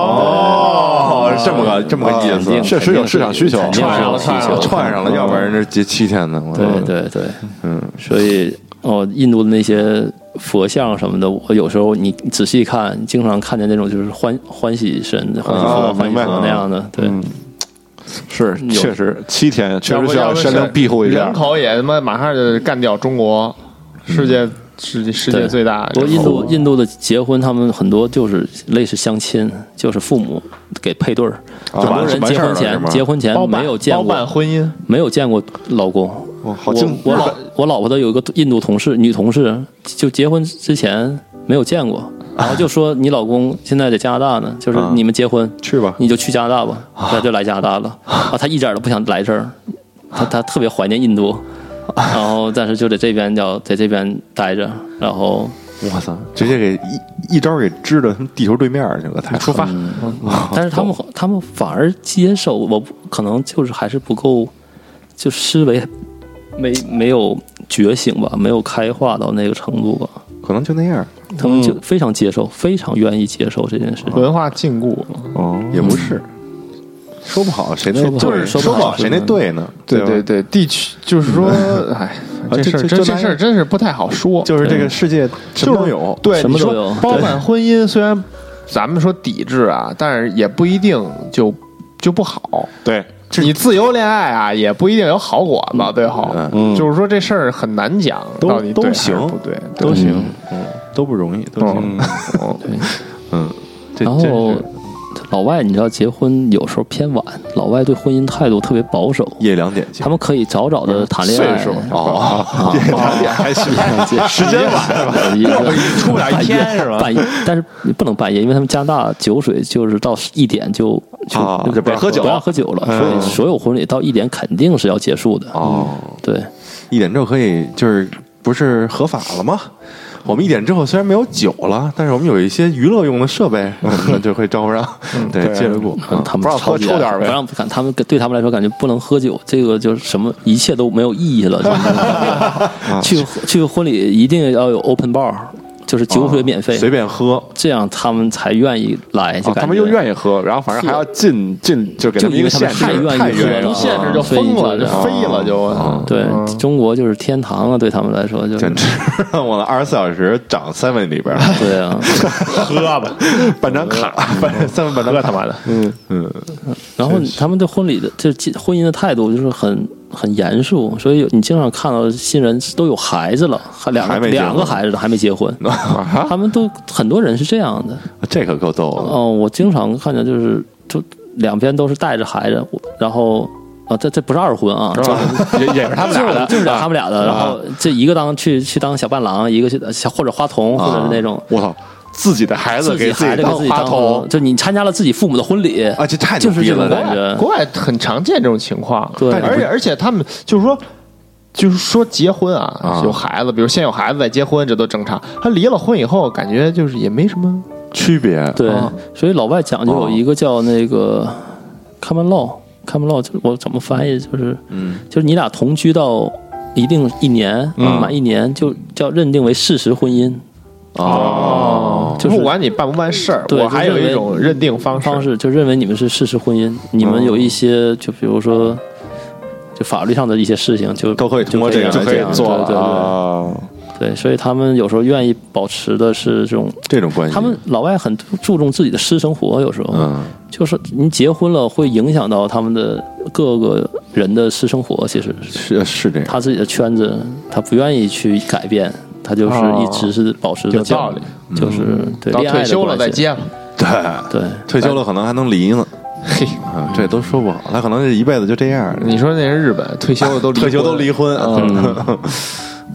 Speaker 5: 哦，这么个这么个意思
Speaker 2: 肯定，
Speaker 1: 确实有市场需求
Speaker 2: 肯定
Speaker 3: 串
Speaker 2: 是
Speaker 3: 上
Speaker 2: 有
Speaker 3: 了
Speaker 2: 需求，嗯
Speaker 5: 串上了，要不然这这七天呢，我
Speaker 2: 对对对，嗯，所以哦，印度的那些佛像什么的，我有时候你仔细看，经常看见那种就是欢欢喜神、欢喜佛、
Speaker 5: 啊
Speaker 2: 欢喜
Speaker 5: 明白嗯
Speaker 2: 佛那样的，对，
Speaker 1: 是
Speaker 2: 有
Speaker 1: 确实七天确
Speaker 3: 要
Speaker 1: 实
Speaker 3: 不
Speaker 1: 需要
Speaker 3: 要不
Speaker 1: 山
Speaker 3: 是
Speaker 1: 东庇护一下
Speaker 3: 人。口也他妈马上就干掉中国，世界世界世界
Speaker 2: 对
Speaker 3: 最大人口。
Speaker 2: 不过印度印度的结婚，他们很多就是类似相亲，就是父母给配对儿。
Speaker 5: 啊
Speaker 2: 很多人
Speaker 5: 完
Speaker 2: 结
Speaker 5: 事儿了
Speaker 2: 婚
Speaker 5: 是
Speaker 2: 前
Speaker 5: 吗
Speaker 2: 结婚前
Speaker 3: 包办
Speaker 2: 没有见
Speaker 3: 包办
Speaker 2: 过
Speaker 3: 婚姻，
Speaker 2: 没有见过老公。
Speaker 1: 哇好
Speaker 2: 我
Speaker 1: 精
Speaker 2: 我老我老婆的有一个印度同事女同事，就结婚之前没有见过，然后就说你老公现在在加拿大呢，就是
Speaker 5: 啊
Speaker 2: 你们结婚
Speaker 5: 去吧
Speaker 2: 你就去加拿大吧，他就来加拿大了啊，他一点儿都不想来这儿，他他特别怀念印度，然后但是就在这边要在这边待着，然后。
Speaker 5: 我操，直接给一一招给支到他们地球对面去了，
Speaker 2: 嗯
Speaker 5: 太出发
Speaker 2: 但是他们他们反而接受我不，可能就是还是不够，就思维没没有觉醒吧，没有开化到那个程度吧。
Speaker 5: 可能就那样
Speaker 2: 他们就非常接受，非常愿意接受这件事情。
Speaker 3: 文化禁锢，
Speaker 5: 哦，也不是，说不好谁
Speaker 2: 嗯
Speaker 5: 那
Speaker 2: 说不好
Speaker 5: 就是
Speaker 2: 说不
Speaker 5: 说
Speaker 2: 好
Speaker 5: 不好谁那对呢，
Speaker 3: 对
Speaker 5: 吧
Speaker 3: 对对，地区就是说， 哎，这事儿
Speaker 5: 这
Speaker 3: 真
Speaker 5: 这
Speaker 3: 这事儿真是不太好说，
Speaker 5: 就是这个世界什么都有，
Speaker 3: 对，
Speaker 2: 什么
Speaker 3: 你
Speaker 2: 都
Speaker 3: 说
Speaker 2: 有
Speaker 3: 包
Speaker 2: 对
Speaker 3: 办婚姻虽然咱们说抵制啊，但是也不一定就就不好。
Speaker 5: 对，
Speaker 3: 你自由恋爱啊，也不一定有好果子，最后
Speaker 5: 嗯，
Speaker 1: 嗯
Speaker 3: 就是说这事儿很难讲，
Speaker 5: 都
Speaker 3: 到底对
Speaker 5: 都
Speaker 3: 还是
Speaker 5: 行
Speaker 3: 不对，对
Speaker 2: 都行。
Speaker 5: 嗯都不容易，都行，嗯，这
Speaker 2: 然
Speaker 5: 真
Speaker 2: 后
Speaker 5: 是
Speaker 2: 老外，你知道结婚有时候偏晚，老外对婚姻态度特别保守，
Speaker 5: 夜两点见
Speaker 2: 他们可以早早的谈恋爱，
Speaker 3: 岁数
Speaker 5: 哦，
Speaker 2: 啊，
Speaker 5: 还行，
Speaker 2: 时间晚了，出不了一天是吧？半夜，但是你不能半夜，因为他们加拿大酒水就是到一点就就
Speaker 5: 啊
Speaker 2: 就
Speaker 5: 就不让喝酒
Speaker 2: 不让喝酒了，所以所有婚礼到一点肯定是要结束的。
Speaker 5: 哦，
Speaker 2: 对，
Speaker 5: 一点之后可以就是不是合法了吗？我们一点之后虽然没有酒了，但是我们有一些娱乐用的设备， 那就会招让。对，接着过。嗯
Speaker 2: 他们
Speaker 1: 不让
Speaker 2: 超
Speaker 1: 喝
Speaker 2: 级
Speaker 1: 抽点儿呗
Speaker 2: 不让感他们对他们来说感觉不能喝酒，这个就是什么一切都没有意义了。就是那种去去婚礼一定要有 open bar，就是酒水免费，
Speaker 5: 随便喝，
Speaker 2: 这样他们才愿意来，就
Speaker 1: 啊
Speaker 2: 感觉
Speaker 1: 他们又愿意喝，然后反正还要进进，就给
Speaker 2: 就
Speaker 1: 他们一
Speaker 2: 因为
Speaker 1: 个
Speaker 2: 他们
Speaker 1: 限制
Speaker 2: 太，愿
Speaker 5: 太
Speaker 2: 意喝
Speaker 5: 愿意
Speaker 2: 了，
Speaker 5: 了
Speaker 3: 一限制就
Speaker 2: 所以
Speaker 3: 疯了，啊就啊
Speaker 2: 这样
Speaker 3: 飞了就。
Speaker 2: 对，中国就是天堂啊，对他们来说就是
Speaker 5: 简直让我的二十四小时长 seven 里 边儿，
Speaker 2: 对啊。
Speaker 3: 喝吧，
Speaker 1: 办张卡，
Speaker 5: seven 本
Speaker 3: 喝
Speaker 5: 来
Speaker 3: 他妈的！
Speaker 2: 然后他们对婚礼的这婚姻的态度就是很很严肃，所以你经常看到新人都有孩子了，还两个
Speaker 5: 还没结婚
Speaker 2: 两个孩子还没 结婚，
Speaker 5: 啊
Speaker 2: 他们都很多人是这样的。
Speaker 5: 这可够逗了。
Speaker 2: 哦，我经常看见就是就两边都是带着孩子，我然后啊，这这不是二婚啊，
Speaker 1: 是吧？也也是他们俩的，
Speaker 2: 就是俩
Speaker 1: 啊
Speaker 2: 他们俩的，然后这一个当去去当小伴郎，一个去小或者花童，或者是那种。
Speaker 1: 我操，自己的啊孩子
Speaker 2: 自己
Speaker 1: 给
Speaker 2: 孩子给
Speaker 1: 当
Speaker 2: 自己
Speaker 1: 花
Speaker 2: 当
Speaker 1: 童，
Speaker 2: 就你参加了自己父母的婚礼
Speaker 5: 啊，这太牛
Speaker 2: 就是
Speaker 5: 逼
Speaker 2: 这种
Speaker 5: 了！这
Speaker 2: 感觉。
Speaker 3: 国外很常见这种情况，
Speaker 2: 对
Speaker 3: 而且而且他们就是说。就是说结婚啊
Speaker 5: 啊，
Speaker 3: 有孩子，比如先有孩子再结婚，这都正常。他离了婚以后，感觉就是也没什么
Speaker 5: 区别
Speaker 2: 对
Speaker 3: 啊，
Speaker 2: 所以老外讲究有一个叫那个 common law，common law 就是我怎么翻译就是，嗯，就是你俩同居到一定一年
Speaker 5: 嗯
Speaker 2: 满一年就叫认定为事实婚姻，
Speaker 5: 哦，
Speaker 2: 就是
Speaker 3: 不管你办不办事儿，
Speaker 2: 对
Speaker 3: 我还有
Speaker 2: 就认
Speaker 3: 一
Speaker 2: 为
Speaker 3: 种认定方式，
Speaker 2: 方式就认为你们是事实婚
Speaker 5: 嗯
Speaker 2: 姻，你们有一些就比如说就法律上的一些事情就
Speaker 5: 都可以通
Speaker 2: 就
Speaker 5: 过
Speaker 2: 可以
Speaker 5: 这个
Speaker 2: 让
Speaker 5: 来
Speaker 2: 这
Speaker 5: 解
Speaker 2: 样
Speaker 5: 决
Speaker 2: 对对对
Speaker 1: 啊，
Speaker 2: 对，所以他们有时候愿意保持的是这种
Speaker 5: 这种关系，
Speaker 2: 他们老外很注重自己的私生活，有时候，
Speaker 5: 嗯，
Speaker 2: 就是您结婚了会影响到他们的各个人的私生活，其实
Speaker 5: 是是这样。
Speaker 2: 他自己的圈子，他不愿意去改变，他就是一直是保持着
Speaker 3: 哦有
Speaker 2: 这样
Speaker 3: 道理，嗯
Speaker 2: 就是对
Speaker 3: 到
Speaker 2: 恋爱
Speaker 3: 退
Speaker 2: 的
Speaker 3: 休了
Speaker 2: 关
Speaker 3: 再
Speaker 2: 系，
Speaker 3: 结吧。
Speaker 5: 对，
Speaker 2: 对，
Speaker 5: 退休了可能还能离呢，
Speaker 3: 嘿，
Speaker 5: 啊，这都说不好。他可能这一辈子就这样，
Speaker 3: 你说那是日本退休 的都离
Speaker 5: 退休都离婚。啊
Speaker 3: 嗯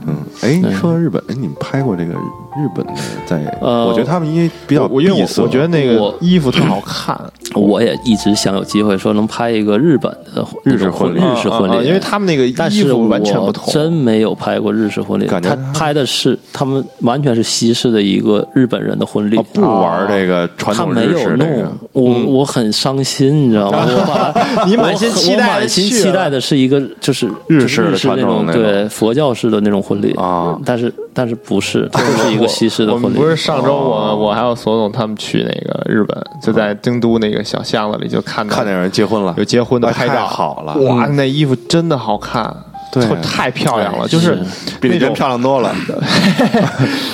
Speaker 5: 嗯，哎，说到日本，哎，你们拍过这个日本的在，
Speaker 2: 呃
Speaker 5: 我觉得他们因为比较
Speaker 3: 我因为
Speaker 5: 闭塞
Speaker 3: 我我觉得那个
Speaker 2: 我
Speaker 3: 衣服特好看，
Speaker 2: 我也一直想有机会说能拍一个日本的
Speaker 5: 日式婚
Speaker 2: 婚
Speaker 5: 礼
Speaker 2: 日式婚
Speaker 3: 啊啊
Speaker 2: 礼，
Speaker 3: 因为他们那个
Speaker 2: 但
Speaker 3: 衣
Speaker 2: 是
Speaker 3: 服
Speaker 2: 我
Speaker 3: 完全不同。
Speaker 2: 真没有拍过日式婚礼，
Speaker 5: 感觉
Speaker 2: 他拍的是他们完全是西式的一个日本人的婚
Speaker 3: 哦
Speaker 2: 礼，
Speaker 5: 啊不玩这个传
Speaker 2: 他
Speaker 5: 统
Speaker 2: 没
Speaker 5: 日
Speaker 2: 有
Speaker 5: 式这个
Speaker 2: 弄，我我很伤心，你知道吗？我把
Speaker 3: 你满心
Speaker 2: 我
Speaker 3: 期
Speaker 2: 我
Speaker 3: 待
Speaker 2: 满心
Speaker 3: 去了
Speaker 2: 期待的是一个就是
Speaker 5: 日
Speaker 2: 就是
Speaker 5: 式的
Speaker 2: 日式
Speaker 5: 传
Speaker 2: 那
Speaker 5: 统
Speaker 2: 种
Speaker 5: 那种
Speaker 2: 对佛教式的那种婚礼
Speaker 5: 啊，
Speaker 2: 但是但是不是，它就是一个西式的
Speaker 3: 我
Speaker 2: 婚
Speaker 3: 们
Speaker 2: 礼，
Speaker 3: 不是上周
Speaker 5: 哦
Speaker 3: 我我还有索总他们去那个日本，就在京都那个小巷子里就看到
Speaker 5: 看见有人结婚了，
Speaker 3: 有结婚的
Speaker 5: 哎
Speaker 3: 拍
Speaker 5: 太
Speaker 3: 照，
Speaker 5: 好了，
Speaker 3: 哇，
Speaker 2: 嗯
Speaker 3: 那衣服真的好看，
Speaker 5: 对
Speaker 3: 特太漂亮了，
Speaker 2: 哎
Speaker 3: 就是
Speaker 5: 比
Speaker 3: 那
Speaker 5: 人
Speaker 3: 种
Speaker 5: 漂亮多了。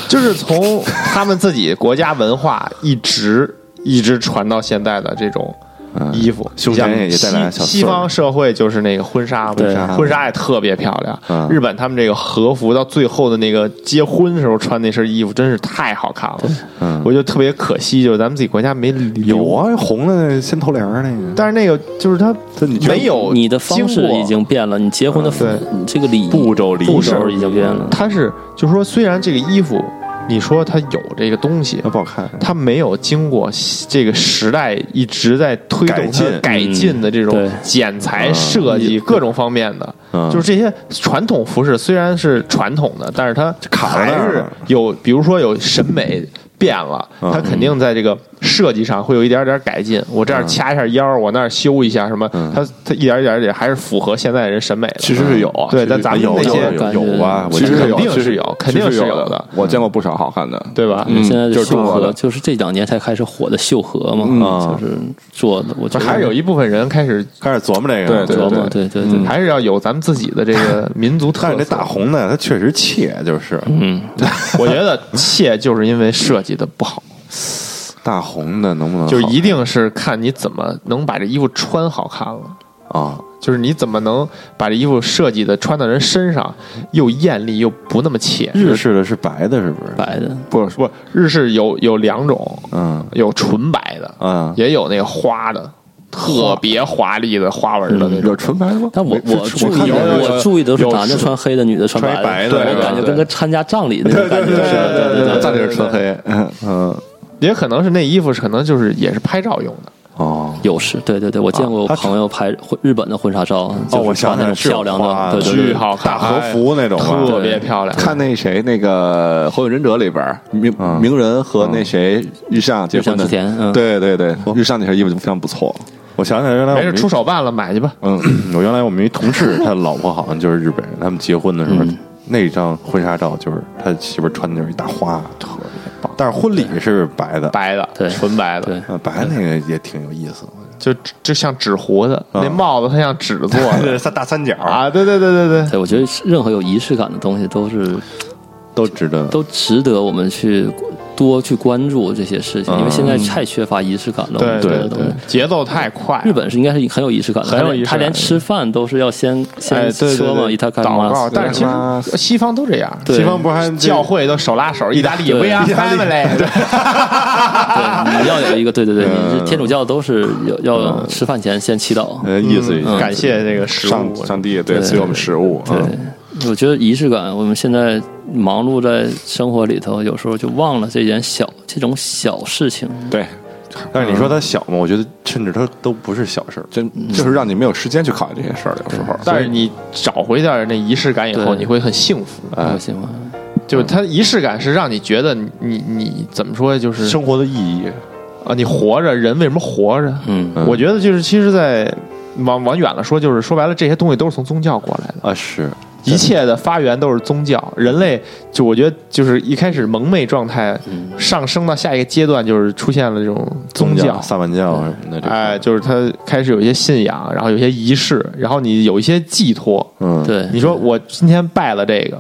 Speaker 3: 就是从他们自己国家文化一直一直传到现在的这种衣服，
Speaker 5: 胸
Speaker 3: 像
Speaker 5: 前嗯也带俩
Speaker 3: 西
Speaker 5: 小
Speaker 3: 西
Speaker 5: 穗儿啊
Speaker 3: 方社会就是那个婚纱，
Speaker 2: 对
Speaker 3: 婚纱也特别漂亮。
Speaker 5: 嗯
Speaker 3: 日本他们这个和服到最后的那个结婚时候穿那身衣服，真是太好看了。
Speaker 5: 嗯
Speaker 3: 我就特别可惜，就是咱们自己国家没留
Speaker 5: 有。啊，红的那先头帘儿那个，
Speaker 3: 但是那个就是它没有
Speaker 2: 你的方式
Speaker 3: 经过
Speaker 2: 已经变了，你结婚的方
Speaker 3: 对
Speaker 2: 你这个礼仪
Speaker 5: 步骤礼仪
Speaker 2: 步骤已经变了。
Speaker 3: 它是就是说，虽然这个衣服你说它有这个东西
Speaker 5: 那，不好看。
Speaker 3: 它没有经过这个时代一直在推动
Speaker 5: 改
Speaker 3: 它
Speaker 5: 进嗯
Speaker 3: 改进的这
Speaker 2: 嗯
Speaker 3: 种
Speaker 2: 对
Speaker 3: 剪裁设计各种方面的，就是这些传统服饰虽然是传统的，但是它
Speaker 5: 卡在那
Speaker 3: 还
Speaker 5: 儿
Speaker 3: 是
Speaker 5: 了
Speaker 3: 有，比如说有审美变了，
Speaker 5: 嗯
Speaker 3: 它肯定在这个设计上会有一点点改进。我这儿掐一下腰，我那儿修一下什么，
Speaker 5: 嗯
Speaker 3: 它它一点一点一点还是符合现在人审美的。
Speaker 1: 其实是有啊，
Speaker 3: 对，
Speaker 1: 其实
Speaker 3: 但咱们
Speaker 5: 有
Speaker 3: 那些
Speaker 5: 有有有啊，我
Speaker 1: 其实
Speaker 5: 记
Speaker 1: 是
Speaker 5: 得
Speaker 1: 有，
Speaker 3: 肯
Speaker 1: 其
Speaker 3: 定
Speaker 1: 实
Speaker 3: 是有肯定
Speaker 1: 其实
Speaker 3: 是
Speaker 1: 是
Speaker 3: 有的
Speaker 1: 的。嗯我见过不少好看的，
Speaker 3: 对吧？
Speaker 5: 嗯
Speaker 2: 现在的
Speaker 1: 就是
Speaker 2: 秀
Speaker 1: 中国
Speaker 2: 禾
Speaker 1: 的
Speaker 2: 就是这两年才开始火的秀禾
Speaker 5: 啊
Speaker 2: 嘛，就是做的，我觉得
Speaker 3: 还是有一部分人开始
Speaker 5: 开始琢磨这个，
Speaker 1: 对
Speaker 2: 琢磨，对对对，
Speaker 3: 还是要有咱们自己的这个民 族特
Speaker 5: 嗯
Speaker 3: 色。
Speaker 5: 但是这大红的它确实切，就是
Speaker 2: 嗯，
Speaker 3: 我觉得切就是因为设计的不好，
Speaker 5: 大红的能不能
Speaker 3: 就是
Speaker 5: 好
Speaker 3: 一定是看你怎么能把这衣服穿好看了，
Speaker 5: 啊？
Speaker 3: 就是你怎么能把这衣服设计的穿到人身上又艳丽又不那么切。
Speaker 5: 日式的是白的，是不是？
Speaker 2: 白的，
Speaker 3: 不是不是日式有有两种，
Speaker 5: 嗯
Speaker 3: 有纯白的，
Speaker 5: 嗯，
Speaker 3: 也有那个花的，特别华丽的花纹的那种。
Speaker 1: 有纯白的吗？
Speaker 2: 但我
Speaker 1: 是
Speaker 2: 我注
Speaker 1: 我
Speaker 2: 意
Speaker 1: 看
Speaker 3: 有有有
Speaker 2: 我注意的是
Speaker 3: 有
Speaker 2: 男的穿黑的，女的穿
Speaker 5: 穿
Speaker 2: 白
Speaker 5: 白的
Speaker 2: 我
Speaker 5: 对
Speaker 2: 感觉
Speaker 3: 对
Speaker 2: 跟个参加葬礼那种感觉似的，对对
Speaker 5: 那是纯黑，嗯
Speaker 3: 也可能是那衣服是可能就是也是拍照用的，
Speaker 5: 哦，
Speaker 2: 有是，对对对，我见过我
Speaker 5: 他
Speaker 2: 朋友拍婚日本的婚纱照，就是
Speaker 5: 我想
Speaker 2: 穿那种
Speaker 5: 起来是有
Speaker 2: 漂亮
Speaker 5: 花
Speaker 2: 的，
Speaker 5: 的
Speaker 2: 对对
Speaker 3: 巨
Speaker 2: 对，
Speaker 3: 好看，哎
Speaker 5: 大和服那种吧，
Speaker 3: 特别漂亮。
Speaker 1: 看那谁那个《火影忍者》里边儿鸣
Speaker 5: 嗯
Speaker 1: 鸣人和那谁日向结婚
Speaker 2: 日向
Speaker 1: 的
Speaker 2: 之田嗯
Speaker 1: 对对对，日向那身衣服就非常不错。
Speaker 5: 我想起来原来我
Speaker 3: 没事，
Speaker 5: 们一
Speaker 3: 出手办了，买去吧。
Speaker 5: 嗯，我原来我们一同事，他老婆好像就是日本人，他们结婚的时候、那张婚纱照就是他媳妇儿穿的就是一大花，特别棒。但是婚礼是白的，
Speaker 3: 白的，
Speaker 2: 对
Speaker 3: 纯白的，
Speaker 2: 对
Speaker 5: 呃白那个也挺有意思，我
Speaker 3: 就
Speaker 5: 觉
Speaker 3: 就就像纸糊的，
Speaker 5: 啊
Speaker 2: 嗯
Speaker 3: 那帽子它像纸做
Speaker 5: 得。
Speaker 3: 的
Speaker 5: 这三大三角
Speaker 3: 啊！对对对对对，
Speaker 2: 对，我觉得任何有仪式感的东西都是
Speaker 5: 都值得。
Speaker 2: 都值得我们去多去关注这些事情，因为现在太缺乏仪式感了。我们
Speaker 3: 对
Speaker 2: 这个东西
Speaker 3: 对，节奏太快了。
Speaker 2: 日本是应该是很有仪式感的，
Speaker 3: 很有仪式感
Speaker 2: 他连吃饭都是要先
Speaker 3: 哎，
Speaker 2: 先
Speaker 3: 对对
Speaker 2: 说嘛，
Speaker 3: 对，
Speaker 2: 一他干
Speaker 3: 祷告，
Speaker 2: 嘛？
Speaker 3: 但是其实西方都这样，
Speaker 2: 对
Speaker 5: 啊西方不是还
Speaker 3: 教会都手拉手，意大利
Speaker 2: 对
Speaker 3: We are
Speaker 2: 意
Speaker 3: family，
Speaker 2: 对，你要有一个对对对，
Speaker 5: 嗯
Speaker 2: 你是天主教都是要要吃饭前先祈祷。
Speaker 5: 呃意思一
Speaker 2: 嗯
Speaker 5: 下？
Speaker 3: 感谢这个食
Speaker 1: 上
Speaker 3: 物。
Speaker 1: 上帝对
Speaker 2: 对
Speaker 1: 赐予我们食物，
Speaker 2: 对
Speaker 1: 嗯，
Speaker 2: 我觉得仪式感，我们现在忙碌在生活里头，有时候就忘了这点小这种小事情。
Speaker 1: 对，
Speaker 5: 但是你说他小嘛，我觉得甚至他都不是小事儿。
Speaker 1: 真就是让你没有时间去考虑这些事儿，有时候。
Speaker 3: 但是你找回点那仪式感以后，
Speaker 2: 对嗯
Speaker 3: 你会很幸福。
Speaker 2: 我喜欢，
Speaker 3: 就是它仪式感是让你觉得你你你怎么说，就是
Speaker 5: 生活的意义，
Speaker 3: 啊，你活着，人为什么活着？
Speaker 2: 嗯，
Speaker 5: 嗯
Speaker 3: 我觉得就是，其实在，往往远了说，就是说白了，这些东西都是从宗教过来的，
Speaker 5: 啊，是
Speaker 3: 一切的发源都是宗教。人类就我觉得就是一开始蒙昧状态，上升到下一个阶段，就是出现了这种宗教。
Speaker 5: 撒满教什么的这种，
Speaker 3: 哎，就是他开始有一些信仰，然后有一些仪式，然后你有一些寄托。
Speaker 5: 嗯，
Speaker 2: 对，
Speaker 3: 你说我今天拜了这个，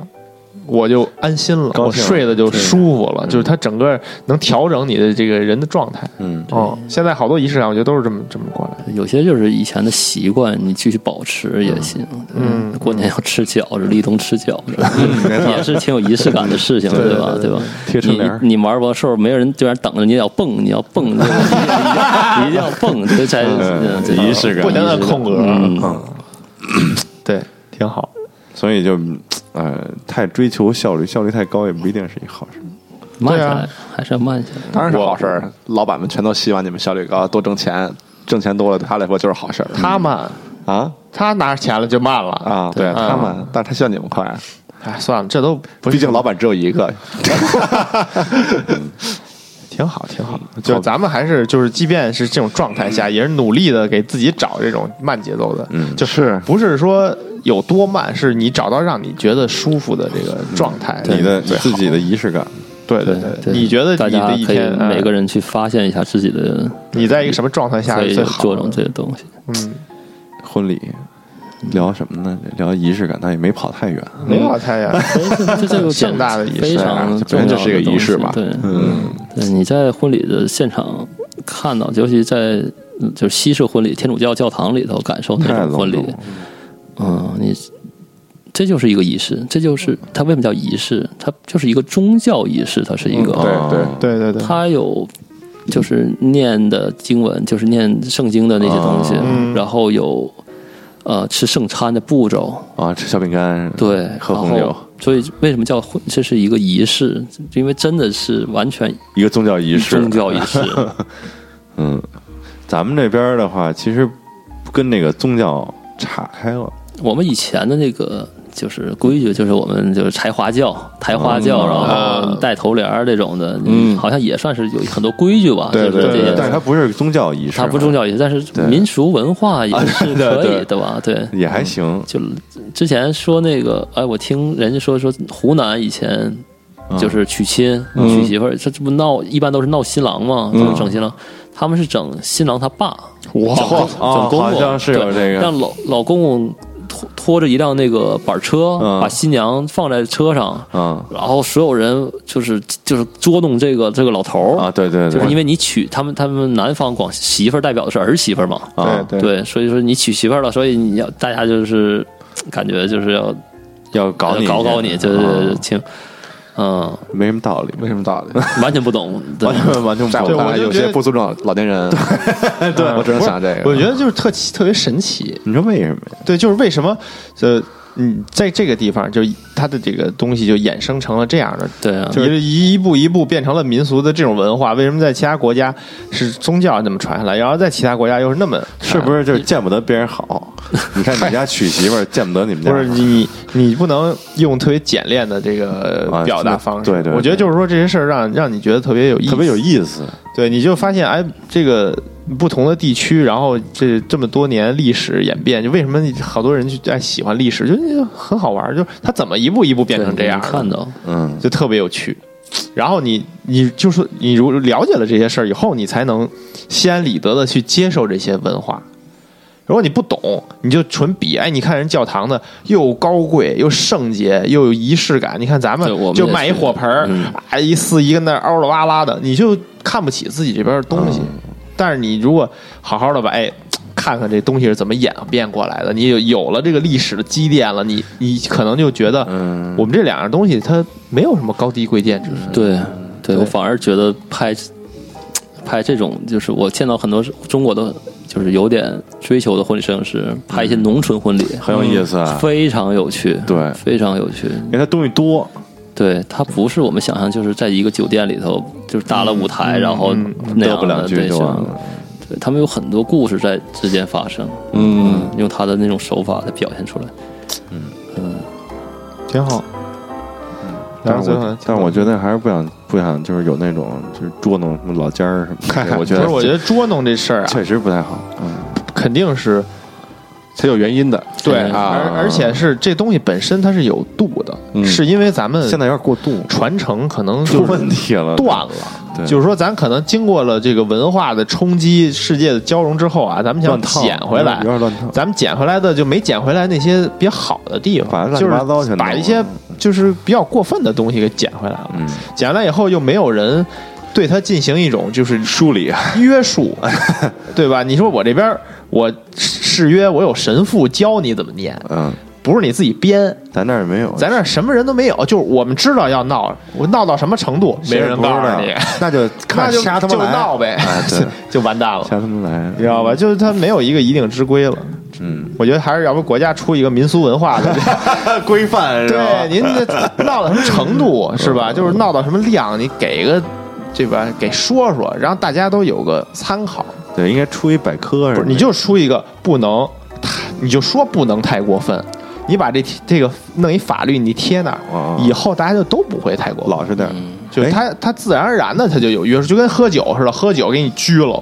Speaker 3: 我就安心了，
Speaker 5: 高
Speaker 3: 我
Speaker 5: 兴了
Speaker 3: 睡得就舒服了，就是它整个能调整你的这个人的状态。
Speaker 5: 嗯，
Speaker 3: 哦，现在好多仪式感，我觉得都是这么这么过来的。
Speaker 2: 有些就是以前的习惯，你继续保持也行。
Speaker 3: 嗯
Speaker 2: 过年要吃饺子，立冬吃饺子， 也是挺有仪式感的事情，对吧？对吧？
Speaker 5: 贴春联儿
Speaker 2: 你你玩魔兽，没有人就在那等着，你也要蹦，你要蹦，对吧你一定要蹦，这才
Speaker 5: 嗯
Speaker 2: 这
Speaker 5: 仪式感
Speaker 3: 不能按空格
Speaker 2: 嗯，
Speaker 3: 对，挺好。
Speaker 5: 所以就，呃，太追求效率，效率太高也不一定是一好事。
Speaker 2: 慢下
Speaker 3: 对
Speaker 2: 来，还是要慢下来。
Speaker 1: 当然是好事儿。老板们全都希望你们效率高，多挣钱，挣钱多了对他来说就是好事儿。
Speaker 3: 他慢，
Speaker 1: 啊
Speaker 3: 他拿着钱了就慢了
Speaker 1: 啊，对
Speaker 3: 嗯
Speaker 1: 他们，但是他希望你们快，
Speaker 3: 哎，算了，这都不是
Speaker 1: 毕竟老板只有一个。
Speaker 3: 挺好，挺好。就是咱们还是就是，即便是这种状态下，也是努力的给自己找这种慢节奏的，嗯，就是不是说有多慢，是你找到让你觉得舒服的这个状态，
Speaker 5: 你的
Speaker 3: 最好
Speaker 5: 自己的仪式感，
Speaker 3: 对对对，你觉得
Speaker 2: 大
Speaker 3: 你
Speaker 2: 家
Speaker 3: 的一
Speaker 2: 可以
Speaker 3: 天，嗯
Speaker 2: 每个人去发现一下自己的，
Speaker 3: 你在一个什么状态下
Speaker 2: 可
Speaker 3: 是
Speaker 2: 以
Speaker 3: 最好
Speaker 2: 做
Speaker 3: 的
Speaker 2: 成这些东西。
Speaker 5: 婚礼聊什么呢？聊仪式感，但也没跑太远。
Speaker 3: 没有啊太远，
Speaker 2: 这这个
Speaker 3: 盛大的仪式
Speaker 2: 非常
Speaker 1: 本身就是一个仪式嘛
Speaker 2: 重要的东西对，对，你在婚礼的现场看到，尤其在嗯就是西式婚礼、天主教教堂里头感受
Speaker 5: 太
Speaker 2: 那种
Speaker 5: 隆
Speaker 2: 婚礼
Speaker 5: 重了，
Speaker 2: 嗯，你这就是一个仪式，这就是它为什么叫仪式？它就是一个宗教仪式，它是一
Speaker 5: 嗯
Speaker 2: 个，
Speaker 5: 啊
Speaker 1: 对对，
Speaker 3: 对对对，
Speaker 2: 它有。就是念的经文，就是念圣经的那些东西，
Speaker 5: 嗯
Speaker 2: 然后有呃吃圣餐的步骤，
Speaker 5: 啊，吃小饼干，
Speaker 2: 对，
Speaker 5: 喝
Speaker 2: 然
Speaker 5: 红
Speaker 2: 后
Speaker 5: 酒，
Speaker 2: 所以为什么叫婚？这是一个仪式，因为真的是完全
Speaker 5: 一个宗教仪式，
Speaker 2: 宗教仪式。
Speaker 5: 嗯，咱们这边的话，其实跟那个宗教岔开了。
Speaker 2: 我们以前的那个就是规矩，就是我们就是柴华教、
Speaker 5: 嗯
Speaker 2: 台华教，然
Speaker 5: 啊
Speaker 2: 后带头帘儿这种的，嗯，好像也算是有很多规矩吧。就是这些
Speaker 5: 但是它不是宗教仪式，
Speaker 2: 它不是宗，教仪式，但是民俗文化
Speaker 5: 啊
Speaker 2: 也是可以的吧？对。
Speaker 5: 也还行。
Speaker 2: 就之前说那个，哎，我听人家说说湖南以前
Speaker 5: 嗯
Speaker 2: 就是娶亲、娶媳妇儿，这这不闹，一般都是闹新郎嘛，就是整新郎，他们是整新郎他爸，
Speaker 5: 嗯哇啊
Speaker 2: 整公整公公，
Speaker 5: 好像是有
Speaker 2: 对
Speaker 5: 这个
Speaker 2: 让老老公公拖拖着一辆那个板车，
Speaker 5: 嗯
Speaker 2: 把新娘放在车上，
Speaker 5: 嗯
Speaker 2: 然后所有人就是就是捉弄这个这个老头儿
Speaker 5: 啊，对对对，
Speaker 2: 就是因为你娶他们，他们南方广媳妇儿代表的是儿媳妇儿嘛，
Speaker 5: 啊
Speaker 3: 对
Speaker 2: 对，所以说你娶媳妇儿了，所以你要大家就是感觉就是要
Speaker 5: 要搞你
Speaker 2: 搞搞你，就是
Speaker 5: 啊
Speaker 2: 亲，嗯，
Speaker 5: 没什么道理，
Speaker 1: 没什么道理。
Speaker 2: 完全不 懂，对
Speaker 5: 完全完全
Speaker 1: 在
Speaker 5: 不
Speaker 1: 我
Speaker 5: 懂
Speaker 1: 看来，
Speaker 3: 就
Speaker 1: 有
Speaker 3: 觉
Speaker 1: 些
Speaker 3: 得
Speaker 1: 不尊重老年人。对，我只能想这个。
Speaker 3: 我觉得就是特奇特别神奇，
Speaker 5: 你说为什么呀？
Speaker 3: 对，就是为什么呃，嗯，在这个地方，就它的这个东西就衍生成了这样的，
Speaker 2: 对
Speaker 5: 嗯
Speaker 2: 啊，
Speaker 3: 就是一一步一步变成了民俗的这种文化。为什么在其他国家是宗教那么传下来，然后在其他国家又是那么
Speaker 5: 是不是就是见不得别人好？你看你家娶媳妇儿，见不得你们家
Speaker 3: 不是 你你不能用特别简练的这个
Speaker 5: 啊
Speaker 3: 表达方式？
Speaker 5: 对对对
Speaker 3: 我觉得就是说这些事儿让让你觉得特别有意思，
Speaker 5: 特别有意思。
Speaker 3: 对，你就发现哎，这个不同的地区，然后这这么多年历史演变，就为什么好多人就爱喜欢历史，就就很好玩儿，就是它怎么一步一步变
Speaker 2: 对
Speaker 3: 成这样
Speaker 2: 能
Speaker 3: 的，
Speaker 2: 看到，
Speaker 5: 嗯，
Speaker 3: 就特别有趣。然后你你就说你如了解了这些事儿以后，你才能心安理得的去接受这些文化。如果你不懂，你就纯比，哎，你看人教堂的又高贵又圣洁又有仪式感，你看咱
Speaker 2: 对我
Speaker 3: 们
Speaker 2: 们
Speaker 3: 就
Speaker 2: 也
Speaker 3: 买一
Speaker 2: 是嗯
Speaker 3: 火盆儿，啊，一四一跟那儿嗷了哇啦的，你就看不起自己这边的东西。
Speaker 2: 嗯
Speaker 3: 但是你如果好好的把哎。看看这东西是怎么演变过来的，你有有了这个历史的积淀了，你你可能就觉得，
Speaker 2: 嗯
Speaker 3: 我们这两样东西它没有什么高低贵贱之分。
Speaker 5: 嗯
Speaker 2: 对，对我反而觉得拍拍这种，就是我见到很多中国的，就是有点追求的婚礼摄影师拍一些农村婚礼，
Speaker 5: 很有意思啊。
Speaker 2: 非常有趣，
Speaker 5: 对
Speaker 2: 非常有趣，
Speaker 5: 因为它东西多，
Speaker 2: 对，它不是我们想象，就是在一个酒店里头，就是搭了舞
Speaker 5: 嗯
Speaker 2: 台，然后那
Speaker 5: 嘚
Speaker 2: 样
Speaker 5: 不两
Speaker 2: 的
Speaker 5: 句
Speaker 2: 对
Speaker 5: 就
Speaker 2: 象。
Speaker 5: 完了。
Speaker 2: 对他们有很多故事在之间发生，嗯，用他的那种手法来表现出来。
Speaker 3: 挺好。
Speaker 5: 但
Speaker 3: 但
Speaker 5: 是
Speaker 3: 是
Speaker 5: 我
Speaker 3: 我，
Speaker 5: 嗯但是我觉得还是不想不想，就是有那种就是捉弄什么老家儿什么 的。我觉
Speaker 3: 不
Speaker 5: 得
Speaker 3: 是，我觉得捉弄这事儿啊，
Speaker 5: 确实不太好。
Speaker 3: 肯定是
Speaker 1: 它有原因的。啊
Speaker 3: 对，
Speaker 2: 嗯
Speaker 5: 啊
Speaker 3: 而而且是这东西本身它是有度的，是因为咱们
Speaker 5: 嗯现在有点过度，
Speaker 3: 传承可能
Speaker 5: 出
Speaker 3: 就
Speaker 5: 问
Speaker 3: 是
Speaker 5: 题了，
Speaker 3: 断了。
Speaker 5: 对
Speaker 3: 就是说，咱可能经过了这个文化的冲击、世界的交融之后啊，咱们想
Speaker 5: 乱套
Speaker 3: 捡回来
Speaker 5: 有，点乱套。
Speaker 3: 咱们捡回来的就没捡回来那些比较好的地
Speaker 5: 把
Speaker 3: 方，
Speaker 5: 乱七
Speaker 3: 就
Speaker 5: 八糟全
Speaker 3: 是
Speaker 5: 弄
Speaker 3: 把
Speaker 5: 了
Speaker 3: 一些就是比较过分的东西给捡回来了。
Speaker 5: 嗯，
Speaker 3: 捡回来以后又没有人对它进行一种就是
Speaker 5: 梳理啊
Speaker 3: 约 束，对吧？你说我这边儿我誓约，我有神父教你怎么念，
Speaker 5: 嗯，
Speaker 3: 不是你自己编。
Speaker 5: 咱那儿也没有，
Speaker 3: 咱这儿什么人都没有，就是我们知道要闹，我闹到什么程度，没
Speaker 5: 谁也
Speaker 3: 人
Speaker 5: 不知
Speaker 3: 告
Speaker 5: 道
Speaker 3: 诉 你，
Speaker 5: 那就
Speaker 3: 那
Speaker 5: 看
Speaker 3: 就
Speaker 5: 瞎他
Speaker 3: 就
Speaker 5: 妈来
Speaker 3: 闹呗
Speaker 5: 哎对，
Speaker 3: 就完蛋了
Speaker 5: 瞎，他妈来，
Speaker 3: 你知道吧？就是他没有一个一定之规了。
Speaker 5: 这嗯，
Speaker 3: 我觉得还是要不国家出一个民俗文化的
Speaker 5: 规范是吧
Speaker 3: 对，？您这闹到什么程
Speaker 5: 嗯
Speaker 3: 度是吧？就是闹到什么量，你给个这吧，给说说，让大家都有个参考。
Speaker 5: 对，应该出一百科
Speaker 3: 不
Speaker 5: 是
Speaker 3: 是，
Speaker 5: 吧
Speaker 3: 你就出一个不能太，你就说不能太过分。你把这这个弄一法律，你贴那儿
Speaker 5: 哦，
Speaker 3: 以后大家就都不会太过分，
Speaker 5: 老实点儿。
Speaker 3: 就
Speaker 5: 哎
Speaker 3: 他他自然而然的他就有约束，就跟喝酒似的，喝酒给你拘了。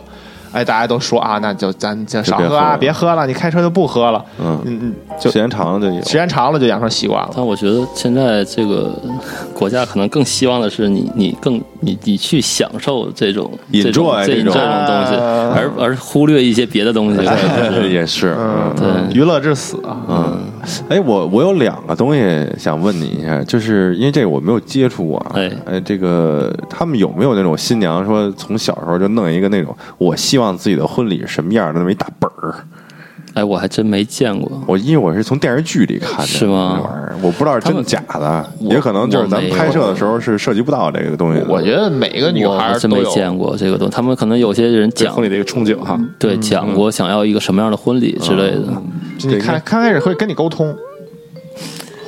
Speaker 3: 哎，大家都说啊，那就咱就少喝啊，
Speaker 5: 就别
Speaker 3: 别喝了，你开车就不喝了。
Speaker 5: 嗯
Speaker 3: 嗯嗯，就
Speaker 5: 时间长了就有
Speaker 3: 时间长了就养成习惯了。
Speaker 2: 但我觉得现在这个国家可能更希望的是你，你更你你去享受这种这种
Speaker 5: Enjoy
Speaker 2: 这这
Speaker 5: 这种
Speaker 2: 种东西，
Speaker 3: 啊
Speaker 2: 而而忽略一些别的东西。
Speaker 5: 也是，嗯
Speaker 2: 对
Speaker 3: 娱乐至死啊，
Speaker 5: 嗯，哎，我我有两个东西想问你一下，就是因为这个我没有接触过啊，
Speaker 2: 哎
Speaker 5: 哎，这个他们有没有那种新娘说从小时候就弄一个那种我希望自己的婚礼是什么样的那么一大本儿？
Speaker 2: 哎，我还真没见过。
Speaker 5: 我因为我是从电视剧里看的，
Speaker 2: 是吗
Speaker 5: 那玩意儿我不知道是
Speaker 2: 他
Speaker 5: 真
Speaker 2: 们
Speaker 5: 假的，
Speaker 2: 我
Speaker 5: 也可能就是咱
Speaker 2: 我
Speaker 5: 们
Speaker 2: 没有
Speaker 5: 拍摄的时候是涉及不到这个东西的。
Speaker 3: 我觉得每个女
Speaker 2: 我
Speaker 3: 孩
Speaker 2: 还
Speaker 3: 儿
Speaker 2: 真
Speaker 3: 都
Speaker 2: 没
Speaker 3: 有
Speaker 2: 见过这个东西，他们可能有些人
Speaker 1: 对
Speaker 2: 讲
Speaker 1: 婚礼的一个憧憬哈。
Speaker 2: 对讲过想要一个什么样的婚礼之类的，
Speaker 3: 嗯你看刚开始会跟你沟通，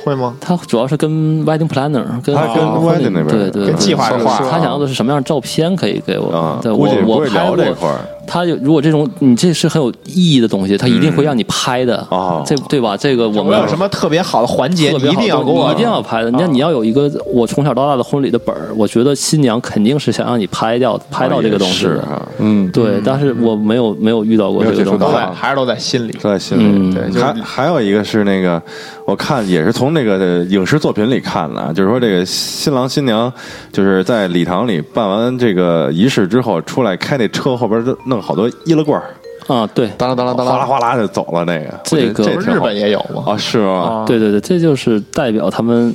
Speaker 3: 会吗？
Speaker 2: 他主要是跟 wedding planner 跟
Speaker 5: 他跟
Speaker 2: 婚礼
Speaker 5: wedding 那边
Speaker 2: 对对
Speaker 3: 跟计划
Speaker 2: 对
Speaker 3: 规划
Speaker 2: 他想要的是什么样的照片可以给我？
Speaker 5: 啊
Speaker 2: 对，
Speaker 5: 估
Speaker 2: 我
Speaker 5: 计不
Speaker 2: 我
Speaker 5: 会
Speaker 2: 拍
Speaker 5: 聊
Speaker 2: 过
Speaker 5: 这块儿
Speaker 2: 他有如果这种你这是很有意义的东西，他一定会让你拍的
Speaker 5: 哦
Speaker 2: 这对吧？这个我
Speaker 3: 我
Speaker 2: 们
Speaker 3: 有什么特别好的环节，
Speaker 2: 特
Speaker 3: 你
Speaker 2: 别
Speaker 3: 一
Speaker 2: 好
Speaker 3: 定要
Speaker 2: 的
Speaker 3: 给我，
Speaker 5: 啊
Speaker 2: 你一定要拍的。
Speaker 5: 哦
Speaker 2: 那你要有一个我从小到大的婚礼的本儿，我觉得新娘肯定是想让你拍掉拍到这个东西
Speaker 5: 是
Speaker 2: 的。
Speaker 5: 啊，
Speaker 1: 嗯，
Speaker 2: 对，但是我没有没有遇到过
Speaker 1: 没有
Speaker 2: 这个
Speaker 1: 接触
Speaker 2: 东
Speaker 1: 到
Speaker 2: 西
Speaker 3: 都。在还是都在心里。
Speaker 5: 都在心里。
Speaker 2: 嗯对
Speaker 3: 就是
Speaker 5: 还还有一个是那个，我看也是从那个影视作品里看的啊，就是说这个新郎新娘就是在礼堂里办完这个仪式之后，出来开那车后边弄好多易拉罐儿，
Speaker 2: 啊，对
Speaker 1: 当啦当啦
Speaker 5: 哗
Speaker 1: 当啦
Speaker 5: 啦，哗啦就走了。那个
Speaker 2: 这个
Speaker 5: 我觉得
Speaker 3: 不
Speaker 5: 这
Speaker 3: 是
Speaker 5: 挺
Speaker 3: 日
Speaker 5: 好
Speaker 3: 本也有吗？
Speaker 5: 啊，是吗？
Speaker 2: 对对对，这就是代表他们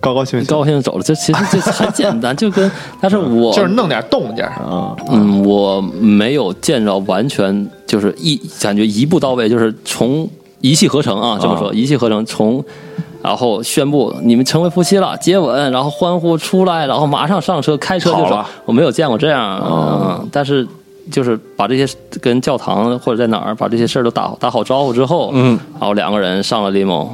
Speaker 5: 高高兴兴
Speaker 2: 高兴地走了。这其实这很简单，就跟但是我
Speaker 3: 就是弄点动静儿，
Speaker 5: 啊，
Speaker 2: 嗯，我没有见着完全就是一感觉一步到位，就是从一气呵成啊，这么说、一气呵成，从然后宣布你们成为夫妻了，接吻，然后欢呼出来，然后马上上车开车就
Speaker 5: 好
Speaker 2: 走
Speaker 5: 了。
Speaker 2: 我没有见过这样，
Speaker 5: 哦
Speaker 2: 嗯，但是就是把这些跟教堂或者在哪儿把这些事儿都打打好招呼之后，嗯，然后两个人上了 limo。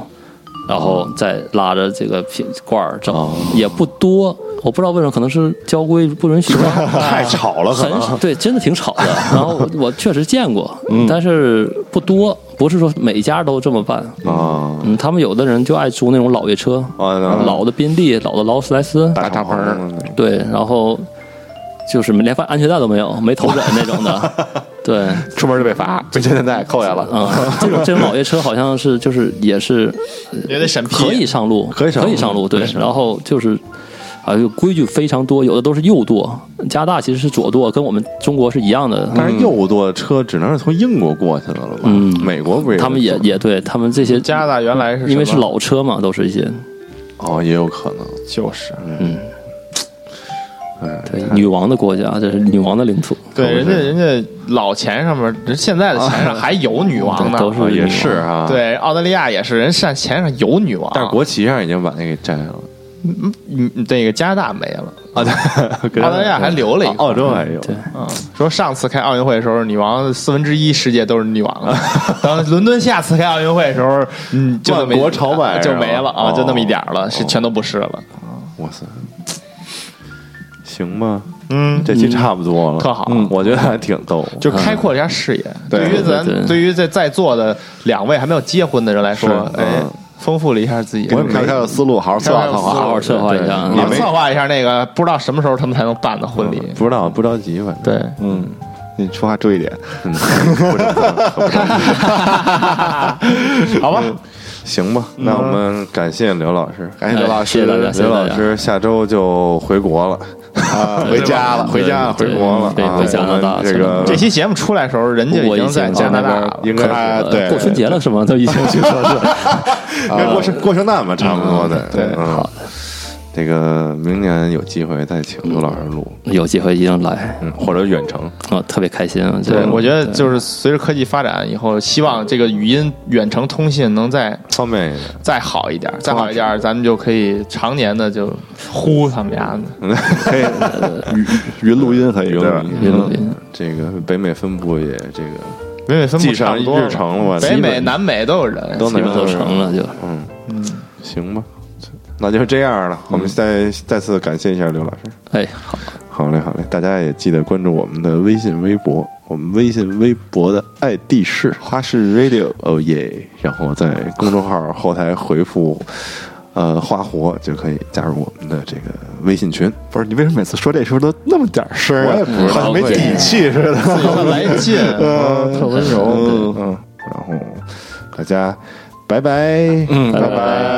Speaker 2: 然后再拉着这个瓶罐儿走，
Speaker 5: 哦
Speaker 2: 也不多，我不知道为什么，可能是交规不允许吧，
Speaker 5: 太吵了，可
Speaker 2: 很啊
Speaker 5: 能。
Speaker 2: 对，真的挺吵 的。然后我我确实见过，但是不多，不是说每家都这么办。
Speaker 5: 啊
Speaker 2: 嗯，他们有的人就爱租那种老爷车，
Speaker 5: 啊，
Speaker 2: 老的宾利，老的劳斯莱斯，
Speaker 5: 大
Speaker 1: 大盆儿
Speaker 5: 嗯
Speaker 2: 对，然后就是连发安全带都没有，没头枕那种的， 对，
Speaker 1: 出门就被罚，被现在扣下了。
Speaker 2: 嗯，这种这种老爷车好像是就是也是
Speaker 3: 也得审批。
Speaker 2: 可以上路，
Speaker 5: 可以上路
Speaker 2: 可以上路，对。然后就是啊，就规矩非常多，有的都是右舵，加拿大其实是左舵，跟我们中国是一样的，
Speaker 5: 但是右舵车只能是从英国过去的了吧？
Speaker 2: 嗯
Speaker 5: 美国不是
Speaker 2: 他们也也对他们这些
Speaker 3: 加拿大原来是
Speaker 2: 因为
Speaker 3: 什
Speaker 2: 是
Speaker 3: 么
Speaker 2: 老车嘛，都是一些
Speaker 5: 哦，也有可能。
Speaker 3: 就是
Speaker 2: 对女王的国家，这是女王的领土，
Speaker 3: 对人家人家老钱上面，人现在的钱上还有女王呢。
Speaker 2: 都是
Speaker 5: 啊，
Speaker 2: 女
Speaker 5: 也
Speaker 2: 王
Speaker 5: 是啊，。
Speaker 3: 啊对，澳大利亚也是，人上钱上有女王，
Speaker 5: 但是国旗上已经把那给摘了
Speaker 3: 嗯那个加拿大没了，哦
Speaker 5: 啊， 对，
Speaker 3: 澳大利亚还留了一
Speaker 5: 啊
Speaker 3: 个。
Speaker 5: 澳洲还有，
Speaker 2: 对
Speaker 3: 嗯，说上次开奥运会的时候，女王四分之一世界都是女王了。然后伦敦下次开奥运会的时候，嗯，就那么一
Speaker 5: 万国朝拜是
Speaker 3: 就
Speaker 5: 吧
Speaker 3: 没了啊，
Speaker 5: 哦
Speaker 3: 就那么一点儿了，是全都不是了，
Speaker 5: 哇塞，行吧，
Speaker 3: 嗯
Speaker 5: 这期差不多了，
Speaker 3: 特好
Speaker 5: 嗯我觉得还挺逗，嗯
Speaker 3: 就开阔了一下视野。对于
Speaker 2: 对对
Speaker 3: 咱，对于在在座的两位还没有结婚的人来说
Speaker 5: 是，
Speaker 3: 哎
Speaker 5: 嗯，
Speaker 3: 丰富了一下自己。
Speaker 1: 我也开开的思路，好好策划策划，
Speaker 2: 好好策划一下。啊
Speaker 3: 你
Speaker 5: 也
Speaker 3: 们
Speaker 5: 没
Speaker 3: 策划一下那个不知道什么时候他们才能办的婚礼。
Speaker 2: 嗯
Speaker 5: 不知道不着急，反正
Speaker 3: 对，
Speaker 1: 嗯，你说话注意点。
Speaker 3: 好吧，
Speaker 2: 嗯
Speaker 5: 行吧。那我们感谢刘老师，
Speaker 1: 嗯感谢刘老师，
Speaker 2: 哎谢谢大家
Speaker 5: 刘老师下周就回国了，
Speaker 1: 啊， 回家了，回家了，
Speaker 2: 对
Speaker 1: 回
Speaker 2: 对
Speaker 5: 回国了
Speaker 2: 对
Speaker 5: 啊，
Speaker 2: 回加拿大
Speaker 5: 我们这个
Speaker 3: 这期节目出来的时候，人家
Speaker 2: 我
Speaker 3: 经
Speaker 2: 已经
Speaker 3: 在加拿大了。
Speaker 5: 应该
Speaker 1: 啊
Speaker 5: 是
Speaker 1: 对
Speaker 2: 呃过春节了是吗？都已经去说是
Speaker 5: 应该过圣过圣诞吧，差不多的。
Speaker 3: 对
Speaker 5: 啊嗯，这个明年有机会再请刘老师录，
Speaker 2: 有机会一定来，
Speaker 5: 嗯，或者远程，
Speaker 2: 我特别开心啊。这
Speaker 3: 对，
Speaker 2: 个
Speaker 3: 我觉得就是随着科技发展以后，希望这个语音远程通信能再
Speaker 5: 方便一
Speaker 3: 再好一点，再好一点，咱们就可以常年的就呼他们家的。
Speaker 2: 嗯
Speaker 5: 点，可以
Speaker 1: 云录音可以，
Speaker 5: 云录
Speaker 1: 对吧
Speaker 5: 音
Speaker 2: 云录音
Speaker 5: 这个北美分部也这个
Speaker 3: 北美分布
Speaker 5: 继
Speaker 3: 差
Speaker 5: 承
Speaker 3: 不多了
Speaker 5: 日程了吧？
Speaker 3: 北
Speaker 5: 基
Speaker 3: 美、
Speaker 5: 本
Speaker 3: 南美都有人，
Speaker 5: 都
Speaker 2: 基本
Speaker 5: 能
Speaker 2: 都成了，就
Speaker 5: 嗯，行吧，那就这样了。我们再再次感谢一下刘老师。
Speaker 2: 哎，好，
Speaker 5: 好嘞，好嘞，大家也记得关注我们的微信、微博，我们微信、微博的 ID 是花式 Radio，哦耶！然后在公众号后台回复呃“花活”就可以加入我们的这个微信群。
Speaker 1: 不是你为什么每次说这时候都那么点儿声儿啊？
Speaker 5: 我也不知道
Speaker 1: 好像没底气似的。
Speaker 3: 自由的来劲。
Speaker 5: 嗯，特温
Speaker 2: 柔
Speaker 5: 嗯，然后大家拜拜，嗯，
Speaker 2: 拜拜。